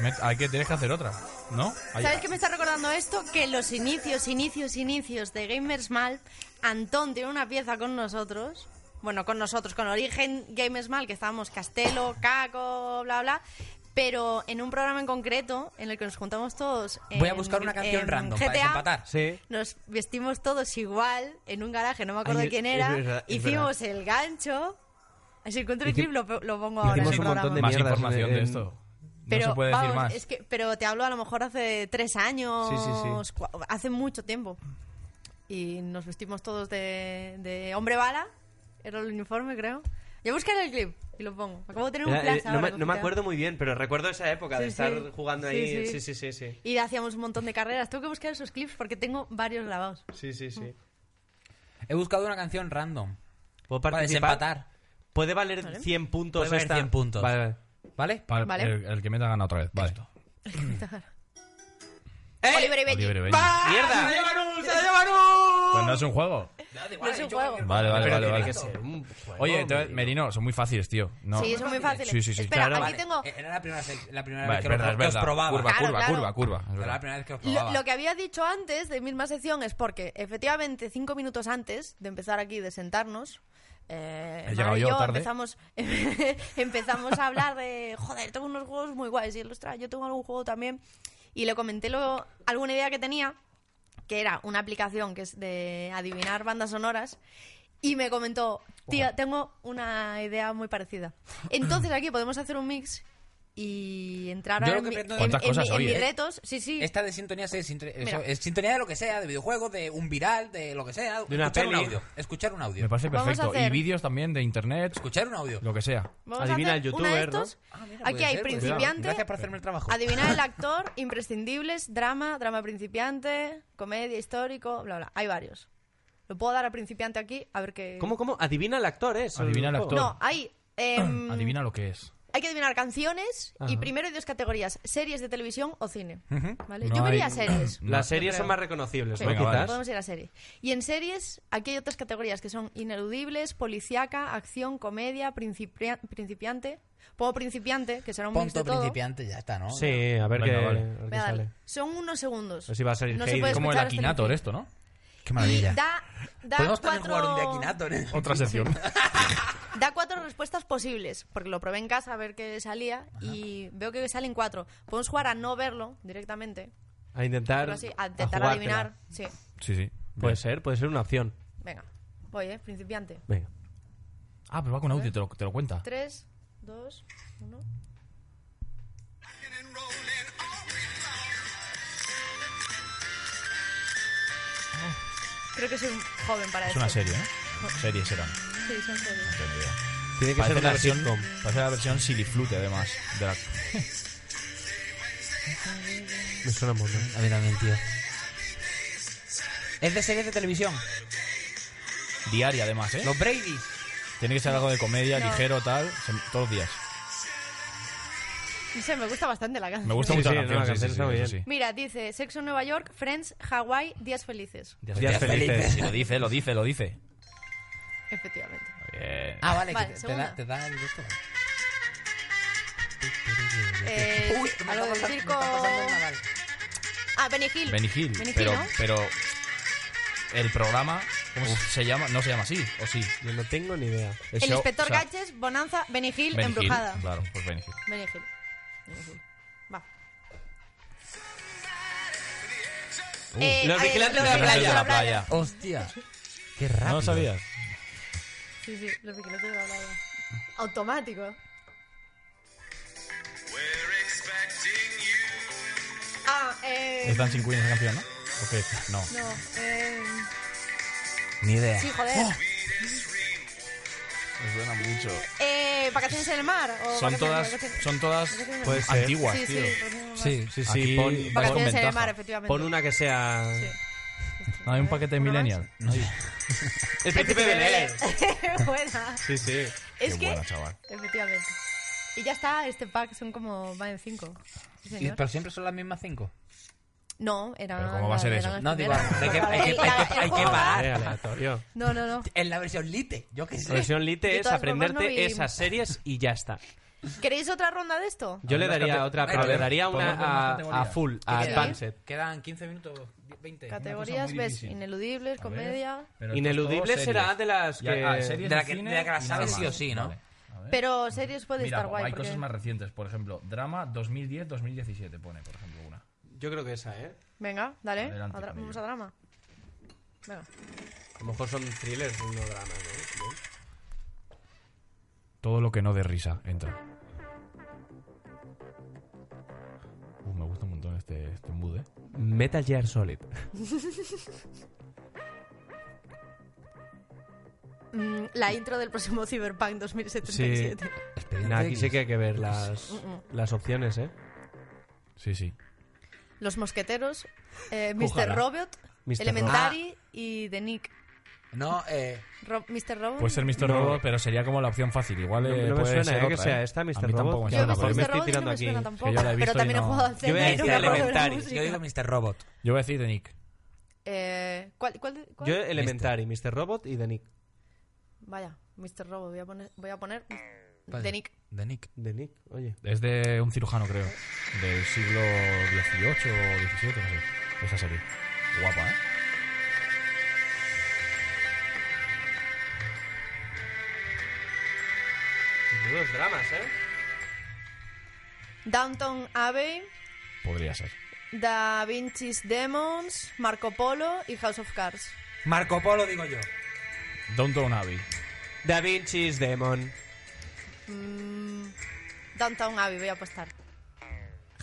[SPEAKER 2] Me- Hay que, tienes que hacer otra, ¿no? Hay-
[SPEAKER 1] ¿Sabes qué me está recordando esto? Que los inicios, inicios, inicios de Gamers Mal, Antón tiene una pieza con nosotros bueno, con nosotros, con Origen Games Mal, que estábamos Castelo, Caco, bla, bla. Pero en un programa en concreto en el que nos juntamos todos.
[SPEAKER 5] Voy a
[SPEAKER 1] en-
[SPEAKER 5] buscar una canción
[SPEAKER 1] en
[SPEAKER 5] random para
[SPEAKER 1] GTA,
[SPEAKER 5] desempatar.
[SPEAKER 3] Sí.
[SPEAKER 1] Nos vestimos todos igual en un garaje, no me acuerdo
[SPEAKER 3] Ay,
[SPEAKER 1] quién
[SPEAKER 3] es
[SPEAKER 1] era.
[SPEAKER 3] verdad, es
[SPEAKER 1] Hicimos el gancho. Si encuentro el
[SPEAKER 3] Hici-
[SPEAKER 1] clip, lo, pe- lo pongo ahora. en
[SPEAKER 3] Hicimos
[SPEAKER 1] el
[SPEAKER 3] un
[SPEAKER 1] programa.
[SPEAKER 3] montón de
[SPEAKER 2] Más
[SPEAKER 3] mierdas
[SPEAKER 2] información
[SPEAKER 3] en-
[SPEAKER 2] de esto.
[SPEAKER 1] Pero,
[SPEAKER 2] no se puede
[SPEAKER 1] vamos,
[SPEAKER 2] decir más.
[SPEAKER 1] Es que, pero te hablo a lo mejor hace tres años,
[SPEAKER 3] Sí, sí, sí.
[SPEAKER 1] cua- hace mucho tiempo. Y nos vestimos todos de, de hombre bala, era el uniforme, creo. Yo buscaré el clip y lo pongo. Acabo de tener un
[SPEAKER 3] Era-
[SPEAKER 1] flash
[SPEAKER 3] eh, no,
[SPEAKER 1] ahora
[SPEAKER 3] me,
[SPEAKER 1] con
[SPEAKER 3] no me
[SPEAKER 1] GTA.
[SPEAKER 3] acuerdo muy bien, pero recuerdo esa época de
[SPEAKER 1] Sí,
[SPEAKER 3] estar
[SPEAKER 1] sí.
[SPEAKER 3] jugando
[SPEAKER 1] Sí,
[SPEAKER 3] ahí.
[SPEAKER 1] sí.
[SPEAKER 3] Sí, sí, sí, sí.
[SPEAKER 1] Y hacíamos un montón de carreras. Tengo que buscar esos clips porque tengo varios lavados.
[SPEAKER 3] Sí, sí, sí.
[SPEAKER 5] He buscado una canción random.
[SPEAKER 3] ¿Puedo
[SPEAKER 5] Para
[SPEAKER 3] participar?
[SPEAKER 5] desempatar.
[SPEAKER 3] ¿Puede valer 100 puntos
[SPEAKER 5] Puede valer
[SPEAKER 3] esta?
[SPEAKER 5] 100 puntos.
[SPEAKER 3] Vale, vale.
[SPEAKER 5] ¿Vale?
[SPEAKER 2] Vale,
[SPEAKER 1] Vale.
[SPEAKER 2] El, el que meta gana otra vez. Vale.
[SPEAKER 3] ¡Eh!
[SPEAKER 1] Oliver y Benji.
[SPEAKER 2] Oliver y Benji.
[SPEAKER 1] ¡Va!
[SPEAKER 3] ¡Mierda! ¡Se la llevan un! ¡Se la llevan un!
[SPEAKER 2] Pues no es un juego.
[SPEAKER 1] No es un juego.
[SPEAKER 2] Vale, vale,
[SPEAKER 3] Pero
[SPEAKER 2] vale.
[SPEAKER 3] tiene
[SPEAKER 2] vale.
[SPEAKER 3] que ser un juego,
[SPEAKER 2] Oye, te-
[SPEAKER 3] hombre.
[SPEAKER 2] Merino, son muy fáciles, tío. No.
[SPEAKER 1] Sí, son muy fáciles.
[SPEAKER 2] Sí, sí, sí.
[SPEAKER 1] Espera,
[SPEAKER 3] Claro.
[SPEAKER 1] aquí
[SPEAKER 3] Vale.
[SPEAKER 1] tengo...
[SPEAKER 5] Ah, Eh, Era la primera, vez- la primera
[SPEAKER 2] Vale,
[SPEAKER 5] vez
[SPEAKER 2] es
[SPEAKER 5] que,
[SPEAKER 2] verdad,
[SPEAKER 5] lo-
[SPEAKER 2] es
[SPEAKER 5] que os
[SPEAKER 2] verdad.
[SPEAKER 5] probaba.
[SPEAKER 2] Curva,
[SPEAKER 1] Claro,
[SPEAKER 2] curva,
[SPEAKER 1] claro.
[SPEAKER 2] curva, curva, es
[SPEAKER 5] Era la
[SPEAKER 2] verdad.
[SPEAKER 5] primera vez que os probaba.
[SPEAKER 1] Lo, lo que había dicho antes de Misma Sección es porque, efectivamente, cinco minutos antes de empezar aquí, de sentarnos, eh,
[SPEAKER 2] He
[SPEAKER 1] Mar
[SPEAKER 2] llegado
[SPEAKER 1] y
[SPEAKER 2] yo
[SPEAKER 1] yo
[SPEAKER 2] tarde.
[SPEAKER 1] empezamos, [LAUGHS] empezamos a hablar de, joder, tengo unos juegos muy guays, y él, "Ostras, yo tengo algún juego también, y le comenté lo, alguna idea que tenía, que era una aplicación que es de adivinar bandas sonoras, y me comentó, tío, tengo una idea muy parecida. Entonces aquí podemos hacer un mix y entrar
[SPEAKER 5] Yo
[SPEAKER 1] ahora
[SPEAKER 5] lo
[SPEAKER 1] en,
[SPEAKER 5] que
[SPEAKER 1] mi-
[SPEAKER 5] pretendo-
[SPEAKER 1] en-
[SPEAKER 2] ¿Cuántas
[SPEAKER 1] en mi-
[SPEAKER 2] cosas
[SPEAKER 1] en
[SPEAKER 2] hoy,
[SPEAKER 1] mis
[SPEAKER 2] eh?
[SPEAKER 1] retos. Sí, sí.
[SPEAKER 5] Esta de sintonía sí, es, sinto- eso,
[SPEAKER 1] Mira.
[SPEAKER 5] es sintonía de lo que sea, de videojuegos, de un viral, de lo que sea.
[SPEAKER 3] De una
[SPEAKER 5] escuchar un
[SPEAKER 3] peli.
[SPEAKER 5] audio. Escuchar un audio.
[SPEAKER 2] Me parece
[SPEAKER 1] Vamos a
[SPEAKER 2] perfecto. Y
[SPEAKER 1] hacer-
[SPEAKER 2] vídeos también de internet,
[SPEAKER 5] Escuchar un audio.
[SPEAKER 2] lo que sea.
[SPEAKER 1] Vamos
[SPEAKER 3] Adivina
[SPEAKER 1] a
[SPEAKER 3] el
[SPEAKER 1] hacer una de
[SPEAKER 3] youtuber, ¿no?
[SPEAKER 1] estos.
[SPEAKER 5] Ah, mira,
[SPEAKER 1] Aquí
[SPEAKER 5] puede
[SPEAKER 1] hay
[SPEAKER 5] ser, puede ser.
[SPEAKER 1] principiante,
[SPEAKER 5] Gracias por hacerme el trabajo.
[SPEAKER 1] adivinar
[SPEAKER 5] [LAUGHS]
[SPEAKER 1] el actor, imprescindibles, drama, drama principiante, comedia, histórico, bla, bla. Hay varios. Lo puedo dar a principiante aquí, a ver qué...
[SPEAKER 3] ¿Cómo, cómo? Adivina el actor, ¿eh? Es un
[SPEAKER 2] Adivina el
[SPEAKER 3] juego.
[SPEAKER 2] actor.
[SPEAKER 1] No, hay...
[SPEAKER 3] [CLEARS THROAT]
[SPEAKER 1] em,
[SPEAKER 2] Adivina lo que es.
[SPEAKER 1] Hay que adivinar canciones y
[SPEAKER 3] Ajá.
[SPEAKER 1] primero hay dos categorías, series de televisión o cine.
[SPEAKER 5] Ujú.
[SPEAKER 1] ¿vale?
[SPEAKER 2] No
[SPEAKER 1] Yo me iría
[SPEAKER 2] hay-
[SPEAKER 1] a
[SPEAKER 3] [CLEARS THROAT]
[SPEAKER 1] series.
[SPEAKER 2] No.
[SPEAKER 3] Las series
[SPEAKER 1] Yo creo.
[SPEAKER 3] son más reconocibles,
[SPEAKER 1] Sí,
[SPEAKER 3] ¿no?
[SPEAKER 2] Venga,
[SPEAKER 3] Quizás.
[SPEAKER 1] Podemos ir a serie. Y en series, aquí hay otras categorías que son ineludibles, policiaca, acción, comedia, principia- principiante. Pongo principiante, que será un mix de
[SPEAKER 5] Punto
[SPEAKER 1] todo.
[SPEAKER 5] principiante, ya está, ¿no?
[SPEAKER 3] Sí, a ver
[SPEAKER 2] Venga,
[SPEAKER 3] qué,
[SPEAKER 2] vale.
[SPEAKER 3] a ver qué
[SPEAKER 1] Voy a darle.
[SPEAKER 3] sale.
[SPEAKER 1] Son unos segundos.
[SPEAKER 3] A ver si va a salir
[SPEAKER 1] No se
[SPEAKER 3] Heidi.
[SPEAKER 1] puede
[SPEAKER 3] Como
[SPEAKER 2] Como el
[SPEAKER 1] escuchar este hasta el
[SPEAKER 2] Akinator,
[SPEAKER 1] fin.
[SPEAKER 2] esto, ¿no?
[SPEAKER 1] Y
[SPEAKER 5] Qué maravilla.
[SPEAKER 1] da, da
[SPEAKER 5] Podemos
[SPEAKER 1] cuatro...
[SPEAKER 5] también jugar un de Akinator. ¿eh? [LAUGHS]
[SPEAKER 2] Otra sección.
[SPEAKER 1] Da cuatro respuestas posibles, porque lo probé en casa a ver qué salía y veo que salen cuatro. Podemos jugar a no verlo directamente,
[SPEAKER 3] A intentar,
[SPEAKER 1] pero así, a intentar
[SPEAKER 3] jugártela.
[SPEAKER 1] adivinar. Sí,
[SPEAKER 2] [LAUGHS] Sí, sí.
[SPEAKER 3] Puede ser, puede ser una opción.
[SPEAKER 1] venga, voy, ¿eh? Principiante.
[SPEAKER 3] Venga.
[SPEAKER 2] Ah, pero va con audio, te lo, te lo cuenta.
[SPEAKER 1] Tres, dos, uno.
[SPEAKER 3] Ah.
[SPEAKER 1] Creo que soy un joven para
[SPEAKER 2] Es
[SPEAKER 1] esto.
[SPEAKER 2] una serie, ¿eh? Series serán.
[SPEAKER 1] Sí, son series.
[SPEAKER 2] entendido.
[SPEAKER 3] Tiene que
[SPEAKER 2] Parece
[SPEAKER 3] ser
[SPEAKER 2] la
[SPEAKER 3] una
[SPEAKER 2] versión,
[SPEAKER 3] sitcom.
[SPEAKER 2] parece la versión siliflute, además. de la-
[SPEAKER 3] Me suena un montón.
[SPEAKER 5] A mí también, tío. Es de series de televisión.
[SPEAKER 2] diaria, además, ¿eh?
[SPEAKER 5] Los Brady's.
[SPEAKER 2] Tiene que ser algo de comedia,
[SPEAKER 1] No.
[SPEAKER 2] ligero, tal. se- Todos los días.
[SPEAKER 1] No sé, me gusta bastante la canción.
[SPEAKER 2] Me gusta
[SPEAKER 3] Sí,
[SPEAKER 2] mucho
[SPEAKER 3] sí,
[SPEAKER 2] la
[SPEAKER 3] no,
[SPEAKER 2] canción.
[SPEAKER 3] la
[SPEAKER 2] sí, sí,
[SPEAKER 3] canción
[SPEAKER 2] sí,
[SPEAKER 3] está muy
[SPEAKER 2] eso
[SPEAKER 3] bien.
[SPEAKER 2] sí.
[SPEAKER 1] Mira, dice Sexo en Nueva York, Friends, Hawái, Días Felices.
[SPEAKER 3] Días felices.
[SPEAKER 2] Sí, lo dice, lo dice, lo dice.
[SPEAKER 1] Efectivamente.
[SPEAKER 2] Bien.
[SPEAKER 5] Ah, vale,
[SPEAKER 1] Vale,
[SPEAKER 5] que te- te,
[SPEAKER 1] segunda.
[SPEAKER 5] da, te da el gusto.
[SPEAKER 1] Eh,
[SPEAKER 5] Uy,
[SPEAKER 1] sí,
[SPEAKER 5] que me
[SPEAKER 1] algo
[SPEAKER 5] está
[SPEAKER 1] del
[SPEAKER 5] pasando- me
[SPEAKER 1] circo.
[SPEAKER 5] está pasando el Nadal.
[SPEAKER 1] Ah, Benny Hill.
[SPEAKER 2] Benny Hill,
[SPEAKER 1] Benny
[SPEAKER 2] pero,
[SPEAKER 1] ¿no?
[SPEAKER 2] pero el programa, ¿cómo se llama? No se llama así, o sí.
[SPEAKER 3] Yo no tengo ni idea.
[SPEAKER 1] El
[SPEAKER 2] show-
[SPEAKER 1] inspector
[SPEAKER 2] o sea,
[SPEAKER 1] Gadgets, Bonanza, Benny Hill,
[SPEAKER 2] Benny Hill,
[SPEAKER 1] Embrujada.
[SPEAKER 2] Claro, pues Benny Hill.
[SPEAKER 1] Benny Hill. Benny Hill. Va. Eh,
[SPEAKER 3] Los
[SPEAKER 1] eh,
[SPEAKER 3] vigilantes
[SPEAKER 1] los
[SPEAKER 3] de la
[SPEAKER 1] vigilantes
[SPEAKER 3] playa.
[SPEAKER 5] Hostia. Qué rápido.
[SPEAKER 2] No lo sabías.
[SPEAKER 1] Sí, sí, los vigilantes de la playa. Automático. Ah, eh.
[SPEAKER 2] ¿Es Dancing Queen esa canción, no? ¿O qué? No.
[SPEAKER 1] No, eh.
[SPEAKER 5] Ni idea.
[SPEAKER 1] Sí, joder.
[SPEAKER 2] Oh. Me suena mucho.
[SPEAKER 1] Eh, vacaciones en el mar. O
[SPEAKER 2] Son
[SPEAKER 1] vacaciones-
[SPEAKER 2] todas,
[SPEAKER 1] vacaciones-
[SPEAKER 2] son todas
[SPEAKER 1] Puede
[SPEAKER 3] ser.
[SPEAKER 2] antiguas,
[SPEAKER 1] sí, sí,
[SPEAKER 2] tío.
[SPEAKER 1] vacaciones en el mar.
[SPEAKER 5] Sí,
[SPEAKER 3] Sí, sí.
[SPEAKER 2] Aquí pon-
[SPEAKER 3] pon-
[SPEAKER 2] vas con
[SPEAKER 1] Vacaciones en el
[SPEAKER 2] ventaja.
[SPEAKER 1] mar, efectivamente.
[SPEAKER 3] Pon una que sea...
[SPEAKER 1] Sí.
[SPEAKER 2] No hay un paquete de
[SPEAKER 1] ¿Una más?
[SPEAKER 2] Millennial.
[SPEAKER 3] El príncipe de Belén.
[SPEAKER 1] [LAUGHS] Buena.
[SPEAKER 3] Sí, sí.
[SPEAKER 1] Es
[SPEAKER 2] Qué
[SPEAKER 1] que.
[SPEAKER 2] buena, chaval.
[SPEAKER 1] Efectivamente. Y ya está, este pack son como. Va en 5.
[SPEAKER 5] Y- Pero siempre son las mismas cinco.
[SPEAKER 1] No, era.
[SPEAKER 2] Pero ¿cómo va a ser eso?
[SPEAKER 5] No, digo,
[SPEAKER 1] [LAUGHS]
[SPEAKER 5] hay que- hay que- hay que- hay que parar.
[SPEAKER 3] Eh, aleatorio.
[SPEAKER 1] No, no,
[SPEAKER 5] [LAUGHS]
[SPEAKER 1] no.
[SPEAKER 5] En la versión lite, yo qué sé.
[SPEAKER 3] Versión
[SPEAKER 1] De
[SPEAKER 3] lite es
[SPEAKER 1] todas formas, no
[SPEAKER 3] aprenderte
[SPEAKER 1] vi-
[SPEAKER 3] esas series y ya está.
[SPEAKER 1] ¿Queréis otra ronda de esto?
[SPEAKER 3] Yo le
[SPEAKER 2] ver, las
[SPEAKER 3] daría
[SPEAKER 2] cate-
[SPEAKER 3] otra,
[SPEAKER 2] Venga,
[SPEAKER 3] pero
[SPEAKER 2] a
[SPEAKER 3] le
[SPEAKER 2] ver,
[SPEAKER 3] daría
[SPEAKER 2] podemos ver
[SPEAKER 3] una
[SPEAKER 2] más
[SPEAKER 3] a, a
[SPEAKER 2] categorías.
[SPEAKER 3] full, a
[SPEAKER 5] Quedan-
[SPEAKER 3] advanced.
[SPEAKER 5] Quedan 15 minutos, 20 20.
[SPEAKER 1] Categorías,
[SPEAKER 2] muy
[SPEAKER 1] ves,
[SPEAKER 2] difícil.
[SPEAKER 1] ineludibles,
[SPEAKER 2] A
[SPEAKER 1] comedia.
[SPEAKER 2] ver, pero
[SPEAKER 3] Ineludible
[SPEAKER 2] todo
[SPEAKER 3] será
[SPEAKER 2] series.
[SPEAKER 3] de las
[SPEAKER 2] Y hay-
[SPEAKER 3] que-
[SPEAKER 2] ah, series
[SPEAKER 5] de la
[SPEAKER 2] de
[SPEAKER 5] que-
[SPEAKER 2] cine
[SPEAKER 5] de la que la
[SPEAKER 2] y nada
[SPEAKER 5] sabes
[SPEAKER 2] más.
[SPEAKER 5] sí o sí, ¿no?
[SPEAKER 2] Vale, a ver.
[SPEAKER 1] Pero series puede
[SPEAKER 2] Mira,
[SPEAKER 1] estar guay.
[SPEAKER 2] hay
[SPEAKER 1] porque-
[SPEAKER 2] cosas más recientes. Por ejemplo, drama 2010-2017 pone, por ejemplo, una.
[SPEAKER 3] Yo creo que esa, ¿eh?
[SPEAKER 1] Venga, dale.
[SPEAKER 2] Adelante
[SPEAKER 1] a dra-
[SPEAKER 2] con
[SPEAKER 1] vamos a
[SPEAKER 2] ello.
[SPEAKER 1] drama. Venga.
[SPEAKER 3] A lo mejor son thrillers, no dramas, ¿no? ¿No?
[SPEAKER 2] Todo lo que no de risa entra. Uh, me gusta un montón este, este mood, ¿eh?
[SPEAKER 3] Metal Gear Solid.
[SPEAKER 1] Mm, la intro del próximo Cyberpunk 2077.
[SPEAKER 3] Nah, aquí sí que hay que ver las,
[SPEAKER 1] Mm,
[SPEAKER 3] las opciones, ¿eh?
[SPEAKER 2] Sí, sí.
[SPEAKER 1] Los Mosqueteros, eh, Mr.
[SPEAKER 3] Ojalá.
[SPEAKER 1] Robot,
[SPEAKER 3] Mr.
[SPEAKER 1] Elementary y The Nick.
[SPEAKER 5] No, eh,
[SPEAKER 1] Ro- Mr. Robot.
[SPEAKER 2] Puede ser Mr.
[SPEAKER 3] No.
[SPEAKER 2] Robot, pero sería como la opción fácil. Igual
[SPEAKER 3] No-
[SPEAKER 2] eh,
[SPEAKER 3] no me
[SPEAKER 2] puede
[SPEAKER 3] suena,
[SPEAKER 2] ser
[SPEAKER 3] eh, que
[SPEAKER 2] otra,
[SPEAKER 3] sea esta, Mr.
[SPEAKER 2] A mí tampoco
[SPEAKER 3] Robot.
[SPEAKER 2] me
[SPEAKER 1] yo
[SPEAKER 3] a
[SPEAKER 1] he
[SPEAKER 3] lo
[SPEAKER 2] suena,
[SPEAKER 1] visto
[SPEAKER 3] mejor
[SPEAKER 2] pero-
[SPEAKER 1] Mr.
[SPEAKER 3] me estoy
[SPEAKER 1] Robot y no
[SPEAKER 3] tirando
[SPEAKER 1] me
[SPEAKER 3] aquí.
[SPEAKER 1] suena
[SPEAKER 3] Que
[SPEAKER 1] tampoco.
[SPEAKER 2] yo la he
[SPEAKER 1] pero
[SPEAKER 2] visto y
[SPEAKER 1] también
[SPEAKER 2] no-
[SPEAKER 1] he jugado al
[SPEAKER 3] Yo voy a
[SPEAKER 1] Zelda y
[SPEAKER 3] decir
[SPEAKER 1] no me acuerdo de la
[SPEAKER 3] Elementary.
[SPEAKER 1] música.
[SPEAKER 5] yo digo Mr. Robot.
[SPEAKER 2] Yo voy a decir de Nick.
[SPEAKER 1] Eh, ¿Cuál? cuál, de- cuál?
[SPEAKER 3] Yo Elementary, Mr. Robot y The Nick.
[SPEAKER 1] Vaya, Mr. Robot. Voy a poner, voy a poner
[SPEAKER 5] Vale.
[SPEAKER 1] The Nick.
[SPEAKER 5] De Nick.
[SPEAKER 3] The Nick, oye.
[SPEAKER 2] Es de un cirujano, creo. Del siglo XVIII o XVII, no sé. Esa serie. Guapa, ¿eh?
[SPEAKER 3] Menudos dramas, ¿eh?
[SPEAKER 1] Downton Abbey,
[SPEAKER 2] Podría ser.
[SPEAKER 1] Da Vinci's Demons, Marco Polo y House of Cards.
[SPEAKER 5] Marco Polo, digo yo.
[SPEAKER 2] Downton Abbey.
[SPEAKER 3] Da Vinci's Demon.
[SPEAKER 1] Mm, Downtown Abbey, voy a apostar.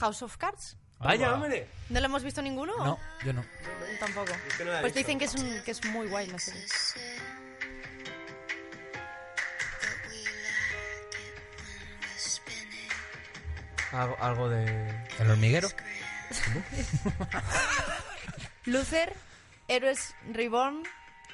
[SPEAKER 1] House of Cards.
[SPEAKER 3] Vaya,
[SPEAKER 2] va.
[SPEAKER 3] hombre.
[SPEAKER 1] ¿No lo hemos visto ninguno?
[SPEAKER 5] No, yo no.
[SPEAKER 1] Yo Tampoco.
[SPEAKER 3] que no la he
[SPEAKER 1] pues
[SPEAKER 3] visto.
[SPEAKER 1] dicen que es, un- que es muy guay la serie.
[SPEAKER 3] Algo, algo de...
[SPEAKER 5] El hormiguero.
[SPEAKER 1] Luther, Héroes Reborn,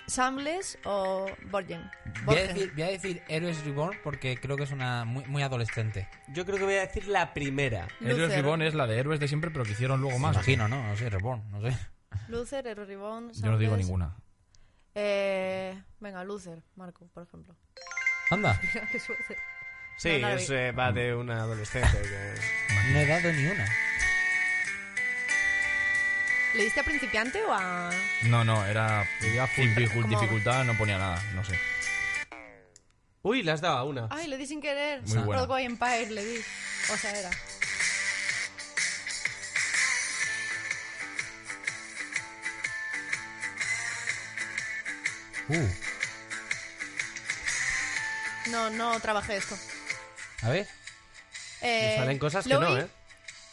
[SPEAKER 1] Sambles o Borgen.
[SPEAKER 5] Voy a
[SPEAKER 1] Borgen.
[SPEAKER 5] decir, voy a decir Héroes Reborn porque creo que es una muy, muy adolescente.
[SPEAKER 3] Yo creo que voy a decir la primera.
[SPEAKER 2] Héroes
[SPEAKER 1] Lucer.
[SPEAKER 2] Reborn es la de héroes de siempre, pero que hicieron luego
[SPEAKER 5] Me
[SPEAKER 2] más.
[SPEAKER 5] imagino, ¿no? No sé, Reborn, no sé.
[SPEAKER 1] Luther, Héroes Reborn, Sambles.
[SPEAKER 2] Yo no digo ninguna.
[SPEAKER 1] Eh, venga, Luther, Marco, por ejemplo.
[SPEAKER 5] Anda,
[SPEAKER 1] Mira, qué suerte.
[SPEAKER 3] Sí,
[SPEAKER 1] No, no la
[SPEAKER 3] es,
[SPEAKER 1] vi.
[SPEAKER 3] eh, va de una adolescente. que-
[SPEAKER 5] no he dado ni una.
[SPEAKER 1] ¿Le diste a principiante o a...?
[SPEAKER 2] No, no, era dificu-
[SPEAKER 1] ¿Cómo?
[SPEAKER 2] dificultad, no ponía nada, no sé.
[SPEAKER 3] Uy, le has dado a una.
[SPEAKER 1] Ay, le di sin querer.
[SPEAKER 2] Muy buena.
[SPEAKER 1] Broadway Empire le di. O sea, era.
[SPEAKER 5] Uh,
[SPEAKER 1] No, no trabajé esto.
[SPEAKER 5] a ver.
[SPEAKER 1] Eh,
[SPEAKER 3] Me salen cosas que
[SPEAKER 1] Louis,
[SPEAKER 3] no, ¿eh?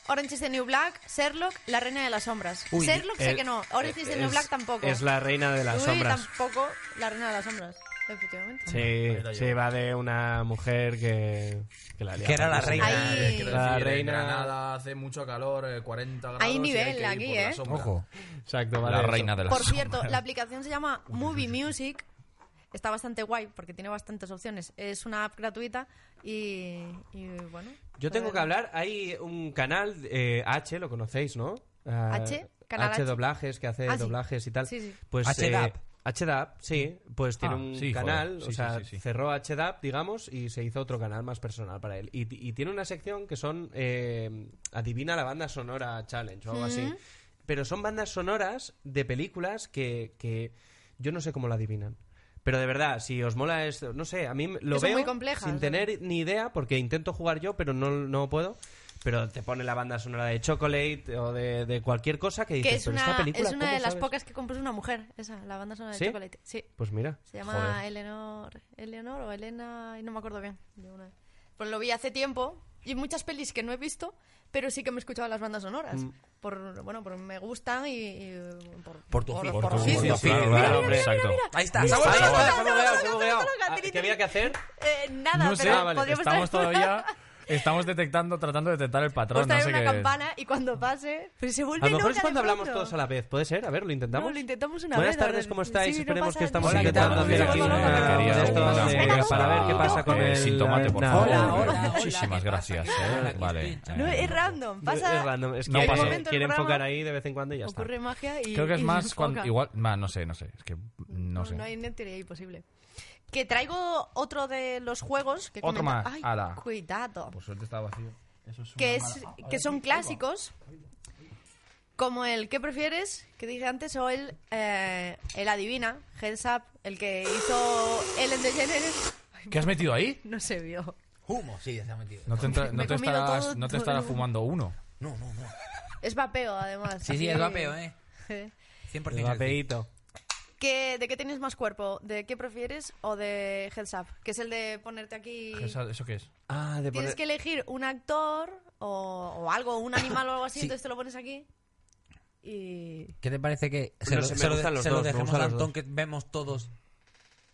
[SPEAKER 1] Orange is the New Black, Sherlock, La Reina de las Sombras.
[SPEAKER 5] Uy,
[SPEAKER 1] Sherlock sé
[SPEAKER 3] Eh,
[SPEAKER 1] que no, Orange is the New
[SPEAKER 3] es-
[SPEAKER 1] Black tampoco.
[SPEAKER 3] Es la reina de las
[SPEAKER 1] Louis
[SPEAKER 3] sombras.
[SPEAKER 1] tampoco, La Reina de las Sombras, efectivamente.
[SPEAKER 3] Sí, sí, va de una mujer que, que la lía
[SPEAKER 5] Que era la
[SPEAKER 3] bastante.
[SPEAKER 5] reina.
[SPEAKER 1] Ahí. Eh,
[SPEAKER 2] Quiero
[SPEAKER 3] La
[SPEAKER 2] decir, en
[SPEAKER 3] reina-
[SPEAKER 2] Granada hace mucho calor, eh, 40 grados. y
[SPEAKER 1] nivel
[SPEAKER 2] que ir
[SPEAKER 1] aquí,
[SPEAKER 2] por la
[SPEAKER 1] ¿eh?
[SPEAKER 2] sombra.
[SPEAKER 5] Ojo.
[SPEAKER 3] Exacto, vale.
[SPEAKER 2] La reina de las
[SPEAKER 1] Por cierto, la aplicación se llama Movie Music. Está bastante guay porque tiene bastantes opciones. Es una app gratuita y, y, bueno.
[SPEAKER 3] Yo tengo que
[SPEAKER 1] pues,
[SPEAKER 3] hablar, hay un canal eh, H, lo conocéis, ¿no? Ah,
[SPEAKER 1] H, canal H.
[SPEAKER 3] doblajes, que hace
[SPEAKER 1] Ah, sí.
[SPEAKER 3] doblajes y tal.
[SPEAKER 1] Sí, sí.
[SPEAKER 3] Pues,
[SPEAKER 5] HDAP.
[SPEAKER 3] eh, HDAP, sí, pues tiene
[SPEAKER 2] Ah,
[SPEAKER 3] un
[SPEAKER 2] sí, joder,
[SPEAKER 3] canal,
[SPEAKER 2] sí,
[SPEAKER 3] o
[SPEAKER 2] sí,
[SPEAKER 3] sea,
[SPEAKER 2] sí, sí.
[SPEAKER 3] cerró HDAP, digamos, y se hizo otro canal más personal para él. Y, y tiene una sección que son eh, Adivina la banda sonora challenge o algo así. Pero son bandas sonoras de películas que, que yo no sé cómo la adivinan. Pero de verdad, si os mola esto, no sé, a mí lo
[SPEAKER 1] Que son
[SPEAKER 3] veo
[SPEAKER 1] muy complejas,
[SPEAKER 3] sin
[SPEAKER 1] ¿no?
[SPEAKER 3] tener ni idea porque intento jugar yo, pero no, no puedo. Pero te pone la banda sonora de Chocolate o de, de cualquier cosa que dices,
[SPEAKER 1] Que es
[SPEAKER 3] "Pero esta
[SPEAKER 1] una,
[SPEAKER 3] película,
[SPEAKER 1] es una
[SPEAKER 3] ¿cómo
[SPEAKER 1] de las
[SPEAKER 3] sabes?".
[SPEAKER 1] pocas que compró una mujer, esa, la banda sonora de
[SPEAKER 3] ¿Sí?
[SPEAKER 1] chocolate. Sí.
[SPEAKER 3] Pues mira.
[SPEAKER 1] Se llama
[SPEAKER 2] Joder.
[SPEAKER 1] Eleanor, Eleanor o Elena, y no me acuerdo bien. de una- Pues lo vi hace tiempo y muchas pelis que no he visto, pero sí que me he escuchado las bandas sonoras.
[SPEAKER 3] Mm.
[SPEAKER 1] Por, bueno, por me gustan y, y por,
[SPEAKER 5] Por tu feed.
[SPEAKER 2] Por
[SPEAKER 5] Por
[SPEAKER 2] tu
[SPEAKER 5] sí,
[SPEAKER 2] gusto,
[SPEAKER 5] sí,
[SPEAKER 2] claro,
[SPEAKER 5] sí.
[SPEAKER 2] claro,
[SPEAKER 5] Mira,
[SPEAKER 2] hombre, exacto.
[SPEAKER 5] Ahí está.
[SPEAKER 3] Ahí
[SPEAKER 5] se ha
[SPEAKER 3] Ah, está,
[SPEAKER 5] vuelto
[SPEAKER 3] ahí
[SPEAKER 5] loca.
[SPEAKER 3] está, se ha bugueado, se ha
[SPEAKER 1] Toca,
[SPEAKER 3] bugueado.
[SPEAKER 1] toca,
[SPEAKER 3] Ah,
[SPEAKER 1] tiri,
[SPEAKER 3] ¿Qué
[SPEAKER 1] tiri.
[SPEAKER 3] había que hacer?
[SPEAKER 1] Eh, nada,
[SPEAKER 2] No sé,
[SPEAKER 1] pero
[SPEAKER 3] Ah, vale,
[SPEAKER 1] podríamos
[SPEAKER 2] estamos
[SPEAKER 1] traer- [LAUGHS]
[SPEAKER 2] todavía. Estamos detectando, tratando de detectar el patrón.
[SPEAKER 1] Podemos
[SPEAKER 2] No
[SPEAKER 1] traer
[SPEAKER 2] sé
[SPEAKER 1] una
[SPEAKER 2] qué.
[SPEAKER 1] campana y cuando pase, pero se vuelve
[SPEAKER 3] A lo mejor
[SPEAKER 1] loca
[SPEAKER 3] es
[SPEAKER 1] de
[SPEAKER 3] cuando hablamos
[SPEAKER 1] pronto.
[SPEAKER 3] todos a la vez, ¿puede ser? A ver, lo intentamos.
[SPEAKER 1] No, lo intentamos una
[SPEAKER 3] Buenas
[SPEAKER 1] vez, a
[SPEAKER 3] tardes,
[SPEAKER 1] ver.
[SPEAKER 3] ¿cómo estáis?
[SPEAKER 1] Sí, no
[SPEAKER 3] Esperemos
[SPEAKER 1] pasa
[SPEAKER 3] que estamos
[SPEAKER 5] nada. Hola, ¿qué tal?
[SPEAKER 3] intentando hacer aquí
[SPEAKER 5] Hola,
[SPEAKER 3] una-
[SPEAKER 5] hola, hola.
[SPEAKER 3] una de estos,
[SPEAKER 2] Quería
[SPEAKER 3] eh,
[SPEAKER 2] una
[SPEAKER 3] para ver qué
[SPEAKER 2] con-
[SPEAKER 3] pasa con
[SPEAKER 2] eh,
[SPEAKER 3] el...
[SPEAKER 2] Sin tomate, por
[SPEAKER 3] Nah,
[SPEAKER 2] favor.
[SPEAKER 5] Hola, hola, hola,
[SPEAKER 2] Muchísimas
[SPEAKER 5] ¿qué pasa?
[SPEAKER 2] gracias.
[SPEAKER 5] ¿Qué
[SPEAKER 2] eh.
[SPEAKER 5] pasa? Aquí
[SPEAKER 2] Vale.
[SPEAKER 5] estoy.
[SPEAKER 1] No,
[SPEAKER 2] eh,
[SPEAKER 1] es random,
[SPEAKER 3] Es
[SPEAKER 1] [LAUGHS] pasa.
[SPEAKER 3] random, es
[SPEAKER 2] No
[SPEAKER 3] que
[SPEAKER 2] pasa.
[SPEAKER 3] quiere
[SPEAKER 1] Momento del programa.
[SPEAKER 3] enfocar ahí de vez en cuando y ya está.
[SPEAKER 1] Ocurre magia y
[SPEAKER 2] Creo que es
[SPEAKER 1] y
[SPEAKER 2] más
[SPEAKER 1] se
[SPEAKER 2] cuando.
[SPEAKER 1] enfoca.
[SPEAKER 2] Igual. bah, no sé, no sé. Es que. No
[SPEAKER 1] No
[SPEAKER 2] sé.
[SPEAKER 1] hay una teoría imposible. Que traigo otro de los juegos que
[SPEAKER 2] Otro
[SPEAKER 1] comenta-
[SPEAKER 2] más,
[SPEAKER 1] Ay,
[SPEAKER 2] ala.
[SPEAKER 1] cuidado.
[SPEAKER 2] Por suerte está vacío. Eso es
[SPEAKER 1] que, es, que son clásicos Como el ¿Qué prefieres? que dije antes, o el, eh, el Adivina, Heads Up, el que hizo Ellen DeGeneres. [LAUGHS] Ay,
[SPEAKER 2] ¿Qué has metido ahí?
[SPEAKER 1] No se vio.
[SPEAKER 5] Humo, sí, ya se ha metido.
[SPEAKER 2] No te, entra-
[SPEAKER 1] Me
[SPEAKER 2] no
[SPEAKER 1] he
[SPEAKER 2] te
[SPEAKER 1] comido
[SPEAKER 2] estarás,
[SPEAKER 1] todo,
[SPEAKER 2] no te
[SPEAKER 1] todo
[SPEAKER 2] estarás
[SPEAKER 1] el-
[SPEAKER 2] fumando uno.
[SPEAKER 5] No, no, no.
[SPEAKER 1] Es vapeo, además.
[SPEAKER 5] Sí, sí,
[SPEAKER 1] Aquí-
[SPEAKER 5] el vapeo,
[SPEAKER 1] [LAUGHS]
[SPEAKER 5] ¿eh?
[SPEAKER 1] Eh.
[SPEAKER 5] 100%
[SPEAKER 3] El
[SPEAKER 5] healthy.
[SPEAKER 3] vapeíto.
[SPEAKER 1] ¿Qué- ¿De qué tienes más cuerpo? ¿De qué prefieres o de Heads Up? Que es el de ponerte aquí...
[SPEAKER 2] ¿Eso eso qué es?
[SPEAKER 3] Ah, de
[SPEAKER 1] Tienes
[SPEAKER 3] poner...
[SPEAKER 1] que elegir un actor o, o algo, un animal o algo así,
[SPEAKER 5] Sí.
[SPEAKER 1] entonces te lo pones aquí y...
[SPEAKER 5] ¿Qué te parece que
[SPEAKER 3] No sé, me gustan los
[SPEAKER 5] se
[SPEAKER 3] dos, me
[SPEAKER 5] dejemos
[SPEAKER 3] gustan
[SPEAKER 5] a
[SPEAKER 3] los
[SPEAKER 5] Antón
[SPEAKER 3] dos.
[SPEAKER 5] que vemos todos?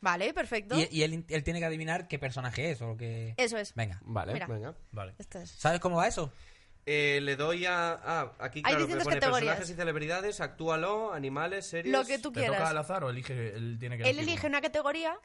[SPEAKER 1] Vale, perfecto.
[SPEAKER 5] Y, y él, él tiene que adivinar qué personaje es o que...
[SPEAKER 1] Eso es.
[SPEAKER 5] Venga.
[SPEAKER 3] Vale,
[SPEAKER 1] Mira.
[SPEAKER 3] venga.
[SPEAKER 2] Vale.
[SPEAKER 1] Este es.
[SPEAKER 5] ¿Sabes cómo va eso?
[SPEAKER 3] Eh, le doy a... Ah, aquí claro, me
[SPEAKER 1] distintas
[SPEAKER 3] pone
[SPEAKER 1] categorías.
[SPEAKER 3] personajes y celebridades, actúalo, animales, series...
[SPEAKER 1] Lo que tú
[SPEAKER 2] ¿Te toca al
[SPEAKER 1] quieras.
[SPEAKER 2] azar o elige, él tiene que
[SPEAKER 1] Él
[SPEAKER 2] elegir
[SPEAKER 1] elige
[SPEAKER 2] uno?
[SPEAKER 1] una categoría,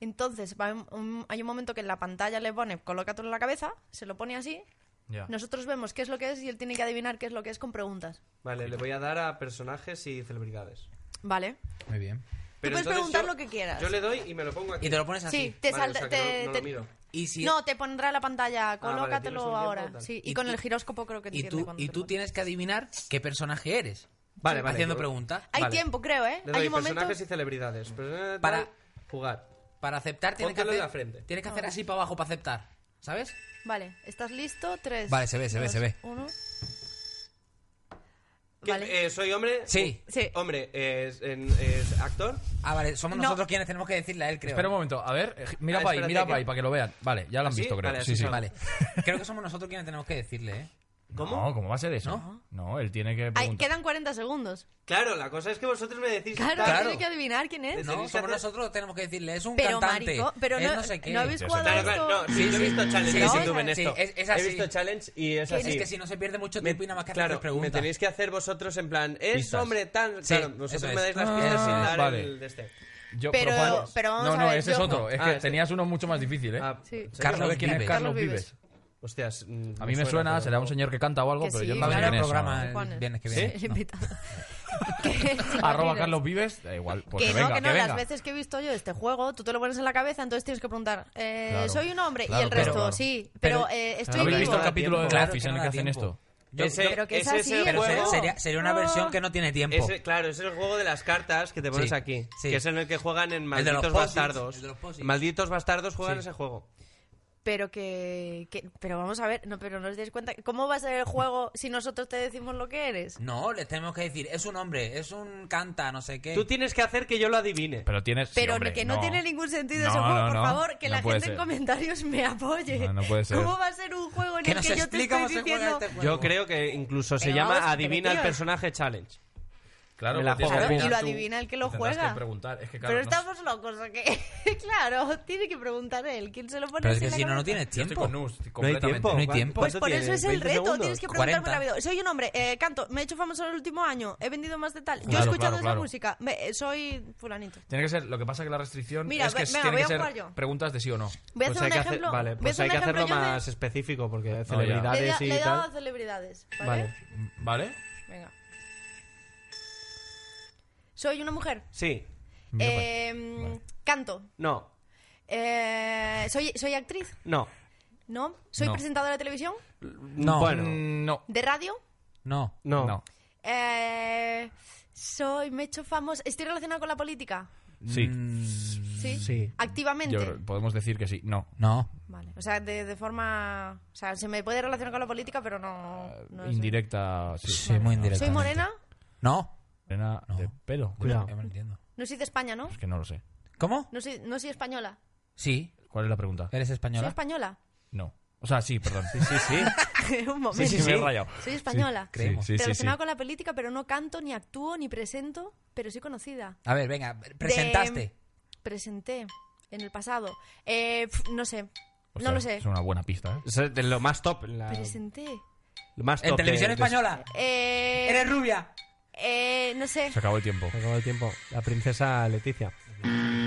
[SPEAKER 1] entonces va un- un- hay un momento que en la pantalla le pone colócatelo en la cabeza, se lo pone así,
[SPEAKER 2] Ya.
[SPEAKER 1] nosotros vemos qué es lo que es y él tiene que adivinar qué es lo que es con preguntas.
[SPEAKER 3] Vale, le voy a dar a personajes y celebridades.
[SPEAKER 1] Vale.
[SPEAKER 5] Muy bien.
[SPEAKER 1] puedes
[SPEAKER 3] entonces
[SPEAKER 1] preguntar
[SPEAKER 3] yo-
[SPEAKER 1] lo que quieras.
[SPEAKER 3] Yo le doy y me lo pongo aquí.
[SPEAKER 5] Y te lo pones así.
[SPEAKER 1] Sí, te
[SPEAKER 3] Vale, o
[SPEAKER 1] salta...
[SPEAKER 3] sea que
[SPEAKER 1] te-
[SPEAKER 3] no- no
[SPEAKER 1] te-
[SPEAKER 3] lo miro.
[SPEAKER 5] Y si... Ah,
[SPEAKER 1] No, te pondrá la pantalla,
[SPEAKER 3] vale,
[SPEAKER 1] colócatelo
[SPEAKER 3] tienes un tiempo,
[SPEAKER 1] ahora.
[SPEAKER 3] tal.
[SPEAKER 1] Sí, y,
[SPEAKER 5] Y
[SPEAKER 1] con
[SPEAKER 5] tú-
[SPEAKER 1] el giróscopo creo que
[SPEAKER 5] y
[SPEAKER 1] tiene
[SPEAKER 5] tú,
[SPEAKER 1] cuando
[SPEAKER 5] y
[SPEAKER 1] te
[SPEAKER 5] tú
[SPEAKER 1] lo pones.
[SPEAKER 5] tienes que adivinar qué personaje eres.
[SPEAKER 3] Vale, vale.
[SPEAKER 5] Haciendo
[SPEAKER 3] yo-
[SPEAKER 5] preguntas.
[SPEAKER 1] Hay
[SPEAKER 3] Vale.
[SPEAKER 1] tiempo, creo, ¿eh?
[SPEAKER 3] Le
[SPEAKER 1] Hay
[SPEAKER 3] doy
[SPEAKER 1] un momento...
[SPEAKER 3] personajes y celebridades. Personajes,
[SPEAKER 5] Para-
[SPEAKER 3] tal, Jugar.
[SPEAKER 5] Para aceptar tienes que
[SPEAKER 3] Póntelo
[SPEAKER 5] hacer...
[SPEAKER 3] en la frente.
[SPEAKER 5] Tienes que hacer
[SPEAKER 1] Ah.
[SPEAKER 5] así para abajo para aceptar. ¿Sabes?
[SPEAKER 1] Vale, ¿estás listo? Tres.
[SPEAKER 5] Vale, se ve, se ve,
[SPEAKER 1] dos,
[SPEAKER 5] se ve.
[SPEAKER 1] Uno.
[SPEAKER 3] ¿Qué-
[SPEAKER 1] Vale.
[SPEAKER 3] eh, ¿Soy hombre?
[SPEAKER 5] Sí.
[SPEAKER 1] Sí.
[SPEAKER 3] Hombre, es, en- es actor.
[SPEAKER 5] Ah, vale. Somos
[SPEAKER 1] No.
[SPEAKER 5] nosotros quienes tenemos que decirle a él, creo.
[SPEAKER 2] Espera un momento, a ver, eh, mira
[SPEAKER 3] Ah,
[SPEAKER 2] para ahí,
[SPEAKER 3] espérate
[SPEAKER 2] mira
[SPEAKER 3] que-
[SPEAKER 2] para ahí, para que lo vean. Vale, ya lo han
[SPEAKER 3] ¿Así?
[SPEAKER 2] visto, creo.
[SPEAKER 3] Vale,
[SPEAKER 2] sí,
[SPEAKER 3] así
[SPEAKER 2] sí.
[SPEAKER 3] salgo. [LAUGHS]
[SPEAKER 5] Vale. Creo que somos nosotros quienes tenemos que decirle, ¿eh?
[SPEAKER 3] ¿Cómo?
[SPEAKER 2] No, ¿cómo va a ser eso? No, él tiene que
[SPEAKER 1] Ay,
[SPEAKER 2] preguntar.
[SPEAKER 1] quedan 40 segundos.
[SPEAKER 3] Claro, la cosa es que vosotros me decís.
[SPEAKER 1] Claro,
[SPEAKER 3] tal.
[SPEAKER 1] tienes que adivinar quién es.
[SPEAKER 3] Tenéis
[SPEAKER 5] No,
[SPEAKER 3] que
[SPEAKER 5] somos
[SPEAKER 3] hacer-
[SPEAKER 5] nosotros los que tenemos que decirle. Es un
[SPEAKER 1] Pero,
[SPEAKER 5] cantante.
[SPEAKER 1] marico, pero
[SPEAKER 5] es
[SPEAKER 1] no,
[SPEAKER 5] no sé qué.
[SPEAKER 1] no habéis
[SPEAKER 2] Sí, eso
[SPEAKER 1] jugado
[SPEAKER 3] Claro,
[SPEAKER 1] esto.
[SPEAKER 3] claro, no, sí,
[SPEAKER 5] Sí,
[SPEAKER 3] yo he
[SPEAKER 5] sí.
[SPEAKER 3] visto challenge
[SPEAKER 5] Sí,
[SPEAKER 3] en
[SPEAKER 1] sí.
[SPEAKER 3] YouTube en
[SPEAKER 5] Sí,
[SPEAKER 3] esto.
[SPEAKER 5] es- es así.
[SPEAKER 3] He visto challenge y es
[SPEAKER 5] Es
[SPEAKER 3] así.
[SPEAKER 5] que si no se pierde mucho
[SPEAKER 3] Me-
[SPEAKER 5] tiempo y nada más que hacer
[SPEAKER 3] claro,
[SPEAKER 5] tres preguntas.
[SPEAKER 3] me tenéis que hacer vosotros en plan, es
[SPEAKER 5] Pistas.
[SPEAKER 3] hombre tan.
[SPEAKER 5] Sí,
[SPEAKER 3] claro, vosotros
[SPEAKER 5] eso
[SPEAKER 3] me
[SPEAKER 5] es.
[SPEAKER 3] dais las pistas
[SPEAKER 2] Ah,
[SPEAKER 3] sin dar
[SPEAKER 2] vale.
[SPEAKER 3] el de este.
[SPEAKER 2] Yo-
[SPEAKER 1] Pero- pero vamos
[SPEAKER 2] no,
[SPEAKER 1] a
[SPEAKER 2] no,
[SPEAKER 1] ver,
[SPEAKER 2] ese
[SPEAKER 1] yo-
[SPEAKER 2] es otro. Es
[SPEAKER 3] Ah,
[SPEAKER 2] que
[SPEAKER 3] este.
[SPEAKER 2] tenías uno mucho más difícil, ¿eh?
[SPEAKER 3] Ah,
[SPEAKER 1] Sí.
[SPEAKER 3] ¿sabes?
[SPEAKER 5] Carlos
[SPEAKER 2] ¿Sabes quién es
[SPEAKER 5] Vives.
[SPEAKER 2] Carlos
[SPEAKER 1] Carlos
[SPEAKER 2] Vives?
[SPEAKER 3] Hostias. mm,
[SPEAKER 2] A mí me suena,
[SPEAKER 3] pero
[SPEAKER 2] será un
[SPEAKER 3] no.
[SPEAKER 2] señor que canta o algo,
[SPEAKER 1] Que
[SPEAKER 2] pero
[SPEAKER 1] sí,
[SPEAKER 2] yo no
[SPEAKER 5] Va a
[SPEAKER 2] sé
[SPEAKER 5] venir
[SPEAKER 1] claro.
[SPEAKER 2] quién
[SPEAKER 5] al
[SPEAKER 2] es.
[SPEAKER 5] programa
[SPEAKER 2] ¿no?
[SPEAKER 5] el
[SPEAKER 1] Juanes.
[SPEAKER 5] viernes que
[SPEAKER 1] Sí,
[SPEAKER 5] viene.
[SPEAKER 1] el
[SPEAKER 5] No.
[SPEAKER 1] invitado. [LAUGHS] Que- si no
[SPEAKER 2] Arroba
[SPEAKER 1] tienes-
[SPEAKER 2] Carlos Vives, da igual, pues
[SPEAKER 1] que,
[SPEAKER 2] que,
[SPEAKER 1] no,
[SPEAKER 2] venga,
[SPEAKER 1] que no,
[SPEAKER 2] que
[SPEAKER 1] las
[SPEAKER 2] venga.
[SPEAKER 1] veces que he visto yo este juego, tú te lo pones en la cabeza, entonces tienes que preguntar, eh,
[SPEAKER 2] Claro.
[SPEAKER 1] soy un hombre, y
[SPEAKER 2] Claro,
[SPEAKER 1] el
[SPEAKER 2] claro,
[SPEAKER 1] resto,
[SPEAKER 2] claro.
[SPEAKER 1] sí, pero,
[SPEAKER 5] Pero-
[SPEAKER 1] eh, estoy
[SPEAKER 2] ¿No habéis
[SPEAKER 3] Claro,
[SPEAKER 2] visto
[SPEAKER 1] vivo.
[SPEAKER 2] el capítulo
[SPEAKER 3] Claro,
[SPEAKER 2] de The
[SPEAKER 5] es
[SPEAKER 2] Office
[SPEAKER 5] que
[SPEAKER 2] en
[SPEAKER 5] no
[SPEAKER 2] el que
[SPEAKER 5] da
[SPEAKER 2] hacen
[SPEAKER 5] tiempo.
[SPEAKER 2] esto?
[SPEAKER 5] Yo-
[SPEAKER 3] Ese-
[SPEAKER 5] yo-
[SPEAKER 1] Pero que es
[SPEAKER 3] ese
[SPEAKER 1] así el Ah,
[SPEAKER 3] el
[SPEAKER 5] pero se-
[SPEAKER 3] juego.
[SPEAKER 5] sería, sería una versión que no tiene tiempo.
[SPEAKER 3] Ese- claro, es el juego de las cartas que te pones
[SPEAKER 5] Sí,
[SPEAKER 3] aquí.
[SPEAKER 5] sí.
[SPEAKER 3] Que es en el que juegan en
[SPEAKER 5] de los
[SPEAKER 3] Malditos
[SPEAKER 5] posits,
[SPEAKER 3] Bastardos.
[SPEAKER 5] el de los posits.
[SPEAKER 3] Malditos Bastardos juegan
[SPEAKER 5] Sí.
[SPEAKER 3] ese juego.
[SPEAKER 1] Pero que, que- Pero vamos a ver, no, pero no os dais cuenta. ¿Cómo va a ser el juego si nosotros te decimos lo que eres?
[SPEAKER 5] No, les tenemos que decir, es un hombre, es un canta, no sé qué.
[SPEAKER 3] Tú tienes que hacer que yo lo adivine.
[SPEAKER 2] Pero tienes. sí,
[SPEAKER 1] Pero
[SPEAKER 2] hombre,
[SPEAKER 1] que no, tiene ningún sentido ese
[SPEAKER 2] No,
[SPEAKER 1] juego,
[SPEAKER 2] no,
[SPEAKER 1] por
[SPEAKER 2] no.
[SPEAKER 1] favor, que
[SPEAKER 2] No
[SPEAKER 1] la
[SPEAKER 2] puede
[SPEAKER 1] gente en
[SPEAKER 2] ser.
[SPEAKER 1] comentarios me apoye.
[SPEAKER 2] No, no puede ser.
[SPEAKER 1] ¿Cómo va a ser un juego en
[SPEAKER 5] que
[SPEAKER 1] el
[SPEAKER 5] nos
[SPEAKER 1] que yo te
[SPEAKER 5] explica
[SPEAKER 1] estoy
[SPEAKER 5] cómo se juega
[SPEAKER 1] diciendo?
[SPEAKER 5] este juego.
[SPEAKER 3] Yo creo que incluso se
[SPEAKER 1] Pero
[SPEAKER 3] llama
[SPEAKER 1] vamos, pero
[SPEAKER 3] Adivina el
[SPEAKER 1] tío.
[SPEAKER 3] personaje challenge.
[SPEAKER 2] Claro,
[SPEAKER 3] Me la
[SPEAKER 2] lo tienes
[SPEAKER 3] juego.
[SPEAKER 2] que
[SPEAKER 1] Claro, y lo
[SPEAKER 2] adivinar tú.
[SPEAKER 1] adivina el que lo
[SPEAKER 2] Tendrás que
[SPEAKER 1] juega.
[SPEAKER 2] preguntar, es que claro,
[SPEAKER 1] Pero
[SPEAKER 2] no sé.
[SPEAKER 1] estamos locos, ¿o qué? [LAUGHS] claro, tiene que preguntar él. ¿Quién se lo pone
[SPEAKER 5] Pero es
[SPEAKER 1] así
[SPEAKER 5] que
[SPEAKER 1] en la
[SPEAKER 5] si no, no
[SPEAKER 1] cabeza?
[SPEAKER 5] tienes
[SPEAKER 2] Yo estoy con
[SPEAKER 5] tiempo.
[SPEAKER 2] Nus,
[SPEAKER 3] No hay
[SPEAKER 2] completamente.
[SPEAKER 3] tiempo.
[SPEAKER 5] No hay tiempo.
[SPEAKER 1] Pues por eso es el reto, tienes que preguntar muy
[SPEAKER 5] 40.
[SPEAKER 1] rápido. Soy un hombre, eh, canto, me he hecho famoso en el último año, he vendido más de tal, yo he
[SPEAKER 2] Claro,
[SPEAKER 1] escuchado
[SPEAKER 2] claro,
[SPEAKER 1] esa
[SPEAKER 2] claro.
[SPEAKER 1] música, me- eh, soy fulanito.
[SPEAKER 2] Tiene que ser, lo que pasa es que la restricción
[SPEAKER 1] Mira,
[SPEAKER 2] es que
[SPEAKER 1] ve- venga,
[SPEAKER 2] tiene
[SPEAKER 1] voy
[SPEAKER 2] que
[SPEAKER 1] a
[SPEAKER 2] ser
[SPEAKER 1] jugar yo.
[SPEAKER 2] preguntas de sí o no.
[SPEAKER 1] Voy a
[SPEAKER 3] Pues
[SPEAKER 1] hacer
[SPEAKER 3] hay
[SPEAKER 1] un
[SPEAKER 3] que hacer-
[SPEAKER 1] ejemplo.
[SPEAKER 3] vale,
[SPEAKER 1] voy a
[SPEAKER 3] pues
[SPEAKER 1] hacer
[SPEAKER 3] hay
[SPEAKER 1] un
[SPEAKER 3] que
[SPEAKER 1] ejemplo
[SPEAKER 3] hacerlo
[SPEAKER 1] yo de-
[SPEAKER 3] más específico porque
[SPEAKER 2] ya.
[SPEAKER 1] Le, he
[SPEAKER 3] celebridades
[SPEAKER 1] da- le
[SPEAKER 3] y
[SPEAKER 1] he dado a
[SPEAKER 3] tal.
[SPEAKER 1] celebridades, ¿vale?
[SPEAKER 3] Vale.
[SPEAKER 2] ¿Vale?
[SPEAKER 1] Venga. Soy una mujer.
[SPEAKER 3] Sí.
[SPEAKER 2] Mira, pues.
[SPEAKER 1] Em,
[SPEAKER 2] Vale.
[SPEAKER 1] Canto.
[SPEAKER 3] No.
[SPEAKER 1] Eh, soy, soy actriz,
[SPEAKER 3] No.
[SPEAKER 1] ¿no? Soy
[SPEAKER 2] No.
[SPEAKER 1] presentadora de televisión,
[SPEAKER 5] No.
[SPEAKER 3] Bueno.
[SPEAKER 2] Mm, No.
[SPEAKER 1] de radio.
[SPEAKER 5] No.
[SPEAKER 3] No.
[SPEAKER 2] No.
[SPEAKER 1] Eh, soy, me he hecho famosa. ¿Estoy relacionada con la política?
[SPEAKER 2] Sí.
[SPEAKER 1] Sí.
[SPEAKER 3] Sí.
[SPEAKER 1] Activamente.
[SPEAKER 2] Mm, Yo creo- podemos decir que sí. No.
[SPEAKER 5] No.
[SPEAKER 1] Vale. O sea, de, de forma. O sea, se me puede relacionar con la política, pero no. no es-
[SPEAKER 2] Indirecta, sí.
[SPEAKER 5] Sí, muy indirecto.
[SPEAKER 1] Soy morena.
[SPEAKER 5] No.
[SPEAKER 2] Morena
[SPEAKER 5] No.
[SPEAKER 2] de pelo.
[SPEAKER 3] Cuidado.
[SPEAKER 5] Eh, me lo entiendo.
[SPEAKER 1] No soy de España, ¿no?
[SPEAKER 2] Es que no lo sé.
[SPEAKER 5] ¿Cómo?
[SPEAKER 1] No soy, no soy española.
[SPEAKER 5] Sí.
[SPEAKER 2] ¿Cuál es la pregunta?
[SPEAKER 5] ¿Eres
[SPEAKER 1] ¿Soy
[SPEAKER 5] española?
[SPEAKER 1] española?
[SPEAKER 2] No. O sea, sí, perdón. Sí, sí, sí. [LAUGHS]
[SPEAKER 1] Un momento.
[SPEAKER 2] Sí, sí, me he rayado.
[SPEAKER 1] Soy española.
[SPEAKER 2] Sí,
[SPEAKER 5] Creemos.
[SPEAKER 2] Sí, sí, sí.
[SPEAKER 1] relacionada con la política, pero no canto, ni actúo, ni presento, pero soy conocida.
[SPEAKER 5] A ver, venga, presentaste.
[SPEAKER 1] De- Presenté en el pasado. Eh, pf, no sé.
[SPEAKER 2] Hostia,
[SPEAKER 1] no lo sé.
[SPEAKER 2] Es una buena pista, ¿eh?
[SPEAKER 3] Es de lo más top. la-
[SPEAKER 1] Presenté.
[SPEAKER 3] lo más top
[SPEAKER 5] En
[SPEAKER 3] de-
[SPEAKER 5] televisión
[SPEAKER 3] de-
[SPEAKER 5] española.
[SPEAKER 1] Eh,
[SPEAKER 5] Eres rubia.
[SPEAKER 1] eh, no sé.
[SPEAKER 2] Se acabó el tiempo.
[SPEAKER 3] Se acabó el tiempo. La princesa Leticia.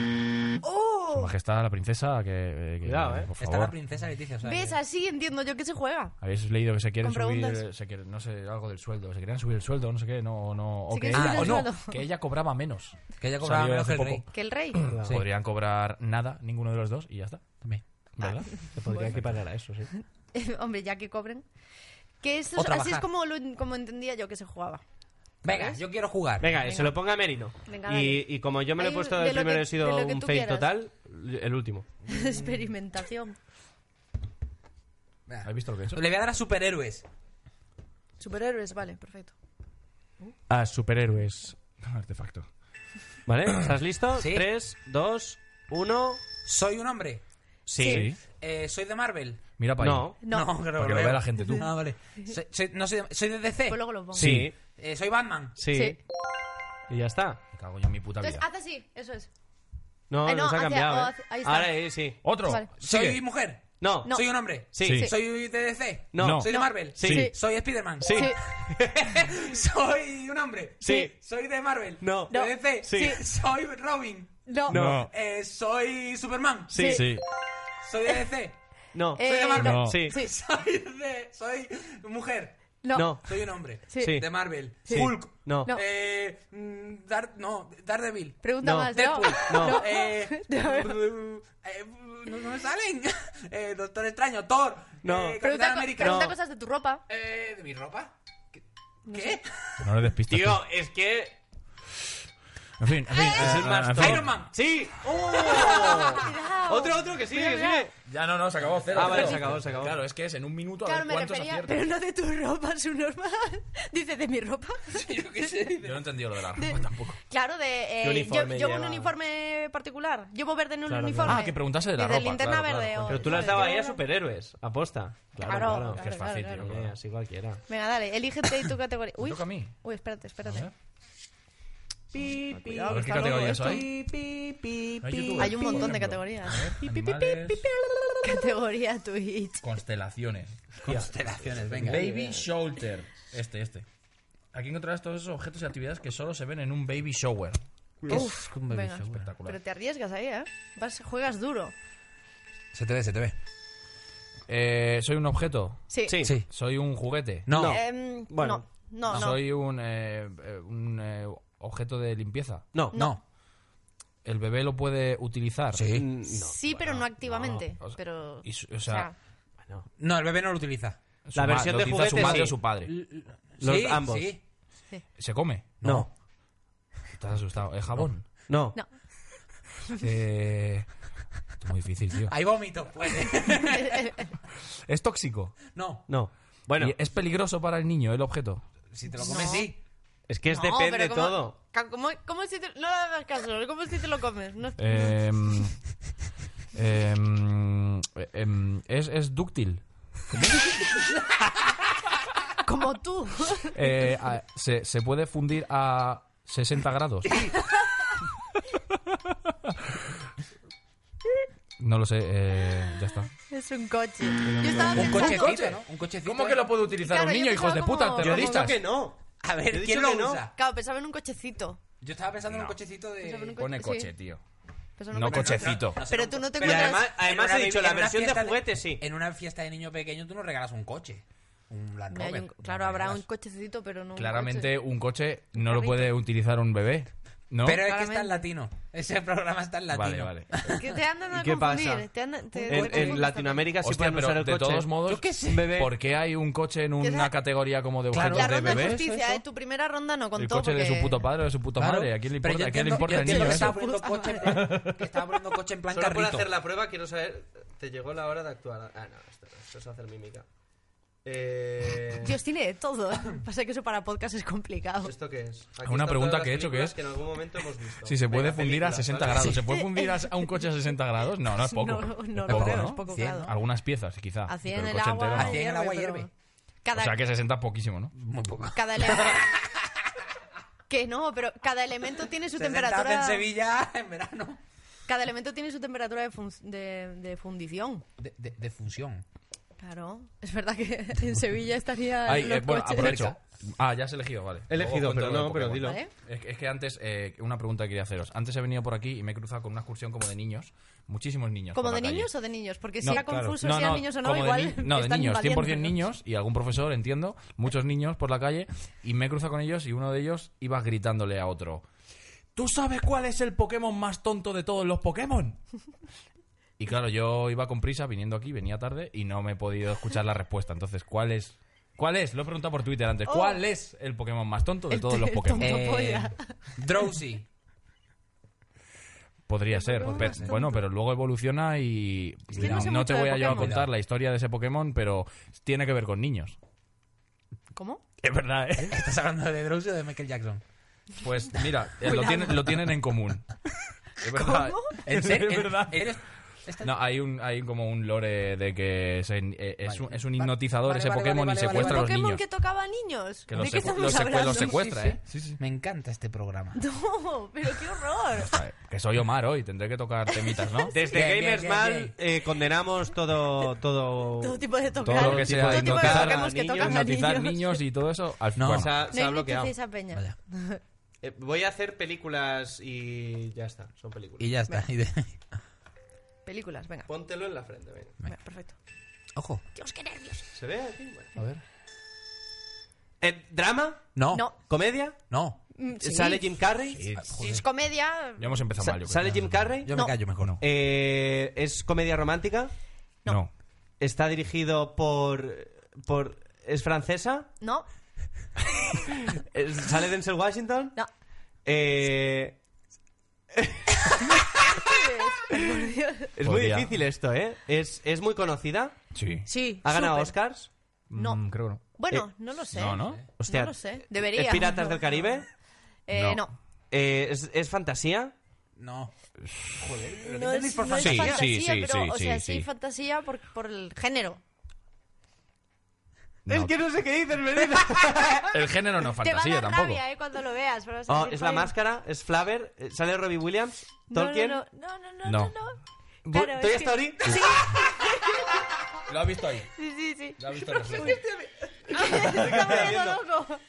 [SPEAKER 2] Su
[SPEAKER 1] ¡Oh!
[SPEAKER 2] majestad, la princesa, que... eh, que-
[SPEAKER 3] Cuidado, ¿eh?
[SPEAKER 2] Por
[SPEAKER 5] Está la
[SPEAKER 2] favor.
[SPEAKER 5] princesa Leticia. o sea,
[SPEAKER 1] ¿Ves?
[SPEAKER 5] que-
[SPEAKER 1] Así entiendo yo que se juega.
[SPEAKER 2] Habéis leído que se quieren
[SPEAKER 1] Con
[SPEAKER 2] subir,
[SPEAKER 1] preguntas.
[SPEAKER 2] eh, se quieren, no sé, algo del sueldo. Se querían subir el sueldo, no sé qué, no, no, o
[SPEAKER 1] Se
[SPEAKER 2] que
[SPEAKER 1] quieren
[SPEAKER 2] ella,
[SPEAKER 1] subir
[SPEAKER 2] o
[SPEAKER 1] el
[SPEAKER 2] no,
[SPEAKER 1] sueldo.
[SPEAKER 2] que ella cobraba menos.
[SPEAKER 5] Que ella cobraba
[SPEAKER 2] Salió
[SPEAKER 5] menos que
[SPEAKER 2] hace
[SPEAKER 5] el rey.
[SPEAKER 2] poco.
[SPEAKER 1] Que el rey. [LAUGHS]
[SPEAKER 3] Sí.
[SPEAKER 2] Podrían cobrar nada, ninguno de los dos, y ya está.
[SPEAKER 5] También.
[SPEAKER 1] Ah. [LAUGHS]
[SPEAKER 2] ¿Verdad?
[SPEAKER 3] Se podría equiparar a eso, sí.
[SPEAKER 1] Hombre, ya que cobren. Que esto
[SPEAKER 5] O
[SPEAKER 1] es- así es
[SPEAKER 5] trabajar.
[SPEAKER 1] como, lo- como entendía yo que se jugaba.
[SPEAKER 5] Venga, yo quiero jugar.
[SPEAKER 3] Venga, se lo ponga Merino.
[SPEAKER 1] Venga,
[SPEAKER 3] y,
[SPEAKER 1] dale.
[SPEAKER 3] y como yo me lo he
[SPEAKER 1] Ahí,
[SPEAKER 3] puesto
[SPEAKER 1] de
[SPEAKER 3] el
[SPEAKER 1] lo
[SPEAKER 3] primero
[SPEAKER 1] que-
[SPEAKER 3] he sido
[SPEAKER 1] de lo que
[SPEAKER 3] un
[SPEAKER 1] tú
[SPEAKER 3] face
[SPEAKER 1] quieras.
[SPEAKER 3] total, el último.
[SPEAKER 1] Experimentación.
[SPEAKER 5] Venga.
[SPEAKER 2] ¿Has visto lo que he hecho?
[SPEAKER 5] Le voy a dar a superhéroes.
[SPEAKER 1] Superhéroes, vale, perfecto.
[SPEAKER 3] A superhéroes.
[SPEAKER 2] [LAUGHS] Artefacto.
[SPEAKER 3] [CLEARS THROAT] ¿Vale? ¿Estás listo?
[SPEAKER 5] Sí.
[SPEAKER 3] 3, 2, 1.
[SPEAKER 5] Soy un hombre.
[SPEAKER 3] Sí.
[SPEAKER 5] Eh, soy de Marvel.
[SPEAKER 2] Mira para
[SPEAKER 3] No.
[SPEAKER 2] ahí.
[SPEAKER 1] No.
[SPEAKER 5] creo
[SPEAKER 2] Para que lo
[SPEAKER 5] veo.
[SPEAKER 2] vea la gente, tú.
[SPEAKER 5] Ah, vale. Soy, soy- no soy, de, soy de DC.
[SPEAKER 1] Pues luego lo pongo.
[SPEAKER 3] Sí.
[SPEAKER 5] Eh, soy Batman.
[SPEAKER 3] Sí.
[SPEAKER 1] Sí.
[SPEAKER 3] Y ya está.
[SPEAKER 2] Me cago yo en mi puta vida.
[SPEAKER 1] Entonces, haz así, eso es.
[SPEAKER 3] No,
[SPEAKER 1] Ay, Ah, no,
[SPEAKER 3] nos ha
[SPEAKER 1] hacia-
[SPEAKER 3] cambiado.
[SPEAKER 1] o
[SPEAKER 3] ¿eh?
[SPEAKER 1] hacia- ahí está.
[SPEAKER 3] Ahora eh, sí.
[SPEAKER 2] Otro.
[SPEAKER 1] Vale.
[SPEAKER 5] Soy
[SPEAKER 2] Sigue.
[SPEAKER 5] mujer.
[SPEAKER 3] No.
[SPEAKER 1] No.
[SPEAKER 5] Soy un hombre.
[SPEAKER 3] Sí.
[SPEAKER 2] Sí.
[SPEAKER 5] Soy de DC.
[SPEAKER 3] No.
[SPEAKER 2] No.
[SPEAKER 5] Soy de
[SPEAKER 1] No.
[SPEAKER 5] Marvel.
[SPEAKER 3] Sí.
[SPEAKER 1] Sí.
[SPEAKER 5] Soy Spider-Man.
[SPEAKER 3] Sí.
[SPEAKER 5] [LAUGHS] soy un hombre.
[SPEAKER 3] Sí.
[SPEAKER 5] Soy de Marvel.
[SPEAKER 3] No.
[SPEAKER 5] De
[SPEAKER 3] No.
[SPEAKER 5] DC.
[SPEAKER 3] Sí.
[SPEAKER 5] [LAUGHS] Soy Robin.
[SPEAKER 1] No.
[SPEAKER 2] No.
[SPEAKER 5] Eh, soy Superman.
[SPEAKER 3] Sí.
[SPEAKER 2] Sí.
[SPEAKER 5] Soy de DC.
[SPEAKER 3] No.
[SPEAKER 1] Eh,
[SPEAKER 5] soy de Marvel.
[SPEAKER 2] no.
[SPEAKER 3] Sí.
[SPEAKER 1] Sí.
[SPEAKER 5] [LAUGHS] Soy de. Soy mujer.
[SPEAKER 1] No.
[SPEAKER 3] No.
[SPEAKER 5] Soy un hombre.
[SPEAKER 1] Sí.
[SPEAKER 3] Sí.
[SPEAKER 5] De Marvel.
[SPEAKER 3] Sí.
[SPEAKER 5] Hulk.
[SPEAKER 3] No.
[SPEAKER 1] No.
[SPEAKER 5] Eh, mm, Dar, no, Daredevil.
[SPEAKER 1] Pregunta
[SPEAKER 3] No.
[SPEAKER 1] más.
[SPEAKER 5] Deadpool.
[SPEAKER 1] [LAUGHS]
[SPEAKER 3] No.
[SPEAKER 1] No.
[SPEAKER 5] Eh,
[SPEAKER 3] [LAUGHS]
[SPEAKER 1] No.
[SPEAKER 5] eh, no, no me salen. [LAUGHS] Eh, Doctor Extraño, Thor.
[SPEAKER 3] No.
[SPEAKER 5] eh,
[SPEAKER 1] Pregunta,
[SPEAKER 5] Capitán
[SPEAKER 1] co-
[SPEAKER 5] América.
[SPEAKER 1] pregunta
[SPEAKER 3] No.
[SPEAKER 1] cosas de tu ropa.
[SPEAKER 5] Eh, ¿De mi ropa? ¿Qué? ¿Qué?
[SPEAKER 2] No le despistas.
[SPEAKER 3] Tío, es que.
[SPEAKER 2] En fin, en fin.
[SPEAKER 3] Es
[SPEAKER 2] eh,
[SPEAKER 3] el más
[SPEAKER 2] en
[SPEAKER 3] top.
[SPEAKER 2] fin.
[SPEAKER 5] Iron Man.
[SPEAKER 3] ¡Sí!
[SPEAKER 1] Oh.
[SPEAKER 3] [LAUGHS]
[SPEAKER 1] Cuidado.
[SPEAKER 3] Otro, otro, que sigue, que sigue.
[SPEAKER 2] Ya no, no, se acabó. Cero,
[SPEAKER 3] Ah, vale,
[SPEAKER 2] cero.
[SPEAKER 3] se acabó, se acabó.
[SPEAKER 2] Claro, es que es en un minuto a
[SPEAKER 1] Claro,
[SPEAKER 2] ver
[SPEAKER 1] me
[SPEAKER 2] cuántos
[SPEAKER 1] refería, [LAUGHS]
[SPEAKER 2] aciertas.
[SPEAKER 1] pero no de tu ropa, su normal. [LAUGHS] Dice, ¿de mi ropa?
[SPEAKER 5] Yo qué sé.
[SPEAKER 2] Yo no he entendido lo de la ropa
[SPEAKER 1] De-
[SPEAKER 2] [LAUGHS] tampoco.
[SPEAKER 1] Claro, de. eh,
[SPEAKER 3] ¿Qué uniforme
[SPEAKER 1] yo, llevo un
[SPEAKER 3] lleva?
[SPEAKER 1] uniforme particular. Llevo verde en un
[SPEAKER 3] Claro,
[SPEAKER 1] uniforme.
[SPEAKER 2] claro. Ah, que preguntase de la
[SPEAKER 1] Desde
[SPEAKER 2] ropa,
[SPEAKER 1] linterna
[SPEAKER 2] claro,
[SPEAKER 1] verde.
[SPEAKER 2] claro.
[SPEAKER 1] o-
[SPEAKER 3] Pero tú las
[SPEAKER 1] ¿sabes?
[SPEAKER 3] dabas
[SPEAKER 1] Yo
[SPEAKER 3] ahí a
[SPEAKER 1] no-
[SPEAKER 3] superhéroes. Aposta. Claro,
[SPEAKER 1] Claro,
[SPEAKER 3] claro.
[SPEAKER 1] claro,
[SPEAKER 2] Que es fácil, tío.
[SPEAKER 3] Hombre, Así cualquiera.
[SPEAKER 1] Venga, dale, elígete tu
[SPEAKER 2] [LAUGHS]
[SPEAKER 1] categoría. Uy,
[SPEAKER 2] toca a mí.
[SPEAKER 1] Uy, espérate,
[SPEAKER 2] A ver.
[SPEAKER 1] espérate.
[SPEAKER 2] A ver qué categoría
[SPEAKER 3] ¿eh?
[SPEAKER 2] soy. Hay youtubers,
[SPEAKER 1] Hay un
[SPEAKER 2] por
[SPEAKER 1] montón de
[SPEAKER 2] ejemplo.
[SPEAKER 1] categorías.
[SPEAKER 2] A ver, animales,
[SPEAKER 1] Categoría Twitch.
[SPEAKER 2] Constelaciones.
[SPEAKER 5] Constelaciones, venga.
[SPEAKER 2] Baby Shoulder. Este, este. Aquí encontrarás todos esos objetos y actividades que solo se ven en un baby shower.
[SPEAKER 5] Uf, un baby
[SPEAKER 1] venga.
[SPEAKER 5] shower.
[SPEAKER 2] Espectacular.
[SPEAKER 1] Pero te arriesgas ahí, ¿eh? Vas, juegas duro.
[SPEAKER 5] Se te ve, se te ve.
[SPEAKER 2] Eh, soy un objeto.
[SPEAKER 1] Sí.
[SPEAKER 3] Sí.
[SPEAKER 5] Sí.
[SPEAKER 2] Soy un juguete.
[SPEAKER 5] No.
[SPEAKER 3] No.
[SPEAKER 1] Em,
[SPEAKER 3] Bueno.
[SPEAKER 1] No, no, no.
[SPEAKER 2] Soy un, eh, eh, un eh, objeto de limpieza.
[SPEAKER 3] No.
[SPEAKER 5] No.
[SPEAKER 2] El bebé lo puede utilizar.
[SPEAKER 5] Sí.
[SPEAKER 3] Mm, No.
[SPEAKER 1] sí, pero no activamente.
[SPEAKER 2] o sea,
[SPEAKER 1] pero.
[SPEAKER 2] y su- o sea,
[SPEAKER 3] Bueno.
[SPEAKER 5] No, el bebé no lo utiliza.
[SPEAKER 2] Su
[SPEAKER 3] La
[SPEAKER 2] ma-
[SPEAKER 3] versión
[SPEAKER 2] lo
[SPEAKER 3] de
[SPEAKER 2] utiliza
[SPEAKER 3] juguete,
[SPEAKER 2] su madre
[SPEAKER 3] sí.
[SPEAKER 2] o su padre.
[SPEAKER 3] Los
[SPEAKER 5] sí,
[SPEAKER 3] ambos.
[SPEAKER 5] Sí.
[SPEAKER 2] ¿Se come?
[SPEAKER 3] No.
[SPEAKER 2] Estás asustado. ¿Es jabón?
[SPEAKER 3] No.
[SPEAKER 1] No.
[SPEAKER 2] [LAUGHS] Eh, esto es muy difícil, tío.
[SPEAKER 5] Hay vómitos, pues. [LAUGHS]
[SPEAKER 2] ¿Es tóxico?
[SPEAKER 5] no.
[SPEAKER 3] No. Bueno,
[SPEAKER 2] ¿Y ¿Es peligroso para el niño el objeto?
[SPEAKER 5] Si te lo comes,
[SPEAKER 1] No.
[SPEAKER 5] sí.
[SPEAKER 3] es que es
[SPEAKER 2] pues
[SPEAKER 1] No,
[SPEAKER 3] depende
[SPEAKER 1] pero ¿cómo-
[SPEAKER 3] todo.
[SPEAKER 1] ca- ¿cómo, cómo si te, no le hagas caso, ¿cómo si te lo comes?
[SPEAKER 2] [LAUGHS]
[SPEAKER 1] No,
[SPEAKER 2] Em, em, em, ¿es, ¿Es dúctil?
[SPEAKER 1] como tú. [LAUGHS]
[SPEAKER 2] Eh, a- se, se puede fundir a 60 grados. No lo sé, eh, ya está.
[SPEAKER 1] es un coche. Yo estaba
[SPEAKER 5] Un
[SPEAKER 1] pensando-
[SPEAKER 5] cochecito, ¿no? Un cochecito.
[SPEAKER 2] puede utilizar
[SPEAKER 1] Claro, un yo niño, hijos pensaba de puta, como-
[SPEAKER 3] Yo he dicho que no.
[SPEAKER 5] A
[SPEAKER 3] Yo he
[SPEAKER 5] ver,
[SPEAKER 3] dicho
[SPEAKER 5] ¿quién
[SPEAKER 3] que
[SPEAKER 5] lo
[SPEAKER 3] no.
[SPEAKER 5] usa?
[SPEAKER 1] Claro, pensaba en un cochecito.
[SPEAKER 5] Yo estaba pensando en un
[SPEAKER 2] No.
[SPEAKER 5] cochecito
[SPEAKER 1] Pensaba en
[SPEAKER 5] de...
[SPEAKER 1] un co-
[SPEAKER 2] Pone
[SPEAKER 1] Sí.
[SPEAKER 2] coche, tío.
[SPEAKER 1] Pensaba en un
[SPEAKER 2] No
[SPEAKER 1] coche-
[SPEAKER 2] cochecito.
[SPEAKER 1] Pero tú no te
[SPEAKER 3] Y
[SPEAKER 1] encuentras.
[SPEAKER 3] además, además
[SPEAKER 5] En
[SPEAKER 3] he
[SPEAKER 5] una
[SPEAKER 3] dicho
[SPEAKER 5] baby-
[SPEAKER 3] la
[SPEAKER 5] en una
[SPEAKER 3] versión de
[SPEAKER 5] fiesta
[SPEAKER 3] juguete, sí.
[SPEAKER 5] En una fiesta de niño pequeño tú no regalas un coche. Un Land
[SPEAKER 1] Mira, hay
[SPEAKER 5] Rover.
[SPEAKER 1] un-
[SPEAKER 5] no
[SPEAKER 1] claro, habrá
[SPEAKER 5] regalas.
[SPEAKER 1] un cochecito, pero no. un
[SPEAKER 2] Claramente
[SPEAKER 1] coche.
[SPEAKER 2] un coche no lo puede utilizar un bebé, ¿no?
[SPEAKER 5] Pero es que
[SPEAKER 1] Claramente.
[SPEAKER 5] está en latino. Ese [LAUGHS] programa está en latino.
[SPEAKER 2] Vale, vale.
[SPEAKER 1] Que te andan a
[SPEAKER 3] ¿Y qué pasa?
[SPEAKER 1] confundir. eh, Te andan, te- te
[SPEAKER 3] En,
[SPEAKER 1] confundes
[SPEAKER 3] en Latinoamérica sí
[SPEAKER 2] Hostia,
[SPEAKER 3] pueden
[SPEAKER 2] pero
[SPEAKER 3] usar el
[SPEAKER 2] de
[SPEAKER 3] coche.
[SPEAKER 2] todos modos,
[SPEAKER 5] Yo qué sé.
[SPEAKER 3] Bebé.
[SPEAKER 2] ¿por qué hay un coche en una
[SPEAKER 1] sea-
[SPEAKER 2] categoría como de
[SPEAKER 5] Claro.
[SPEAKER 2] objetos
[SPEAKER 1] La
[SPEAKER 2] de
[SPEAKER 1] ronda de
[SPEAKER 2] bebés?
[SPEAKER 1] justicia, ¿eh? Tu primera ronda no contó.
[SPEAKER 2] El coche de
[SPEAKER 1] porque-
[SPEAKER 2] su puto padre o de su puta
[SPEAKER 5] Claro.
[SPEAKER 2] madre. ¿A quién le
[SPEAKER 5] Pero yo
[SPEAKER 2] importa? ¿A quién le
[SPEAKER 5] entiendo-
[SPEAKER 2] importa
[SPEAKER 5] yo
[SPEAKER 2] el
[SPEAKER 5] entiendo
[SPEAKER 2] niño
[SPEAKER 5] que
[SPEAKER 2] eso?
[SPEAKER 5] estaba poniendo coche en plan- que estaba poniendo coche en plan
[SPEAKER 3] Solo por
[SPEAKER 5] carrito.
[SPEAKER 3] hacer la prueba quiero saber. Te llegó la hora de actuar. Ah, no, esto, no, esto es hacer mímica. Eh,
[SPEAKER 1] Dios, tiene de todo. [LAUGHS] Pasa que eso para podcast es complicado.
[SPEAKER 3] ¿Esto qué es? Aquí
[SPEAKER 2] Una
[SPEAKER 3] están
[SPEAKER 2] pregunta
[SPEAKER 3] todas las
[SPEAKER 2] que he hecho que
[SPEAKER 3] películas
[SPEAKER 2] es-
[SPEAKER 3] en algún momento hemos visto.
[SPEAKER 2] Si se puede
[SPEAKER 3] Venga,
[SPEAKER 2] fundir a
[SPEAKER 3] películas,
[SPEAKER 2] 60
[SPEAKER 3] ¿vale?
[SPEAKER 2] grados. ¿Se puede fundir a, a un coche a 60 grados? No,
[SPEAKER 5] [LAUGHS]
[SPEAKER 2] no es
[SPEAKER 1] [LAUGHS] No,
[SPEAKER 2] poco.
[SPEAKER 1] no,
[SPEAKER 2] Es
[SPEAKER 1] no,
[SPEAKER 2] poco,
[SPEAKER 1] no,
[SPEAKER 2] ¿no?
[SPEAKER 1] es poco,
[SPEAKER 5] Cien.
[SPEAKER 1] claro.
[SPEAKER 2] Algunas piezas, quizá.
[SPEAKER 1] A 100
[SPEAKER 2] pero
[SPEAKER 1] en
[SPEAKER 2] el
[SPEAKER 1] el
[SPEAKER 2] coche entero
[SPEAKER 1] agua.
[SPEAKER 2] no.
[SPEAKER 5] Hacía en el agua
[SPEAKER 1] hierve,
[SPEAKER 5] hierve.
[SPEAKER 1] pero- Cada,
[SPEAKER 2] O sea que 60 es poquísimo, ¿no?
[SPEAKER 5] Muy poco.
[SPEAKER 1] cada elemento. que no, pero cada elemento tiene su
[SPEAKER 5] 60
[SPEAKER 1] temperatura.
[SPEAKER 5] en Sevilla en verano.
[SPEAKER 1] Cada elemento tiene su temperatura de, fun- de, de fundición.
[SPEAKER 5] De, de, de función.
[SPEAKER 1] Claro. Es verdad que [LAUGHS] en Sevilla estaría.
[SPEAKER 2] Ay,
[SPEAKER 1] los
[SPEAKER 2] eh, bueno,
[SPEAKER 1] coches.
[SPEAKER 2] aprovecho. Ah, ya has elegido, vale.
[SPEAKER 3] He elegido,
[SPEAKER 2] Luego
[SPEAKER 3] pero
[SPEAKER 2] cuento lo
[SPEAKER 3] no,
[SPEAKER 2] de
[SPEAKER 3] pero
[SPEAKER 2] Pokémon.
[SPEAKER 3] dilo.
[SPEAKER 1] ¿Vale?
[SPEAKER 2] Es que, es que antes, eh, una pregunta que quería haceros. Antes he venido por aquí y me he cruzado con una excursión como de niños. Muchísimos niños.
[SPEAKER 1] ¿Como
[SPEAKER 2] por la
[SPEAKER 1] de
[SPEAKER 2] calle.
[SPEAKER 1] niños o de niños? Porque
[SPEAKER 2] No,
[SPEAKER 1] si era
[SPEAKER 2] claro.
[SPEAKER 1] confuso
[SPEAKER 2] No,
[SPEAKER 1] si eran
[SPEAKER 2] no,
[SPEAKER 1] niños o no,
[SPEAKER 2] como de
[SPEAKER 1] igual. [LAUGHS]
[SPEAKER 2] ni- no, de
[SPEAKER 1] están
[SPEAKER 2] niños, 100%
[SPEAKER 1] invadiendo.
[SPEAKER 2] niños y algún profesor, entiendo, muchos niños por la calle y me he cruzado con ellos y uno de ellos iba gritándole a otro. ¿Tú sabes cuál es el Pokémon más tonto de todos los Pokémon? Y claro, yo iba con prisa viniendo aquí, venía tarde y no me he podido escuchar la respuesta. Entonces, ¿cuál es? ¿Cuál es? Lo he preguntado por Twitter antes.
[SPEAKER 1] Oh.
[SPEAKER 2] ¿Cuál es el Pokémon más tonto de
[SPEAKER 1] El
[SPEAKER 2] todos los
[SPEAKER 1] el
[SPEAKER 2] Pokémon?
[SPEAKER 1] tonto.
[SPEAKER 2] Eh,
[SPEAKER 1] polla.
[SPEAKER 5] Drowsy.
[SPEAKER 2] podría ser.
[SPEAKER 1] Pokémon
[SPEAKER 2] pe-
[SPEAKER 1] más tonto.
[SPEAKER 2] bueno, pero luego evoluciona y...
[SPEAKER 1] Es que no sé
[SPEAKER 2] no te
[SPEAKER 1] mucho de
[SPEAKER 2] voy a yo a
[SPEAKER 1] Pokémon.
[SPEAKER 2] contar la historia de ese Pokémon, pero tiene que ver con niños. [LAUGHS]
[SPEAKER 1] ¿Cómo?
[SPEAKER 2] Es verdad, ¿eh?
[SPEAKER 5] ¿Estás hablando de Drowsy o de
[SPEAKER 2] [LAUGHS]
[SPEAKER 5] Michael Jackson?
[SPEAKER 2] Pues mira, eh, lo, tienen, lo tienen
[SPEAKER 1] [LAUGHS]
[SPEAKER 2] en común. Es verdad.
[SPEAKER 1] ¿Cómo?
[SPEAKER 5] ¿En serio?
[SPEAKER 2] Es verdad.
[SPEAKER 5] ¿En- en- esta-
[SPEAKER 2] No, hay, un, hay como un lore de que se- eh, es,
[SPEAKER 5] Vale.
[SPEAKER 2] un, es un
[SPEAKER 5] Vale,
[SPEAKER 2] hipnotizador
[SPEAKER 5] vale,
[SPEAKER 2] ese
[SPEAKER 5] vale,
[SPEAKER 2] Pokémon
[SPEAKER 5] vale,
[SPEAKER 2] y
[SPEAKER 5] vale,
[SPEAKER 2] secuestra
[SPEAKER 5] vale.
[SPEAKER 2] a los
[SPEAKER 1] ¿Pokémon
[SPEAKER 2] niños.
[SPEAKER 1] que tocaba niños?
[SPEAKER 2] Que
[SPEAKER 1] ¿De
[SPEAKER 2] los,
[SPEAKER 1] qué
[SPEAKER 2] secu- los
[SPEAKER 1] estamos
[SPEAKER 2] secue-
[SPEAKER 1] hablando?
[SPEAKER 2] los secuestra,
[SPEAKER 5] Sí, sí,
[SPEAKER 2] ¿eh? Sí, sí.
[SPEAKER 5] Me encanta este programa.
[SPEAKER 1] [LAUGHS] No, pero qué horror.
[SPEAKER 2] Joder, Que soy Omar hoy, tendré que tocar
[SPEAKER 1] [LAUGHS]
[SPEAKER 2] temitas, ¿no?
[SPEAKER 3] Desde
[SPEAKER 5] Bien, bien,
[SPEAKER 3] Gamers
[SPEAKER 5] bien,
[SPEAKER 3] Mal
[SPEAKER 5] bien.
[SPEAKER 3] eh, condenamos todo, todo...
[SPEAKER 1] Todo tipo de tocar.
[SPEAKER 2] Todo lo que
[SPEAKER 3] tipo
[SPEAKER 2] sea
[SPEAKER 3] de
[SPEAKER 1] todo tipo de
[SPEAKER 3] tocar a
[SPEAKER 1] Pokémon que
[SPEAKER 3] niños,
[SPEAKER 1] tocan a
[SPEAKER 2] hipnotizar
[SPEAKER 1] niños.
[SPEAKER 2] niños y todo eso. al-
[SPEAKER 5] No.
[SPEAKER 2] bueno,
[SPEAKER 3] Se ha,
[SPEAKER 1] No
[SPEAKER 3] se ha bloqueado.
[SPEAKER 1] hipnoticéis a peña.
[SPEAKER 5] Vaya.
[SPEAKER 3] Eh, voy a hacer películas y ya está, son películas.
[SPEAKER 5] Y ya está. y de- [LAUGHS]
[SPEAKER 1] Películas, venga.
[SPEAKER 3] Póntelo en la frente, venga.
[SPEAKER 1] Venga, perfecto.
[SPEAKER 5] Ojo.
[SPEAKER 1] Dios, qué nervios.
[SPEAKER 3] ¿Se ve aquí? Bueno.
[SPEAKER 5] A ver.
[SPEAKER 3] Eh, ¿Drama?
[SPEAKER 5] No.
[SPEAKER 1] No.
[SPEAKER 3] ¿Comedia?
[SPEAKER 5] No. Eh,
[SPEAKER 1] Mm, sí.
[SPEAKER 3] ¿Sale Jim Carrey?
[SPEAKER 2] sí,
[SPEAKER 1] Si es comedia,
[SPEAKER 2] ya hemos empezado
[SPEAKER 3] Sa-
[SPEAKER 2] mal, yo creo.
[SPEAKER 3] ¿Sale Jim Carrey?
[SPEAKER 5] Yo
[SPEAKER 1] No.
[SPEAKER 5] me callo mejor. No.
[SPEAKER 3] Eh, ¿Es comedia romántica?
[SPEAKER 2] No.
[SPEAKER 3] ¿Está dirigido por... por ¿Es francesa?
[SPEAKER 1] no,
[SPEAKER 3] ¿Es- ¿Sale Denzel Washington?
[SPEAKER 1] no.
[SPEAKER 3] Eh, [LAUGHS] es muy
[SPEAKER 2] Podría.
[SPEAKER 3] difícil esto, ¿eh? ¿Es, es muy conocida?
[SPEAKER 2] Sí.
[SPEAKER 1] Sí.
[SPEAKER 3] ¿Ha ganado Eh,
[SPEAKER 1] súper.
[SPEAKER 3] Oscars?
[SPEAKER 1] No.
[SPEAKER 2] Mm, creo que no.
[SPEAKER 1] Bueno, no lo sé.
[SPEAKER 2] No, ¿no?
[SPEAKER 3] Hostia,
[SPEAKER 1] no lo sé.
[SPEAKER 3] ¿Es
[SPEAKER 1] Debería.
[SPEAKER 3] Piratas
[SPEAKER 1] No,
[SPEAKER 3] del
[SPEAKER 1] no.
[SPEAKER 3] Caribe?
[SPEAKER 1] Eh,
[SPEAKER 2] No.
[SPEAKER 1] no.
[SPEAKER 3] Eh, ¿es, es fantasía?
[SPEAKER 5] No.
[SPEAKER 1] No es, no es
[SPEAKER 2] Sí, sí,
[SPEAKER 1] fantasía,
[SPEAKER 2] sí,
[SPEAKER 1] pero,
[SPEAKER 2] sí,
[SPEAKER 1] o sea,
[SPEAKER 2] sí,
[SPEAKER 1] sí,
[SPEAKER 2] sí.
[SPEAKER 1] fantasía por, por el género.
[SPEAKER 3] Es que no sé qué dices, Merida.
[SPEAKER 2] El género no es
[SPEAKER 1] Te va
[SPEAKER 2] fantasía
[SPEAKER 1] a dar
[SPEAKER 2] tampoco.
[SPEAKER 1] rabia, eh, cuando lo veas. pero vas a
[SPEAKER 3] Oh,
[SPEAKER 1] decir,
[SPEAKER 3] ¿Es la
[SPEAKER 1] "Joder".
[SPEAKER 3] máscara? ¿Es Flaver? Eh, ¿Sale Robbie Williams?
[SPEAKER 1] No,
[SPEAKER 3] ¿Tolkien?
[SPEAKER 1] No, no, no, no, no,
[SPEAKER 2] No.
[SPEAKER 1] no, no.
[SPEAKER 3] Bu-
[SPEAKER 1] Claro,
[SPEAKER 3] ¿Toy
[SPEAKER 1] es que-
[SPEAKER 3] Story?
[SPEAKER 2] Lo has visto ahí.
[SPEAKER 1] Sí, sí, sí.
[SPEAKER 2] Lo
[SPEAKER 1] [LAUGHS]
[SPEAKER 2] has visto
[SPEAKER 1] Se [LAUGHS] está volviendo loco.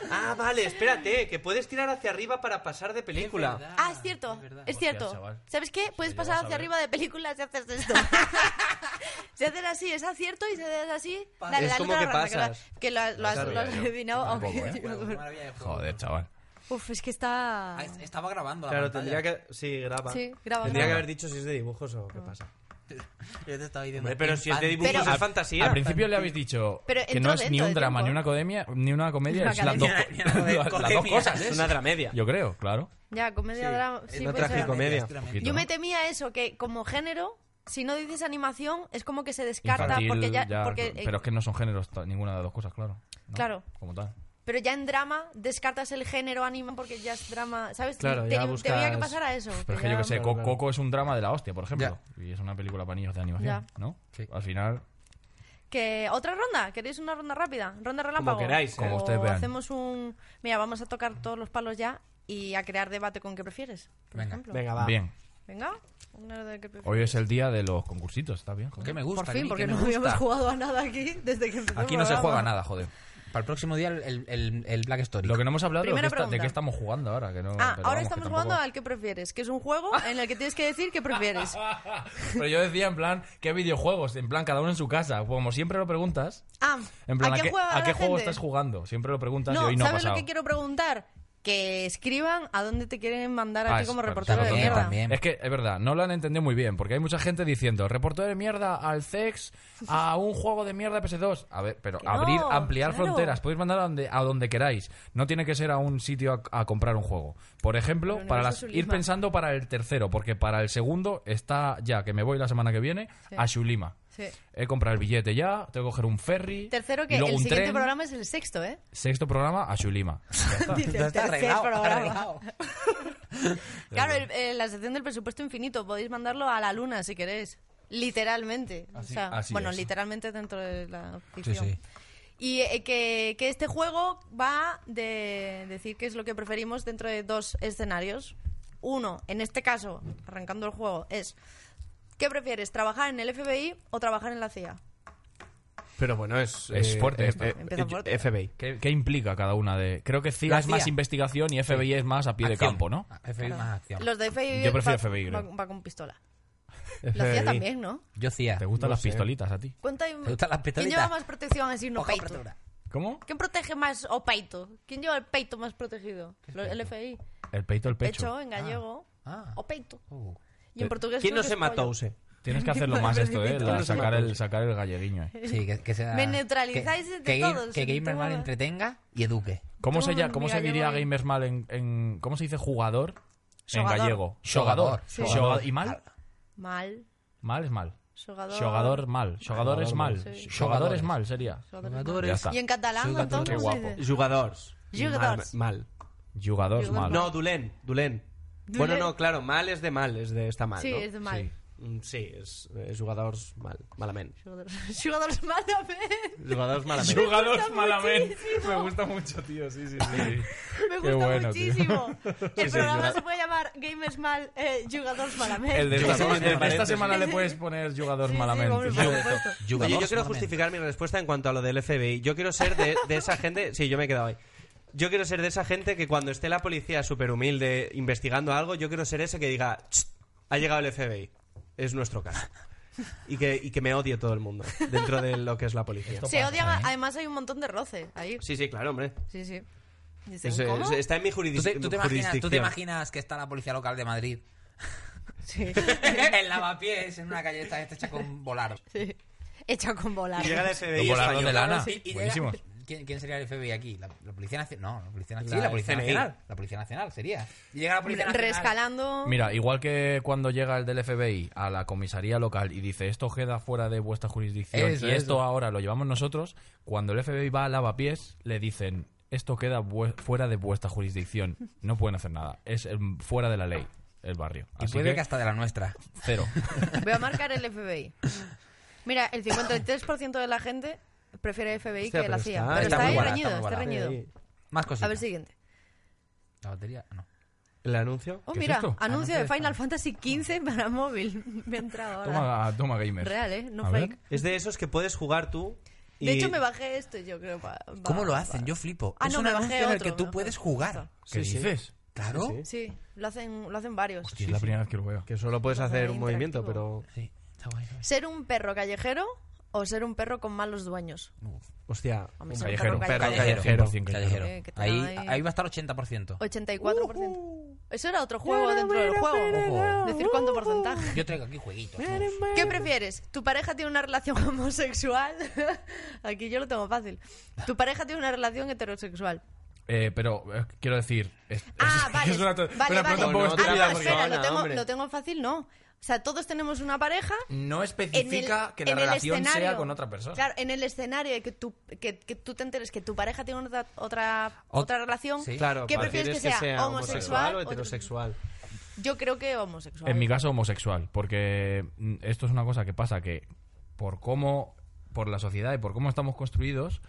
[SPEAKER 3] [LAUGHS] Ah, vale, espérate, que puedes tirar hacia arriba para pasar de película.
[SPEAKER 1] Ah, es cierto, es cierto.
[SPEAKER 2] Hostia, chaval.
[SPEAKER 1] ¿Sabes qué? Puedes pasar hacia arriba de películas si haces
[SPEAKER 3] [LAUGHS]
[SPEAKER 1] esto. [LAUGHS] si haces así, es acierto y si haces así, dale,
[SPEAKER 3] Es
[SPEAKER 1] dale
[SPEAKER 3] como
[SPEAKER 1] otra
[SPEAKER 3] que
[SPEAKER 1] ronda, lo-
[SPEAKER 3] pasas.
[SPEAKER 1] que lo, lo has,
[SPEAKER 2] Claro,
[SPEAKER 1] lo has
[SPEAKER 2] ya, yo.
[SPEAKER 1] adivinado,
[SPEAKER 2] Tampoco,
[SPEAKER 1] aunque-
[SPEAKER 2] ¿eh? Joder, chaval.
[SPEAKER 1] Uf, es que está...
[SPEAKER 5] Ah, es- Estaba grabando la
[SPEAKER 3] Claro,
[SPEAKER 5] pantalla.
[SPEAKER 3] tendría que. Sí, graba.
[SPEAKER 1] Sí, graba, graba.
[SPEAKER 3] Tendría que haber dicho si es de dibujos o qué pasa.
[SPEAKER 5] Yo te estaba diciendo.
[SPEAKER 3] Hombre, pero si es de
[SPEAKER 5] infantil.
[SPEAKER 3] dibujos
[SPEAKER 1] Pero-
[SPEAKER 3] es fantasía.
[SPEAKER 2] Al principio le habéis dicho
[SPEAKER 1] Pero
[SPEAKER 2] que
[SPEAKER 1] entró
[SPEAKER 2] no es ni
[SPEAKER 1] dentro
[SPEAKER 2] un
[SPEAKER 1] de
[SPEAKER 2] drama,
[SPEAKER 1] tiempo.
[SPEAKER 2] ni una comedia, ni una comedia,
[SPEAKER 1] Una
[SPEAKER 2] es las
[SPEAKER 1] [LAUGHS]
[SPEAKER 2] dos,
[SPEAKER 5] academia, ni
[SPEAKER 2] [LAUGHS]
[SPEAKER 5] una
[SPEAKER 2] las- las dos
[SPEAKER 5] academia.
[SPEAKER 2] cosas,
[SPEAKER 3] Es
[SPEAKER 2] ¿eh?
[SPEAKER 3] una dramedia.
[SPEAKER 2] Yo creo, claro.
[SPEAKER 1] Ya, comedia, drama... Sí,
[SPEAKER 3] no
[SPEAKER 1] puede ser.
[SPEAKER 3] tragicomedia.
[SPEAKER 2] Poquito,
[SPEAKER 1] Yo
[SPEAKER 2] ¿no?
[SPEAKER 1] me temía eso, que como género, si no dices animación, es como que se descarta,
[SPEAKER 2] Infantil,
[SPEAKER 1] porque ya...
[SPEAKER 2] ya,
[SPEAKER 1] porque, eh,
[SPEAKER 2] pero es que no son géneros to- ninguna de las dos cosas, claro. ¿no?
[SPEAKER 1] Claro.
[SPEAKER 2] Como tal.
[SPEAKER 1] Pero ya en drama descartas el género anime porque ya es drama, ¿sabes?
[SPEAKER 3] Claro,
[SPEAKER 1] Te-
[SPEAKER 3] ya
[SPEAKER 1] te-
[SPEAKER 3] buscas-
[SPEAKER 1] Tenía que pasar a eso.
[SPEAKER 2] Pero es
[SPEAKER 1] que
[SPEAKER 2] que yo
[SPEAKER 1] ya-
[SPEAKER 2] que sé, Co-
[SPEAKER 3] claro.
[SPEAKER 2] Coco es un drama de la hostia, por ejemplo. Y es una película para niños de animación,
[SPEAKER 1] Ya.
[SPEAKER 2] ¿no?
[SPEAKER 5] Sí.
[SPEAKER 2] Al final,
[SPEAKER 1] Que otra ronda, ¿queréis una ronda rápida? Ronda relámpago.
[SPEAKER 3] queráis, ¿eh?
[SPEAKER 2] Como
[SPEAKER 1] O
[SPEAKER 2] ustedes vean.
[SPEAKER 1] hacemos un Mira, vamos a tocar todos los palos ya y a crear debate con qué prefieres, por
[SPEAKER 5] Venga.
[SPEAKER 1] ejemplo.
[SPEAKER 3] Venga, va.
[SPEAKER 2] bien.
[SPEAKER 1] Venga. Una de qué prefieres.
[SPEAKER 2] Hoy es el día de los concursitos, está bien. joder.
[SPEAKER 5] Que me gusta.
[SPEAKER 1] Por fin,
[SPEAKER 5] Nick,
[SPEAKER 1] porque
[SPEAKER 5] que
[SPEAKER 1] no
[SPEAKER 5] me
[SPEAKER 1] habíamos
[SPEAKER 5] gusta.
[SPEAKER 1] jugado a nada aquí desde que empezó el
[SPEAKER 2] Aquí no se
[SPEAKER 1] programa.
[SPEAKER 2] juega nada, joder.
[SPEAKER 5] Para el próximo día el, el, el- el Black Story. [LAUGHS]
[SPEAKER 2] Lo que no hemos hablado es
[SPEAKER 1] Primera
[SPEAKER 2] de,
[SPEAKER 1] pregunta.
[SPEAKER 2] qué estamos jugando ahora. Que no,
[SPEAKER 1] Ah,
[SPEAKER 2] pero
[SPEAKER 1] ahora
[SPEAKER 2] vamos, que
[SPEAKER 1] estamos
[SPEAKER 2] tampoco-
[SPEAKER 1] jugando al que prefieres, que es un
[SPEAKER 2] [LAUGHS]
[SPEAKER 1] juego en el que tienes que decir qué prefieres.
[SPEAKER 2] Pero yo decía en plan, ¿qué videojuegos? En plan, cada uno en su casa. Como siempre lo preguntas.
[SPEAKER 1] Ah,
[SPEAKER 2] En plan, ¿a qué,
[SPEAKER 1] juega
[SPEAKER 2] a
[SPEAKER 1] la
[SPEAKER 2] qué juego
[SPEAKER 1] gente?
[SPEAKER 2] estás jugando? Siempre lo preguntas y
[SPEAKER 1] No,
[SPEAKER 2] hoy no ha
[SPEAKER 1] ¿sabes
[SPEAKER 2] pasado.
[SPEAKER 1] lo que quiero preguntar? Que escriban a dónde te quieren mandar a
[SPEAKER 2] Ah,
[SPEAKER 1] ti
[SPEAKER 2] es-
[SPEAKER 1] como
[SPEAKER 2] pero
[SPEAKER 1] reportero de
[SPEAKER 2] también,
[SPEAKER 1] mierda.
[SPEAKER 5] también.
[SPEAKER 2] Es que es verdad, no lo han entendido muy bien, porque hay mucha gente diciendo reportero de mierda al sex, a un juego de mierda PS2. A ver, pero
[SPEAKER 1] Que no,
[SPEAKER 2] abrir, ampliar
[SPEAKER 1] claro.
[SPEAKER 2] fronteras, podéis mandar a donde, a donde queráis. No tiene que ser a un sitio a, a comprar un juego. Por ejemplo,
[SPEAKER 1] El
[SPEAKER 2] para
[SPEAKER 1] universo
[SPEAKER 2] las,
[SPEAKER 1] es
[SPEAKER 2] ir
[SPEAKER 1] Ulima.
[SPEAKER 2] pensando para el tercero, porque para el segundo está ya, que me voy la semana que viene, a Shulima.
[SPEAKER 1] Sí.
[SPEAKER 2] He comprado el billete ya, tengo que coger un ferry.
[SPEAKER 1] Tercero que
[SPEAKER 2] y
[SPEAKER 1] el
[SPEAKER 2] luego un
[SPEAKER 1] siguiente
[SPEAKER 2] tren.
[SPEAKER 1] programa es el sexto, ¿eh?
[SPEAKER 2] Sexto programa a Shulima. Ya está.
[SPEAKER 1] Dice,
[SPEAKER 5] Entonces está
[SPEAKER 1] tercer
[SPEAKER 5] arreglado, está
[SPEAKER 1] programa.
[SPEAKER 5] arreglado.
[SPEAKER 1] Claro, el- eh, la sección del presupuesto infinito, podéis mandarlo a la luna si queréis. Literalmente. O sea,
[SPEAKER 2] así
[SPEAKER 1] bueno,
[SPEAKER 2] es.
[SPEAKER 1] literalmente dentro de la
[SPEAKER 5] Sí,
[SPEAKER 1] ficción.
[SPEAKER 5] sí.
[SPEAKER 1] Y eh, que, que este juego va de decir qué es lo que preferimos dentro de dos escenarios. Uno, en este caso, arrancando el juego, es ¿qué prefieres? ¿Trabajar en el FBI o trabajar en la CIA?
[SPEAKER 3] Pero bueno, es.
[SPEAKER 2] Es
[SPEAKER 5] eh,
[SPEAKER 2] fuerte esto.
[SPEAKER 1] Empieza fuerte.
[SPEAKER 3] FBI.
[SPEAKER 2] ¿Qué, qué implica cada una de.? Creo que CIA
[SPEAKER 5] La
[SPEAKER 2] es más
[SPEAKER 5] CIA.
[SPEAKER 2] investigación y FBI es más a pie de
[SPEAKER 5] Acción.
[SPEAKER 2] campo, ¿no?
[SPEAKER 5] Ah, FBI más acción.
[SPEAKER 1] Los de FBI
[SPEAKER 2] Yo prefiero
[SPEAKER 1] va-
[SPEAKER 2] FBI, creo.
[SPEAKER 1] va, va con pistola. La
[SPEAKER 2] [LAUGHS]
[SPEAKER 1] CIA también, ¿no?
[SPEAKER 5] Yo CIA.
[SPEAKER 2] ¿Te gustan
[SPEAKER 3] No
[SPEAKER 2] las
[SPEAKER 3] sé.
[SPEAKER 2] pistolitas a ti?
[SPEAKER 1] ¿Cuánta hay-
[SPEAKER 5] gustan las
[SPEAKER 1] ¿Quién
[SPEAKER 5] pistolitas?
[SPEAKER 1] lleva más protección así no
[SPEAKER 5] Ojo,
[SPEAKER 1] peito?
[SPEAKER 5] apertura.
[SPEAKER 2] ¿Cómo?
[SPEAKER 1] ¿Quién protege más o peito? ¿Quién lleva el peito más protegido? Lo- El FI.
[SPEAKER 2] El peito, el
[SPEAKER 1] Pecho,
[SPEAKER 2] pecho.
[SPEAKER 1] en gallego.
[SPEAKER 5] Ah.
[SPEAKER 1] O peito.
[SPEAKER 5] Uh.
[SPEAKER 1] Y en portugués
[SPEAKER 3] Oh. ¿Quién
[SPEAKER 1] creo
[SPEAKER 3] no
[SPEAKER 1] que
[SPEAKER 3] se
[SPEAKER 1] es
[SPEAKER 3] mató,
[SPEAKER 1] pollo.
[SPEAKER 3] Use?
[SPEAKER 2] Ah, Tienes que hacerlo más esto, ¿eh?
[SPEAKER 1] [LAUGHS]
[SPEAKER 2] La-
[SPEAKER 3] Los
[SPEAKER 2] sacar, el,
[SPEAKER 3] matos.
[SPEAKER 2] sacar el galleguiño. eh.
[SPEAKER 5] Sí, que, que sea...
[SPEAKER 1] Me neutralizáis
[SPEAKER 5] que,
[SPEAKER 1] entre
[SPEAKER 5] que Game-
[SPEAKER 1] todos,
[SPEAKER 5] que
[SPEAKER 1] entre
[SPEAKER 5] Gamerman
[SPEAKER 1] todos.
[SPEAKER 5] entretenga y eduque.
[SPEAKER 2] ¿Cómo,
[SPEAKER 1] Tú,
[SPEAKER 2] se, ya- cómo
[SPEAKER 1] mira,
[SPEAKER 2] se
[SPEAKER 1] yo
[SPEAKER 2] diría
[SPEAKER 1] voy-
[SPEAKER 2] Gamers Mal en, en- ¿Cómo se dice jugador?
[SPEAKER 1] Xogador.
[SPEAKER 2] En gallego.
[SPEAKER 5] Xogador.
[SPEAKER 2] Jogador.
[SPEAKER 5] Sí.
[SPEAKER 2] ¿Y mal?
[SPEAKER 1] Mal.
[SPEAKER 2] Mal es mal.
[SPEAKER 1] Sogador.
[SPEAKER 2] Jogador mal. Jogador es mal.
[SPEAKER 1] Sí.
[SPEAKER 2] Jogador es mal sería. Ya está.
[SPEAKER 1] Y en catalán,
[SPEAKER 5] Sogador.
[SPEAKER 1] entonces.
[SPEAKER 2] Qué guapo.
[SPEAKER 1] [LAUGHS]
[SPEAKER 3] Jugadores.
[SPEAKER 1] Jugadores.
[SPEAKER 3] Mal.
[SPEAKER 1] Jugador.
[SPEAKER 2] Jugador mal.
[SPEAKER 3] mal.
[SPEAKER 2] [LAUGHS]
[SPEAKER 3] No, Dulén. Dulén. Bueno, no, claro, mal es de mal, es de está mal.
[SPEAKER 1] Sí,
[SPEAKER 3] ¿no?
[SPEAKER 1] es de mal.
[SPEAKER 2] Sí.
[SPEAKER 3] Mm, Sí, es, eh, jugadores mal, malamente.
[SPEAKER 1] Jugador. Jugador es mal también.
[SPEAKER 3] [LAUGHS] Jugadores malamente.
[SPEAKER 2] Jugador malamente. Me gusta mucho, tío. Sí, sí, sí.
[SPEAKER 1] Me
[SPEAKER 2] Qué
[SPEAKER 1] gusta
[SPEAKER 2] bueno, tío.
[SPEAKER 1] muchísimo.
[SPEAKER 2] [LAUGHS]
[SPEAKER 1] El
[SPEAKER 3] sí,
[SPEAKER 1] programa
[SPEAKER 3] jugador.
[SPEAKER 1] se puede llamar Gamers Mal, eh, Jugadores Malamente.
[SPEAKER 2] El de esta,
[SPEAKER 3] Sí,
[SPEAKER 2] semana,
[SPEAKER 3] sí, sí,
[SPEAKER 2] esta
[SPEAKER 3] paréntesis.
[SPEAKER 2] semana le puedes poner jugador
[SPEAKER 1] Sí, sí,
[SPEAKER 2] malamente.
[SPEAKER 1] hombre, por supuesto.
[SPEAKER 3] Oye, yo
[SPEAKER 5] Jugador
[SPEAKER 3] quiero
[SPEAKER 5] solamente.
[SPEAKER 3] justificar mi respuesta en cuanto a lo del FBI. Yo quiero ser de, de esa gente. [LAUGHS] Sí, yo me he quedado ahí. Yo quiero ser de esa gente que cuando esté la policía súper humilde investigando algo, yo quiero ser ese que diga: "Ch, ha llegado el FBI. Es nuestro caso. Y que, y que me odie todo el mundo dentro de lo que es la policía.
[SPEAKER 1] Se odian,
[SPEAKER 2] ¿eh?
[SPEAKER 1] además hay un montón de roce ahí.
[SPEAKER 3] Sí, sí, claro, hombre.
[SPEAKER 1] Sí, sí. Dicen,
[SPEAKER 3] Es-
[SPEAKER 1] ¿cómo?
[SPEAKER 3] es- está en mi jurisdic-
[SPEAKER 5] ¿Tú te, tú te imaginas,
[SPEAKER 3] jurisdicción.
[SPEAKER 5] tú te imaginas que está la policía local de Madrid?
[SPEAKER 1] [LAUGHS] Sí. [LAUGHS]
[SPEAKER 5] el lavapiés en una calle está, está hecha con volar.
[SPEAKER 1] sí. Hecha con volar.
[SPEAKER 3] Y llega el FBI
[SPEAKER 2] Los volardos de
[SPEAKER 3] español.
[SPEAKER 2] lana.
[SPEAKER 5] Y- y llega-
[SPEAKER 2] Buenísimos.
[SPEAKER 5] ¿Quién, quién sería el FBI aquí? ¿La, la Policía Nacional? No, la Policía Nacional.
[SPEAKER 3] La
[SPEAKER 5] sí, la Policía
[SPEAKER 3] CNI.
[SPEAKER 5] Nacional. La Policía Nacional sería. Y llega la Policía Nacional.
[SPEAKER 1] Rescalando.
[SPEAKER 2] Mira, igual que cuando llega el del FBI a la comisaría local y dice esto queda fuera de vuestra jurisdicción
[SPEAKER 5] Eso,
[SPEAKER 2] y esto
[SPEAKER 5] eso.
[SPEAKER 2] ahora lo llevamos nosotros, cuando el FBI va a lavapiés le dicen esto queda bue- fuera de vuestra jurisdicción, no pueden hacer nada, es em, fuera de la ley el barrio.
[SPEAKER 5] Y
[SPEAKER 2] Así
[SPEAKER 5] puede
[SPEAKER 2] que,
[SPEAKER 5] que hasta de la nuestra.
[SPEAKER 2] cero.
[SPEAKER 1] Voy a marcar el FBI. Mira, el 53% de la gente prefiere FBI
[SPEAKER 3] Hostia,
[SPEAKER 1] que la
[SPEAKER 3] pero
[SPEAKER 1] CIA.
[SPEAKER 3] está-
[SPEAKER 1] pero
[SPEAKER 5] está
[SPEAKER 1] está,
[SPEAKER 5] muy
[SPEAKER 1] ahí
[SPEAKER 5] guala,
[SPEAKER 1] reñido,
[SPEAKER 5] está muy
[SPEAKER 1] está,
[SPEAKER 5] guala.
[SPEAKER 1] reñido.
[SPEAKER 5] Más cositas.
[SPEAKER 1] A ver, siguiente.
[SPEAKER 5] La batería, no.
[SPEAKER 3] El anuncio.
[SPEAKER 1] Oh,
[SPEAKER 2] ¿Qué es
[SPEAKER 1] mira,
[SPEAKER 2] esto?
[SPEAKER 1] anuncio
[SPEAKER 5] Anuncio
[SPEAKER 1] de
[SPEAKER 5] de
[SPEAKER 1] Final Fantasy XV para móvil. [LAUGHS] Me ha entrado ahora.
[SPEAKER 2] Toma, toma gamer.
[SPEAKER 1] Real, ¿eh? No
[SPEAKER 2] A ver.
[SPEAKER 1] fake.
[SPEAKER 3] Es de esos que puedes jugar tú. y-
[SPEAKER 1] De hecho, me bajé esto, yo creo. pa- pa-
[SPEAKER 5] ¿Cómo lo hacen?
[SPEAKER 1] pa-
[SPEAKER 5] Yo flipo.
[SPEAKER 1] Ah,
[SPEAKER 5] es
[SPEAKER 1] no,
[SPEAKER 5] un
[SPEAKER 1] me bajé
[SPEAKER 5] anuncio en el
[SPEAKER 1] otro,
[SPEAKER 5] que
[SPEAKER 1] me
[SPEAKER 5] tú
[SPEAKER 1] bajé
[SPEAKER 5] puedes
[SPEAKER 1] otro.
[SPEAKER 5] jugar.
[SPEAKER 2] ¿Qué
[SPEAKER 3] Sí, sí.
[SPEAKER 2] dices?
[SPEAKER 5] Claro.
[SPEAKER 3] Sí,
[SPEAKER 1] Sí, lo hacen, lo hacen varios.
[SPEAKER 2] Hostia, es la primera vez que lo veo.
[SPEAKER 3] Que solo puedes hacer un
[SPEAKER 1] interactivo.
[SPEAKER 3] movimiento, pero.
[SPEAKER 5] Sí, está guay.
[SPEAKER 1] ¿Ser un perro callejero o ser un perro con malos dueños?
[SPEAKER 3] Hostia.
[SPEAKER 1] Hombre, ser un
[SPEAKER 2] Callejero,
[SPEAKER 1] perro
[SPEAKER 3] perro
[SPEAKER 1] callejero.
[SPEAKER 3] callejero.
[SPEAKER 2] 100%
[SPEAKER 5] Callejero.
[SPEAKER 1] Eh, que te
[SPEAKER 5] Ahí,
[SPEAKER 1] da ahí-
[SPEAKER 5] ahí va a estar 80%.
[SPEAKER 1] 84%. Eso era otro juego dentro del juego.
[SPEAKER 5] Ojo.
[SPEAKER 1] Decir cuánto porcentaje.
[SPEAKER 5] Yo traigo aquí jueguitos.
[SPEAKER 1] ¿Qué prefieres? ¿Tu pareja tiene una relación [LAUGHS] homosexual? Aquí yo lo tengo fácil. ¿Tu pareja tiene una relación heterosexual?
[SPEAKER 2] Eh, pero eh, quiero decir... es-
[SPEAKER 1] Ah,
[SPEAKER 2] [LAUGHS] es-
[SPEAKER 1] vale.
[SPEAKER 2] es una to-
[SPEAKER 1] vale,
[SPEAKER 2] una
[SPEAKER 1] vale.
[SPEAKER 2] pregunta un poco
[SPEAKER 3] Con otra
[SPEAKER 2] estúpida
[SPEAKER 1] Ah, no,
[SPEAKER 2] porque-
[SPEAKER 1] espera,
[SPEAKER 3] persona,
[SPEAKER 1] lo tengo,
[SPEAKER 3] hombre.
[SPEAKER 1] lo tengo fácil, no. O sea, todos tenemos una pareja.
[SPEAKER 2] No
[SPEAKER 1] En el,
[SPEAKER 2] especifica Mm. que la
[SPEAKER 1] en el
[SPEAKER 2] relación
[SPEAKER 1] escenario,
[SPEAKER 2] sea con otra persona.
[SPEAKER 1] Claro, en el escenario de que tú, que, que tú te enteres que tu pareja tiene otra otra, otra relación,
[SPEAKER 5] sí.
[SPEAKER 3] Claro,
[SPEAKER 1] ¿qué prefieres que este sea? ¿Homosexual
[SPEAKER 3] o
[SPEAKER 1] o
[SPEAKER 3] heterosexual?
[SPEAKER 1] Yo creo que homosexual.
[SPEAKER 2] En mi caso, homosexual, porque mm, esto es una cosa que pasa que por cómo, por la sociedad y por cómo estamos
[SPEAKER 1] [LAUGHS]
[SPEAKER 2] construidos,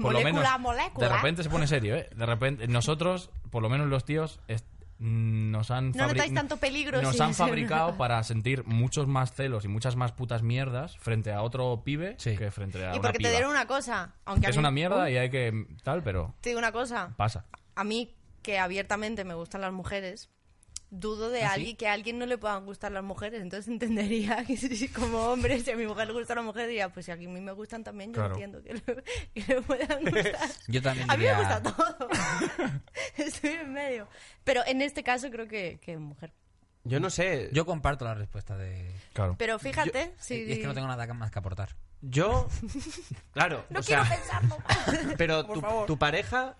[SPEAKER 2] por lo
[SPEAKER 1] Molécula
[SPEAKER 2] menos,
[SPEAKER 1] a molécula.
[SPEAKER 2] de repente se pone serio, ¿eh? De repente, nosotros, por lo menos los tíos, est- mm, nos han
[SPEAKER 1] No
[SPEAKER 2] fabri-
[SPEAKER 1] notáis tanto peligro
[SPEAKER 2] nos
[SPEAKER 1] sin
[SPEAKER 2] han
[SPEAKER 1] ser- [LAUGHS]
[SPEAKER 2] fabricado para sentir muchos más celos y muchas más putas mierdas frente a otro pibe
[SPEAKER 5] Sí.
[SPEAKER 2] que frente a
[SPEAKER 1] y
[SPEAKER 2] una
[SPEAKER 1] porque
[SPEAKER 2] piba.
[SPEAKER 1] te dieron una cosa, aunque a
[SPEAKER 2] es
[SPEAKER 1] mí-
[SPEAKER 2] una mierda
[SPEAKER 1] Uy,
[SPEAKER 2] y hay que mm, tal, pero
[SPEAKER 1] Te digo una cosa.
[SPEAKER 2] pasa.
[SPEAKER 1] a mí, que abiertamente me gustan las mujeres, dudo de
[SPEAKER 5] ¿Ah, sí?
[SPEAKER 1] alguien que a alguien no le puedan gustar las mujeres. Entonces [LAUGHS] entendería que si, como hombre, si a mi mujer le gusta la mujer, diría, pues si a mí me gustan también, yo
[SPEAKER 2] Claro.
[SPEAKER 1] entiendo que le, [LAUGHS] que le puedan
[SPEAKER 5] [LAUGHS]
[SPEAKER 1] gustar.
[SPEAKER 5] Yo también
[SPEAKER 1] A mí me
[SPEAKER 5] diría-
[SPEAKER 1] gusta
[SPEAKER 5] [LAUGHS]
[SPEAKER 1] todo. [LAUGHS] Estoy en medio. Pero en este caso creo que, que mujer.
[SPEAKER 3] Yo no sé. Yo,
[SPEAKER 5] Yo comparto la respuesta de.
[SPEAKER 2] Claro.
[SPEAKER 1] Pero fíjate, si...
[SPEAKER 5] Y eh, Es que no tengo nada más que aportar.
[SPEAKER 1] [LAUGHS]
[SPEAKER 3] yo claro,
[SPEAKER 1] No
[SPEAKER 3] o
[SPEAKER 1] quiero
[SPEAKER 3] sea,
[SPEAKER 5] [LAUGHS]
[SPEAKER 1] pensarlo.
[SPEAKER 3] pero tu, tu pareja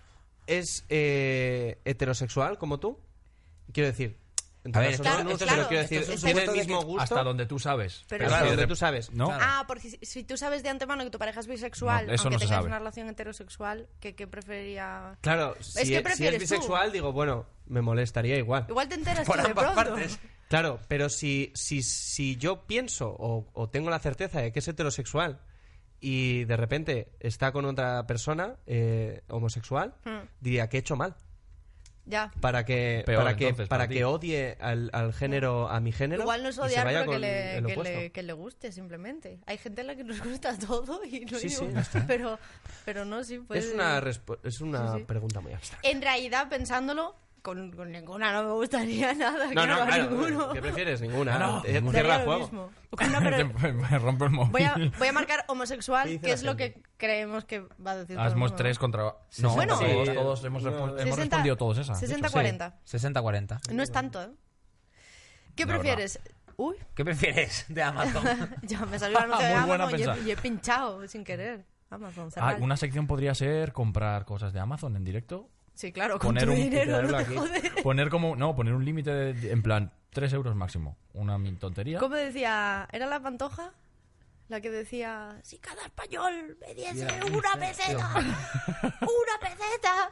[SPEAKER 3] es eh, heterosexual como tú. Quiero decir, en tu
[SPEAKER 5] A ver,
[SPEAKER 3] caso
[SPEAKER 5] claro,
[SPEAKER 3] no,
[SPEAKER 1] es
[SPEAKER 3] pero
[SPEAKER 1] claro,
[SPEAKER 3] quiero
[SPEAKER 1] esto
[SPEAKER 3] decir,
[SPEAKER 1] es un
[SPEAKER 3] tiene el
[SPEAKER 5] supuesto de
[SPEAKER 3] mismo
[SPEAKER 5] que-
[SPEAKER 3] gusto
[SPEAKER 2] Hasta donde tú sabes.
[SPEAKER 1] Pero
[SPEAKER 3] hasta
[SPEAKER 1] claro,
[SPEAKER 3] donde tú sabes.
[SPEAKER 2] ¿No?
[SPEAKER 5] Claro.
[SPEAKER 1] Ah, porque si, si tú sabes de antemano que tu pareja es bisexual,
[SPEAKER 2] No, eso
[SPEAKER 1] aunque
[SPEAKER 2] no se
[SPEAKER 1] tengas
[SPEAKER 2] sabe.
[SPEAKER 1] una relación heterosexual, ¿qué, qué preferiría...?
[SPEAKER 3] Claro, si,
[SPEAKER 1] que
[SPEAKER 3] si
[SPEAKER 1] prefieres
[SPEAKER 3] es
[SPEAKER 1] tú.
[SPEAKER 3] bisexual, digo, bueno, me molestaría igual.
[SPEAKER 1] Igual te enteras
[SPEAKER 5] Por
[SPEAKER 1] tú de
[SPEAKER 5] ambas
[SPEAKER 1] pronto.
[SPEAKER 5] partes.
[SPEAKER 3] Claro, pero si, si, si yo pienso o, o tengo la certeza de que es heterosexual y de repente está con otra persona eh, homosexual,
[SPEAKER 1] Hmm.
[SPEAKER 3] diría que he hecho mal.
[SPEAKER 1] Ya.
[SPEAKER 3] Para que,
[SPEAKER 2] Peor,
[SPEAKER 3] para que,
[SPEAKER 2] entonces,
[SPEAKER 3] para
[SPEAKER 2] para ti.
[SPEAKER 3] que odie al, al género, a mi género.
[SPEAKER 1] Igual no es
[SPEAKER 3] y se
[SPEAKER 1] odiar,
[SPEAKER 3] vaya
[SPEAKER 1] pero que
[SPEAKER 3] con
[SPEAKER 1] le,
[SPEAKER 3] el
[SPEAKER 1] que,
[SPEAKER 3] opuesto.
[SPEAKER 1] le, que le guste simplemente. Hay gente a la que nos [LAUGHS] gusta todo y no
[SPEAKER 3] Sí,
[SPEAKER 1] digo-
[SPEAKER 3] sí, ya está.
[SPEAKER 1] pero, pero no, sí, puede...
[SPEAKER 3] Es una, respo- es una
[SPEAKER 1] Sí, sí.
[SPEAKER 3] pregunta
[SPEAKER 1] [LAUGHS]
[SPEAKER 3] muy abstracta.
[SPEAKER 1] En realidad, pensándolo, con, con ninguna no me gustaría [LAUGHS] nada.
[SPEAKER 3] No, no,
[SPEAKER 1] claro, a
[SPEAKER 3] claro.
[SPEAKER 1] ninguno. [LAUGHS]
[SPEAKER 3] ¿Qué prefieres? [LAUGHS] Ninguna.
[SPEAKER 2] No,
[SPEAKER 3] Eh,
[SPEAKER 2] ninguna.
[SPEAKER 3] Cierra
[SPEAKER 1] Daría
[SPEAKER 3] el
[SPEAKER 1] lo
[SPEAKER 3] juego.
[SPEAKER 1] mismo. Con
[SPEAKER 2] [LAUGHS]
[SPEAKER 1] una, Ah, pero
[SPEAKER 3] [LAUGHS]
[SPEAKER 2] me rompo el móvil.
[SPEAKER 1] voy, a, voy a marcar
[SPEAKER 3] ¿Qué
[SPEAKER 1] homosexual,
[SPEAKER 3] dice
[SPEAKER 1] que
[SPEAKER 3] la
[SPEAKER 1] es lo que
[SPEAKER 3] gente?
[SPEAKER 1] creemos que va a decir. todo el
[SPEAKER 2] Hacemos
[SPEAKER 1] mundo.
[SPEAKER 2] tres contra... No,
[SPEAKER 1] Bueno.
[SPEAKER 2] todos,
[SPEAKER 3] Sí.
[SPEAKER 2] todos hemos,
[SPEAKER 3] No,
[SPEAKER 2] respo- hemos
[SPEAKER 1] 60
[SPEAKER 2] respondido todos esas. de hecho.
[SPEAKER 1] 60-40.
[SPEAKER 5] 60-40.
[SPEAKER 1] No es tanto, ¿eh? ¿Qué
[SPEAKER 2] La
[SPEAKER 1] prefieres? Uy, [LAUGHS]
[SPEAKER 5] ¿Qué prefieres de Amazon?
[SPEAKER 1] ya me salió
[SPEAKER 3] [LAUGHS]
[SPEAKER 1] la anuncio de
[SPEAKER 2] Muy buena
[SPEAKER 1] Amazon y
[SPEAKER 2] pensada.
[SPEAKER 1] he, y he pinchado sin querer. Amazon,
[SPEAKER 2] Ah,
[SPEAKER 1] cerrar.
[SPEAKER 2] una sección podría ser comprar cosas de Amazon en directo.
[SPEAKER 1] Sí, claro, con
[SPEAKER 2] Poner
[SPEAKER 1] tu
[SPEAKER 2] un
[SPEAKER 1] dinero, no
[SPEAKER 2] ponerlo
[SPEAKER 1] te
[SPEAKER 2] aquí.
[SPEAKER 1] jodes.
[SPEAKER 2] Poner como. No, poner un límite de- de- en plan 3 euros máximo. Una mil
[SPEAKER 1] [LAUGHS]
[SPEAKER 2] tontería.
[SPEAKER 1] ¿Cómo decía? ¿Era la pantoja? La que decía, si cada español me diese una peseta, una peseta,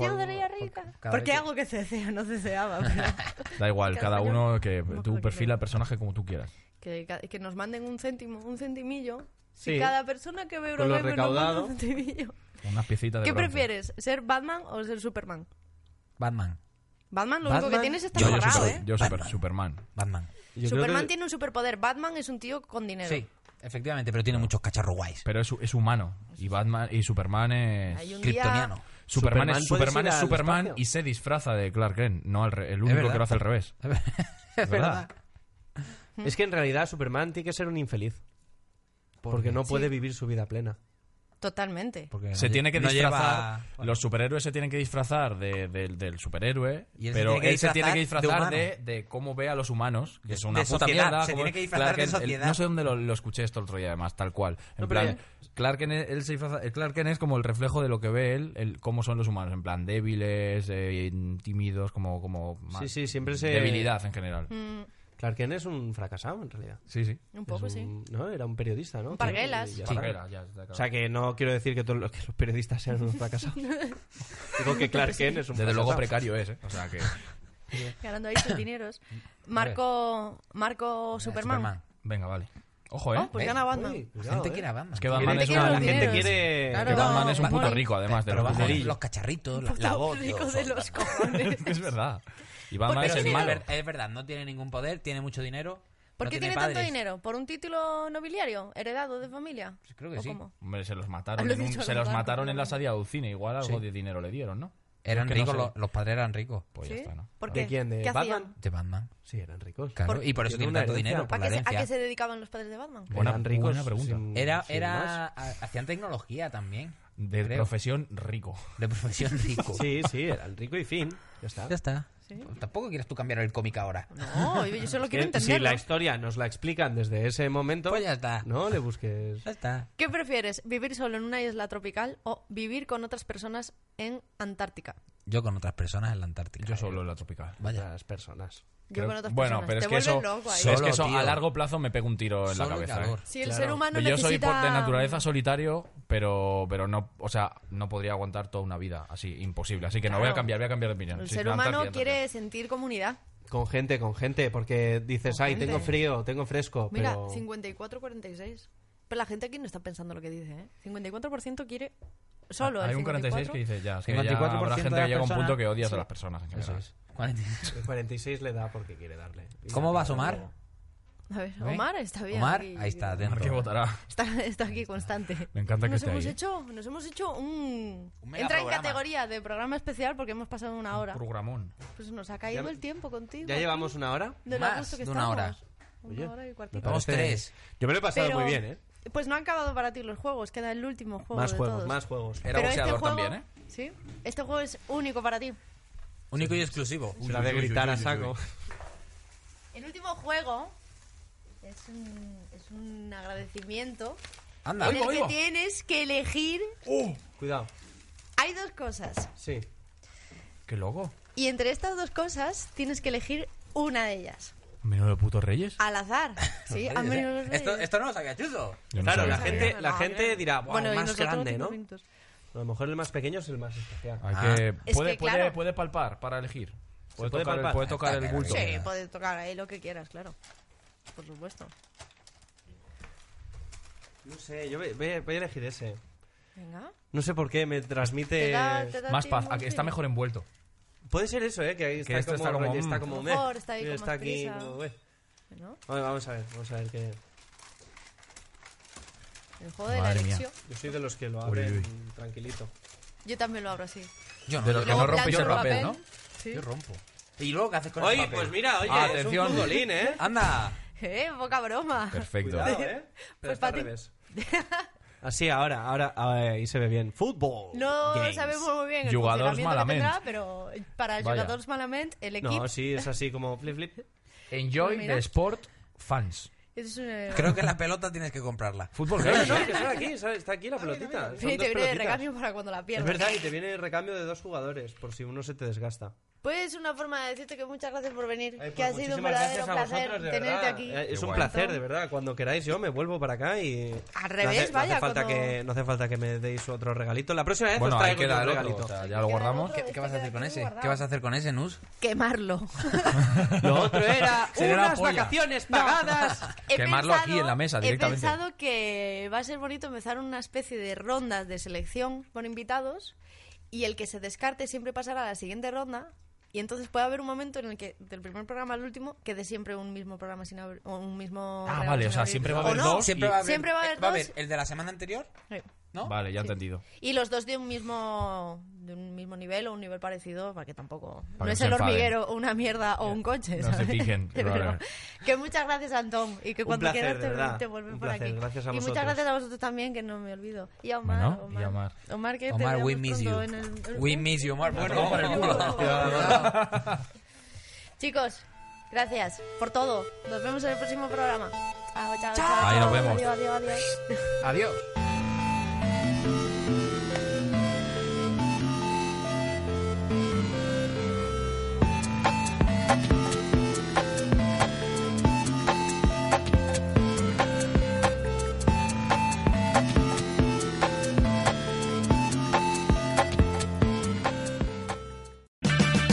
[SPEAKER 1] yo sería rica.
[SPEAKER 5] cada
[SPEAKER 1] ¿Por
[SPEAKER 5] vez
[SPEAKER 1] qué
[SPEAKER 5] que-
[SPEAKER 1] hago que cecea? No ceceaba, pero...
[SPEAKER 2] Da igual,
[SPEAKER 1] Cada
[SPEAKER 2] cada
[SPEAKER 1] español.
[SPEAKER 2] uno que
[SPEAKER 1] Vamos con lo
[SPEAKER 2] tú
[SPEAKER 1] que
[SPEAKER 2] perfila
[SPEAKER 1] quieras.
[SPEAKER 2] el personaje como tú quieras.
[SPEAKER 1] que, ca- que nos manden un céntimo, un centimillo. Si
[SPEAKER 3] Sí.
[SPEAKER 1] cada persona que ve
[SPEAKER 3] Con lo
[SPEAKER 1] Eurogamer nos manda
[SPEAKER 3] recaudado.
[SPEAKER 1] un centimillo.
[SPEAKER 2] Unas piecitas de
[SPEAKER 1] ¿Qué
[SPEAKER 2] bronce.
[SPEAKER 1] prefieres? ¿Ser Batman o ser Superman?
[SPEAKER 5] Batman.
[SPEAKER 1] Batman lo único que
[SPEAKER 5] Batman,
[SPEAKER 1] tienes está
[SPEAKER 2] No, yo
[SPEAKER 1] cerrado,
[SPEAKER 2] super-
[SPEAKER 1] ¿eh?
[SPEAKER 2] yo super- Superman.
[SPEAKER 5] Batman.
[SPEAKER 3] Yo creo
[SPEAKER 1] Superman
[SPEAKER 3] que-
[SPEAKER 1] tiene un superpoder. Batman es un tío con dinero.
[SPEAKER 5] Sí, efectivamente, pero tiene muchos cacharros guays.
[SPEAKER 2] Pero es, es humano. Y Batman y Superman
[SPEAKER 1] Hay
[SPEAKER 2] es.
[SPEAKER 1] un
[SPEAKER 5] Kryptoniano.
[SPEAKER 1] día...
[SPEAKER 2] Superman,
[SPEAKER 3] Superman
[SPEAKER 2] es
[SPEAKER 3] puede
[SPEAKER 2] Superman,
[SPEAKER 3] ir
[SPEAKER 2] es
[SPEAKER 3] al
[SPEAKER 2] Superman
[SPEAKER 3] espacio.
[SPEAKER 2] y se disfraza de Clark Kent, no al re- el único que
[SPEAKER 5] verdad.
[SPEAKER 2] lo hace al revés.
[SPEAKER 5] Es
[SPEAKER 2] verdad.
[SPEAKER 5] verdad.
[SPEAKER 3] Es que en realidad Superman tiene que ser un infeliz. Porque no puede vivir su vida plena.
[SPEAKER 1] Totalmente.
[SPEAKER 2] [LAUGHS]
[SPEAKER 5] Porque
[SPEAKER 2] Se
[SPEAKER 5] no
[SPEAKER 2] tiene que
[SPEAKER 5] lle- no lleva-
[SPEAKER 2] disfrazar.
[SPEAKER 5] bueno,
[SPEAKER 2] Los superhéroes se tienen que disfrazar de- del- del superhéroe,
[SPEAKER 5] Y él se
[SPEAKER 2] pero
[SPEAKER 5] tiene que
[SPEAKER 2] él se tiene que disfrazar
[SPEAKER 5] disfrazar de
[SPEAKER 2] de, de cómo ve a los humanos, que es una
[SPEAKER 5] de
[SPEAKER 2] puta
[SPEAKER 5] sociedad,
[SPEAKER 2] mierda.
[SPEAKER 5] se
[SPEAKER 2] como
[SPEAKER 5] tiene
[SPEAKER 2] es
[SPEAKER 5] que disfrazar
[SPEAKER 2] Clark
[SPEAKER 5] de
[SPEAKER 2] Kent. El-
[SPEAKER 5] sociedad.
[SPEAKER 2] no sé dónde lo, lo escuché esto el otro día, además, tal cual. En
[SPEAKER 3] No, pero
[SPEAKER 2] plan, Clark Kent, él se disfraza- el Clark Kent es como el reflejo de lo que ve él, el- cómo son los humanos, en plan débiles, eh, tímidos, como, como
[SPEAKER 3] Sí, sí, siempre se-
[SPEAKER 2] debilidad en general.
[SPEAKER 1] Mm,
[SPEAKER 3] Clark Kent es un fracasado, en realidad.
[SPEAKER 2] Sí, sí.
[SPEAKER 1] un poco,
[SPEAKER 3] Es
[SPEAKER 1] sí.
[SPEAKER 3] un- ¿no? Era un periodista, ¿no?
[SPEAKER 1] Un parguelas.
[SPEAKER 3] Y ya
[SPEAKER 2] Sí.
[SPEAKER 3] está.
[SPEAKER 2] Barrera, ya está
[SPEAKER 3] O sea, que no quiero decir que todos los, que los periodistas sean unos
[SPEAKER 1] [LAUGHS]
[SPEAKER 3] fracasados. Digo que Clark Kent es un
[SPEAKER 2] Desde luego
[SPEAKER 3] fracasado.
[SPEAKER 2] precario es, ¿eh? O sea, que
[SPEAKER 1] Ganando ahí
[SPEAKER 2] [COUGHS]
[SPEAKER 1] sus dineros. Marco, Marco Superman.
[SPEAKER 5] Superman.
[SPEAKER 2] venga, vale. Ojo, Ah, ¿eh?
[SPEAKER 1] Oh, pues gana Batman.
[SPEAKER 3] Uy,
[SPEAKER 5] La
[SPEAKER 3] cuidado,
[SPEAKER 5] gente
[SPEAKER 3] eh.
[SPEAKER 5] quiere a Batman.
[SPEAKER 2] Es que Batman
[SPEAKER 1] Te
[SPEAKER 2] es
[SPEAKER 1] quiero
[SPEAKER 2] una...
[SPEAKER 1] los
[SPEAKER 3] La gente
[SPEAKER 1] dineros.
[SPEAKER 3] quiere...
[SPEAKER 1] Claro.
[SPEAKER 2] Que Batman es un
[SPEAKER 1] Batman.
[SPEAKER 2] puto rico, además, de
[SPEAKER 5] Pero
[SPEAKER 2] los
[SPEAKER 5] Batman,
[SPEAKER 2] cojones.
[SPEAKER 5] los cacharritos, la,
[SPEAKER 1] Puto
[SPEAKER 5] la voz.
[SPEAKER 1] rico
[SPEAKER 5] los-
[SPEAKER 1] de los cojones.
[SPEAKER 2] [LAUGHS] es verdad. Y
[SPEAKER 1] [LAUGHS]
[SPEAKER 2] Batman
[SPEAKER 1] Porque
[SPEAKER 2] es el
[SPEAKER 5] Pero sí,
[SPEAKER 1] tiene-
[SPEAKER 5] es,
[SPEAKER 2] malo.
[SPEAKER 5] ver- es verdad, no tiene ningún poder, tiene mucho dinero.
[SPEAKER 1] ¿Por
[SPEAKER 5] no
[SPEAKER 1] qué tiene, tanto
[SPEAKER 5] padres.
[SPEAKER 1] dinero? ¿Por un título nobiliario heredado de familia?
[SPEAKER 5] Pues creo que
[SPEAKER 1] ¿O
[SPEAKER 5] sí.
[SPEAKER 1] cómo?
[SPEAKER 2] Hombre, se los mataron,
[SPEAKER 1] Lo he
[SPEAKER 2] en un-
[SPEAKER 1] dicho,
[SPEAKER 2] se
[SPEAKER 1] lo
[SPEAKER 2] los
[SPEAKER 1] mataron.
[SPEAKER 2] mataron en la salida de cine. Igual algo
[SPEAKER 5] Sí.
[SPEAKER 2] de dinero le dieron, ¿no?
[SPEAKER 5] Eran
[SPEAKER 2] Es que no
[SPEAKER 5] ricos,
[SPEAKER 2] sé.
[SPEAKER 5] los, los padres eran ricos.
[SPEAKER 2] Pues
[SPEAKER 1] ¿Sí?
[SPEAKER 2] ya está, ¿no?
[SPEAKER 1] ¿Por
[SPEAKER 3] ¿De
[SPEAKER 1] qué?
[SPEAKER 3] quién? ¿De
[SPEAKER 1] ¿Qué hacían?
[SPEAKER 3] Batman?
[SPEAKER 5] De Batman.
[SPEAKER 3] Sí, eran ricos.
[SPEAKER 5] Claro, y por eso
[SPEAKER 3] Tiene
[SPEAKER 5] tiene
[SPEAKER 3] una
[SPEAKER 5] tanto
[SPEAKER 3] herencia.
[SPEAKER 5] dinero, por
[SPEAKER 1] ¿A
[SPEAKER 5] la
[SPEAKER 1] qué, se- a
[SPEAKER 5] herencia.
[SPEAKER 1] qué se dedicaban los padres de
[SPEAKER 2] [LAUGHS]
[SPEAKER 1] Batman?
[SPEAKER 2] Buena-
[SPEAKER 3] Eran ricos.
[SPEAKER 2] buena pregunta.
[SPEAKER 3] sin-
[SPEAKER 5] Era,
[SPEAKER 3] sin
[SPEAKER 5] era,
[SPEAKER 3] más.
[SPEAKER 5] ha- hacían tecnología también.
[SPEAKER 2] De
[SPEAKER 5] creo.
[SPEAKER 2] profesión rico.
[SPEAKER 5] De profesión rico.
[SPEAKER 3] Sí, sí, eran rico y fin. Ya está.
[SPEAKER 5] Ya está.
[SPEAKER 1] Sí.
[SPEAKER 5] Tampoco quieres tú cambiar el cómic ahora.
[SPEAKER 1] No, yo yo solo quiero
[SPEAKER 3] Que Si
[SPEAKER 1] entenderlo.
[SPEAKER 3] la historia nos la explican desde ese momento...
[SPEAKER 5] Pues ya está.
[SPEAKER 3] No le busques...
[SPEAKER 5] Ya está.
[SPEAKER 1] ¿Qué prefieres, vivir solo en una isla tropical o vivir con otras personas en Antártica?
[SPEAKER 5] Yo con otras personas en la Antártica.
[SPEAKER 2] Yo solo en la tropical.
[SPEAKER 5] Vaya.
[SPEAKER 3] Las personas.
[SPEAKER 1] Yo
[SPEAKER 2] Creo-
[SPEAKER 1] con otras
[SPEAKER 2] bueno,
[SPEAKER 1] personas.
[SPEAKER 2] pero es
[SPEAKER 1] Te
[SPEAKER 2] que eso,
[SPEAKER 1] vuelves loco ahí.
[SPEAKER 2] es
[SPEAKER 5] Solo,
[SPEAKER 2] que eso a
[SPEAKER 5] tío.
[SPEAKER 2] largo plazo me pego un tiro en la
[SPEAKER 5] Solo
[SPEAKER 2] cabeza.
[SPEAKER 5] calor.
[SPEAKER 2] ¿eh?
[SPEAKER 1] Si el
[SPEAKER 3] Claro.
[SPEAKER 1] ser humano
[SPEAKER 2] Yo soy por
[SPEAKER 1] necesita-
[SPEAKER 2] de naturaleza solitario, pero pero no, o sea, no podría aguantar toda una vida así, imposible. Así que no
[SPEAKER 1] Claro.
[SPEAKER 2] voy a cambiar, voy a cambiar de opinión.
[SPEAKER 1] El
[SPEAKER 2] Sí,
[SPEAKER 1] ser
[SPEAKER 2] la
[SPEAKER 1] humano
[SPEAKER 2] Antártida,
[SPEAKER 1] quiere
[SPEAKER 2] Antártida.
[SPEAKER 1] sentir comunidad.
[SPEAKER 3] Con gente, con gente, porque dices,
[SPEAKER 1] Con
[SPEAKER 3] ay,
[SPEAKER 1] gente.
[SPEAKER 3] tengo frío, tengo fresco,
[SPEAKER 1] Mira,
[SPEAKER 3] pero...
[SPEAKER 1] 54-46. Pero la gente aquí no está pensando lo que dice, ¿eh? 54% quiere solo
[SPEAKER 2] Hay
[SPEAKER 1] el
[SPEAKER 2] un 46
[SPEAKER 1] 54.
[SPEAKER 2] que dice ya, es que ya
[SPEAKER 5] 54%
[SPEAKER 2] habrá
[SPEAKER 5] de
[SPEAKER 2] gente
[SPEAKER 5] las
[SPEAKER 2] que llega a un punto
[SPEAKER 5] personas-
[SPEAKER 2] que odias a
[SPEAKER 5] Sí.
[SPEAKER 2] las personas en
[SPEAKER 5] Eso
[SPEAKER 2] general.
[SPEAKER 5] es. Cuarenta-
[SPEAKER 3] El 46 le da porque quiere darle. Y
[SPEAKER 5] [LAUGHS] ¿Cómo
[SPEAKER 3] ya
[SPEAKER 5] va a
[SPEAKER 3] está,
[SPEAKER 5] asomar?
[SPEAKER 3] luego.
[SPEAKER 1] A ver,
[SPEAKER 5] ¿Eh?
[SPEAKER 1] Omar está bien.
[SPEAKER 5] Omar,
[SPEAKER 1] aquí.
[SPEAKER 5] ahí está,
[SPEAKER 2] Omar,
[SPEAKER 5] dentro.
[SPEAKER 2] que votará.
[SPEAKER 1] Está, está aquí constante.
[SPEAKER 2] Me encanta que
[SPEAKER 1] nos
[SPEAKER 2] esté
[SPEAKER 1] hemos
[SPEAKER 2] ahí, ¿eh?
[SPEAKER 1] hecho Nos hemos hecho un...
[SPEAKER 5] Un mega
[SPEAKER 1] Entra en
[SPEAKER 5] programa.
[SPEAKER 1] categoría de programa especial porque hemos pasado una hora.
[SPEAKER 2] Programón.
[SPEAKER 1] Pues nos ha caído el tiempo contigo.
[SPEAKER 3] ¿Ya
[SPEAKER 1] aquí,
[SPEAKER 3] llevamos una hora?
[SPEAKER 1] de lo a
[SPEAKER 5] Más
[SPEAKER 1] gusto que
[SPEAKER 5] de una hora.
[SPEAKER 1] estamos. Una hora y cuartito.
[SPEAKER 5] Vamos tres.
[SPEAKER 3] Yo me lo he pasado
[SPEAKER 1] Pero-
[SPEAKER 3] muy bien, ¿eh?
[SPEAKER 1] Pues no han acabado para ti los juegos, queda el último juego.
[SPEAKER 3] Más
[SPEAKER 1] de
[SPEAKER 3] juegos,
[SPEAKER 1] todos.
[SPEAKER 3] más juegos.
[SPEAKER 2] Era
[SPEAKER 1] Pero este
[SPEAKER 2] boxeador
[SPEAKER 1] juego-
[SPEAKER 2] también, ¿eh?
[SPEAKER 1] Sí, este juego es único para ti.
[SPEAKER 5] Único y exclusivo.
[SPEAKER 3] Se la de gritar a saco.
[SPEAKER 1] El último juego es un, es un agradecimiento
[SPEAKER 5] Anda.
[SPEAKER 1] en el
[SPEAKER 2] oigo.
[SPEAKER 1] que tienes que elegir.
[SPEAKER 3] Cuidado.
[SPEAKER 1] Hay dos cosas
[SPEAKER 3] Sí.
[SPEAKER 2] Qué loco.
[SPEAKER 1] y entre estas dos cosas tienes que elegir una de ellas
[SPEAKER 2] Menudo putos reyes.
[SPEAKER 1] al
[SPEAKER 2] [LAUGHS]
[SPEAKER 1] azar. Sí, han venido los
[SPEAKER 5] Esto,
[SPEAKER 1] reyes.
[SPEAKER 5] esto no lo sabía Chuzo.
[SPEAKER 2] Yo no
[SPEAKER 3] claro,
[SPEAKER 2] sabía
[SPEAKER 3] la
[SPEAKER 2] que-
[SPEAKER 3] gente, la
[SPEAKER 1] No,
[SPEAKER 3] gente
[SPEAKER 1] mira.
[SPEAKER 3] dirá, wow,
[SPEAKER 1] y
[SPEAKER 3] más
[SPEAKER 1] nosotros
[SPEAKER 3] grande,
[SPEAKER 1] cinco
[SPEAKER 3] ¿no?
[SPEAKER 1] minutos.
[SPEAKER 3] A lo mejor el más pequeño es el más especial.
[SPEAKER 2] Hay
[SPEAKER 5] Ah.
[SPEAKER 2] que-
[SPEAKER 1] Es
[SPEAKER 2] puede,
[SPEAKER 1] que,
[SPEAKER 2] puede-
[SPEAKER 1] claro.
[SPEAKER 2] puede palpar para elegir.
[SPEAKER 3] puede
[SPEAKER 2] Puede tocar, el,
[SPEAKER 3] palpar.
[SPEAKER 2] puede tocar el
[SPEAKER 5] Está
[SPEAKER 2] bulto.
[SPEAKER 1] Sí,
[SPEAKER 5] Mira.
[SPEAKER 1] puedes tocar ahí lo que quieras, claro. Por supuesto.
[SPEAKER 3] No sé, yo voy, voy- voy a elegir ese.
[SPEAKER 1] Venga.
[SPEAKER 3] No sé por qué, me transmite...
[SPEAKER 1] Te da- te da
[SPEAKER 2] Eh, Más
[SPEAKER 1] tiempo,
[SPEAKER 2] paz. a que
[SPEAKER 1] sí.
[SPEAKER 2] Está mejor envuelto.
[SPEAKER 3] Puede ser eso, ¿eh? Que ahí está,
[SPEAKER 2] este
[SPEAKER 3] como,
[SPEAKER 2] está como,
[SPEAKER 3] rollo,
[SPEAKER 2] mm.
[SPEAKER 3] está como...
[SPEAKER 1] A lo
[SPEAKER 3] meh.
[SPEAKER 1] mejor está ahí con más
[SPEAKER 3] aquí,
[SPEAKER 1] prisa.
[SPEAKER 3] como, meh.
[SPEAKER 1] Bueno,
[SPEAKER 3] A ver, vamos a ver, vamos a ver qué...
[SPEAKER 1] el juego de la
[SPEAKER 2] Madre mía.
[SPEAKER 1] elección.
[SPEAKER 3] Yo soy de los que lo
[SPEAKER 2] Uy,
[SPEAKER 3] abren
[SPEAKER 2] uy,
[SPEAKER 3] tranquilito.
[SPEAKER 1] Yo también lo abro así.
[SPEAKER 5] Yo no,
[SPEAKER 2] De
[SPEAKER 5] yo
[SPEAKER 2] los que
[SPEAKER 5] rompo.
[SPEAKER 2] no
[SPEAKER 1] Luego
[SPEAKER 2] rompéis
[SPEAKER 1] plancho
[SPEAKER 2] el papel, ¿no?
[SPEAKER 1] Sí.
[SPEAKER 5] Yo rompo. ¿Y luego qué haces con
[SPEAKER 3] Oye,
[SPEAKER 5] el papel?
[SPEAKER 3] pues mira, oye,
[SPEAKER 2] Atención.
[SPEAKER 3] es un futbolín, [LAUGHS] ¿eh?
[SPEAKER 5] Anda.
[SPEAKER 1] [LAUGHS] Eh, poca broma.
[SPEAKER 2] Perfecto.
[SPEAKER 3] Cuidado, ¿eh? Pero
[SPEAKER 1] Pues [LAUGHS]
[SPEAKER 3] está al
[SPEAKER 1] Pati-
[SPEAKER 3] revés. Así, ahora, ahora, ahí se ve bien. Fútbol.
[SPEAKER 1] No
[SPEAKER 3] games.
[SPEAKER 1] sabemos muy bien el
[SPEAKER 2] Jugadors
[SPEAKER 1] funcionamiento que
[SPEAKER 2] malament.
[SPEAKER 1] tendrá, pero para el
[SPEAKER 2] Vaya.
[SPEAKER 1] jugador malamente, el equipo...
[SPEAKER 3] No, sí, es así como
[SPEAKER 1] [LAUGHS]
[SPEAKER 3] flip flip.
[SPEAKER 2] Enjoy
[SPEAKER 1] Mira.
[SPEAKER 2] the sport fans.
[SPEAKER 1] es un- eh,
[SPEAKER 5] Creo que la pelota tienes que
[SPEAKER 1] [LAUGHS]
[SPEAKER 5] comprarla.
[SPEAKER 2] Fútbol
[SPEAKER 3] No,
[SPEAKER 2] games.
[SPEAKER 3] no, que está aquí, ¿sabes? está aquí la pelotita.
[SPEAKER 1] Sí,
[SPEAKER 3] Son dos
[SPEAKER 1] te viene de
[SPEAKER 3] pelotitas.
[SPEAKER 1] recambio para cuando la
[SPEAKER 3] Es
[SPEAKER 1] pierdas.
[SPEAKER 3] verdad, y te viene recambio de dos jugadores, por si uno se te desgasta.
[SPEAKER 1] Pues una forma de decirte que muchas gracias por venir,
[SPEAKER 3] Ay,
[SPEAKER 1] que
[SPEAKER 3] pues
[SPEAKER 1] ha sido un
[SPEAKER 3] muchísimas
[SPEAKER 1] verdadero
[SPEAKER 3] gracias a
[SPEAKER 1] placer
[SPEAKER 3] vosotros, de
[SPEAKER 1] tenerte
[SPEAKER 3] verdad.
[SPEAKER 1] aquí.
[SPEAKER 3] Eh, Es
[SPEAKER 5] Qué
[SPEAKER 3] un
[SPEAKER 5] guay.
[SPEAKER 3] placer, de verdad. Cuando queráis, yo me vuelvo para acá y.
[SPEAKER 1] Al
[SPEAKER 3] No
[SPEAKER 1] revés,
[SPEAKER 3] hace- no hace,
[SPEAKER 1] vaya,
[SPEAKER 3] falta
[SPEAKER 1] cuando-
[SPEAKER 3] que, no hace falta que me deis otro regalito. La próxima vez
[SPEAKER 2] Bueno,
[SPEAKER 3] os
[SPEAKER 2] ahí
[SPEAKER 3] traigo yo
[SPEAKER 2] queda
[SPEAKER 3] un
[SPEAKER 2] el otro.
[SPEAKER 3] regalito.
[SPEAKER 2] o sea, ya lo guardamos.
[SPEAKER 5] ¿Qué, qué vas a hacer con ese?
[SPEAKER 1] guardado.
[SPEAKER 5] ¿Qué vas a hacer con ese, Nus?
[SPEAKER 1] Quemarlo.
[SPEAKER 3] Lo otro era
[SPEAKER 2] Se le da
[SPEAKER 3] unas
[SPEAKER 2] polla.
[SPEAKER 3] vacaciones pagadas.
[SPEAKER 1] He
[SPEAKER 2] Quemarlo aquí, en la mesa, directamente.
[SPEAKER 1] He pensado que va a ser bonito empezar una especie de rondas de selección con invitados y el que se descarte siempre pasará a la siguiente ronda y entonces puede haber un momento en el que del primer programa al último quede siempre un mismo programa sin abrir, o un mismo
[SPEAKER 2] Ah,
[SPEAKER 1] regalo
[SPEAKER 2] vale,
[SPEAKER 1] sin
[SPEAKER 2] o sea,
[SPEAKER 1] abrir.
[SPEAKER 2] siempre va a
[SPEAKER 1] ¿O
[SPEAKER 2] haber
[SPEAKER 1] no?
[SPEAKER 2] dos.
[SPEAKER 5] Siempre va a haber,
[SPEAKER 1] Siempre va a haber
[SPEAKER 5] eh,
[SPEAKER 1] dos.
[SPEAKER 5] el de la semana anterior,
[SPEAKER 1] Sí.
[SPEAKER 5] ¿no?
[SPEAKER 2] Vale, ya he entendido.
[SPEAKER 1] Y los dos de un mismo de un mismo nivel o un nivel parecido, para que tampoco
[SPEAKER 2] Para
[SPEAKER 1] no
[SPEAKER 2] que
[SPEAKER 1] es
[SPEAKER 2] se
[SPEAKER 1] el
[SPEAKER 2] enfaden.
[SPEAKER 1] hormiguero, una mierda o un coche,
[SPEAKER 2] No se
[SPEAKER 1] ¿sabes?
[SPEAKER 2] fijen,
[SPEAKER 1] [LAUGHS] Pero
[SPEAKER 2] vale.
[SPEAKER 1] que muchas gracias Antón y que
[SPEAKER 3] Un
[SPEAKER 1] cuando
[SPEAKER 3] placer, de
[SPEAKER 1] quieras
[SPEAKER 3] verdad.
[SPEAKER 1] te, te vuelves
[SPEAKER 3] Un
[SPEAKER 1] por
[SPEAKER 3] placer,
[SPEAKER 1] aquí.
[SPEAKER 3] gracias a
[SPEAKER 1] y muchas
[SPEAKER 3] vosotros.
[SPEAKER 1] gracias a vosotros también que no me olvido. Y a Omar,
[SPEAKER 2] Bueno,
[SPEAKER 1] Omar.
[SPEAKER 2] y a Omar.
[SPEAKER 1] Omar, que te
[SPEAKER 5] Omar, we
[SPEAKER 1] veamos
[SPEAKER 5] miss you.
[SPEAKER 1] pronto en el-
[SPEAKER 5] We miss you, Omar. Bueno,
[SPEAKER 2] por el
[SPEAKER 5] [LAUGHS]
[SPEAKER 2] culo.
[SPEAKER 1] Chicos, gracias por todo. Nos vemos en el próximo programa. Chao, chao, chao.
[SPEAKER 2] Ahí nos vemos.
[SPEAKER 1] Adiós, adiós, adiós.
[SPEAKER 5] Adiós.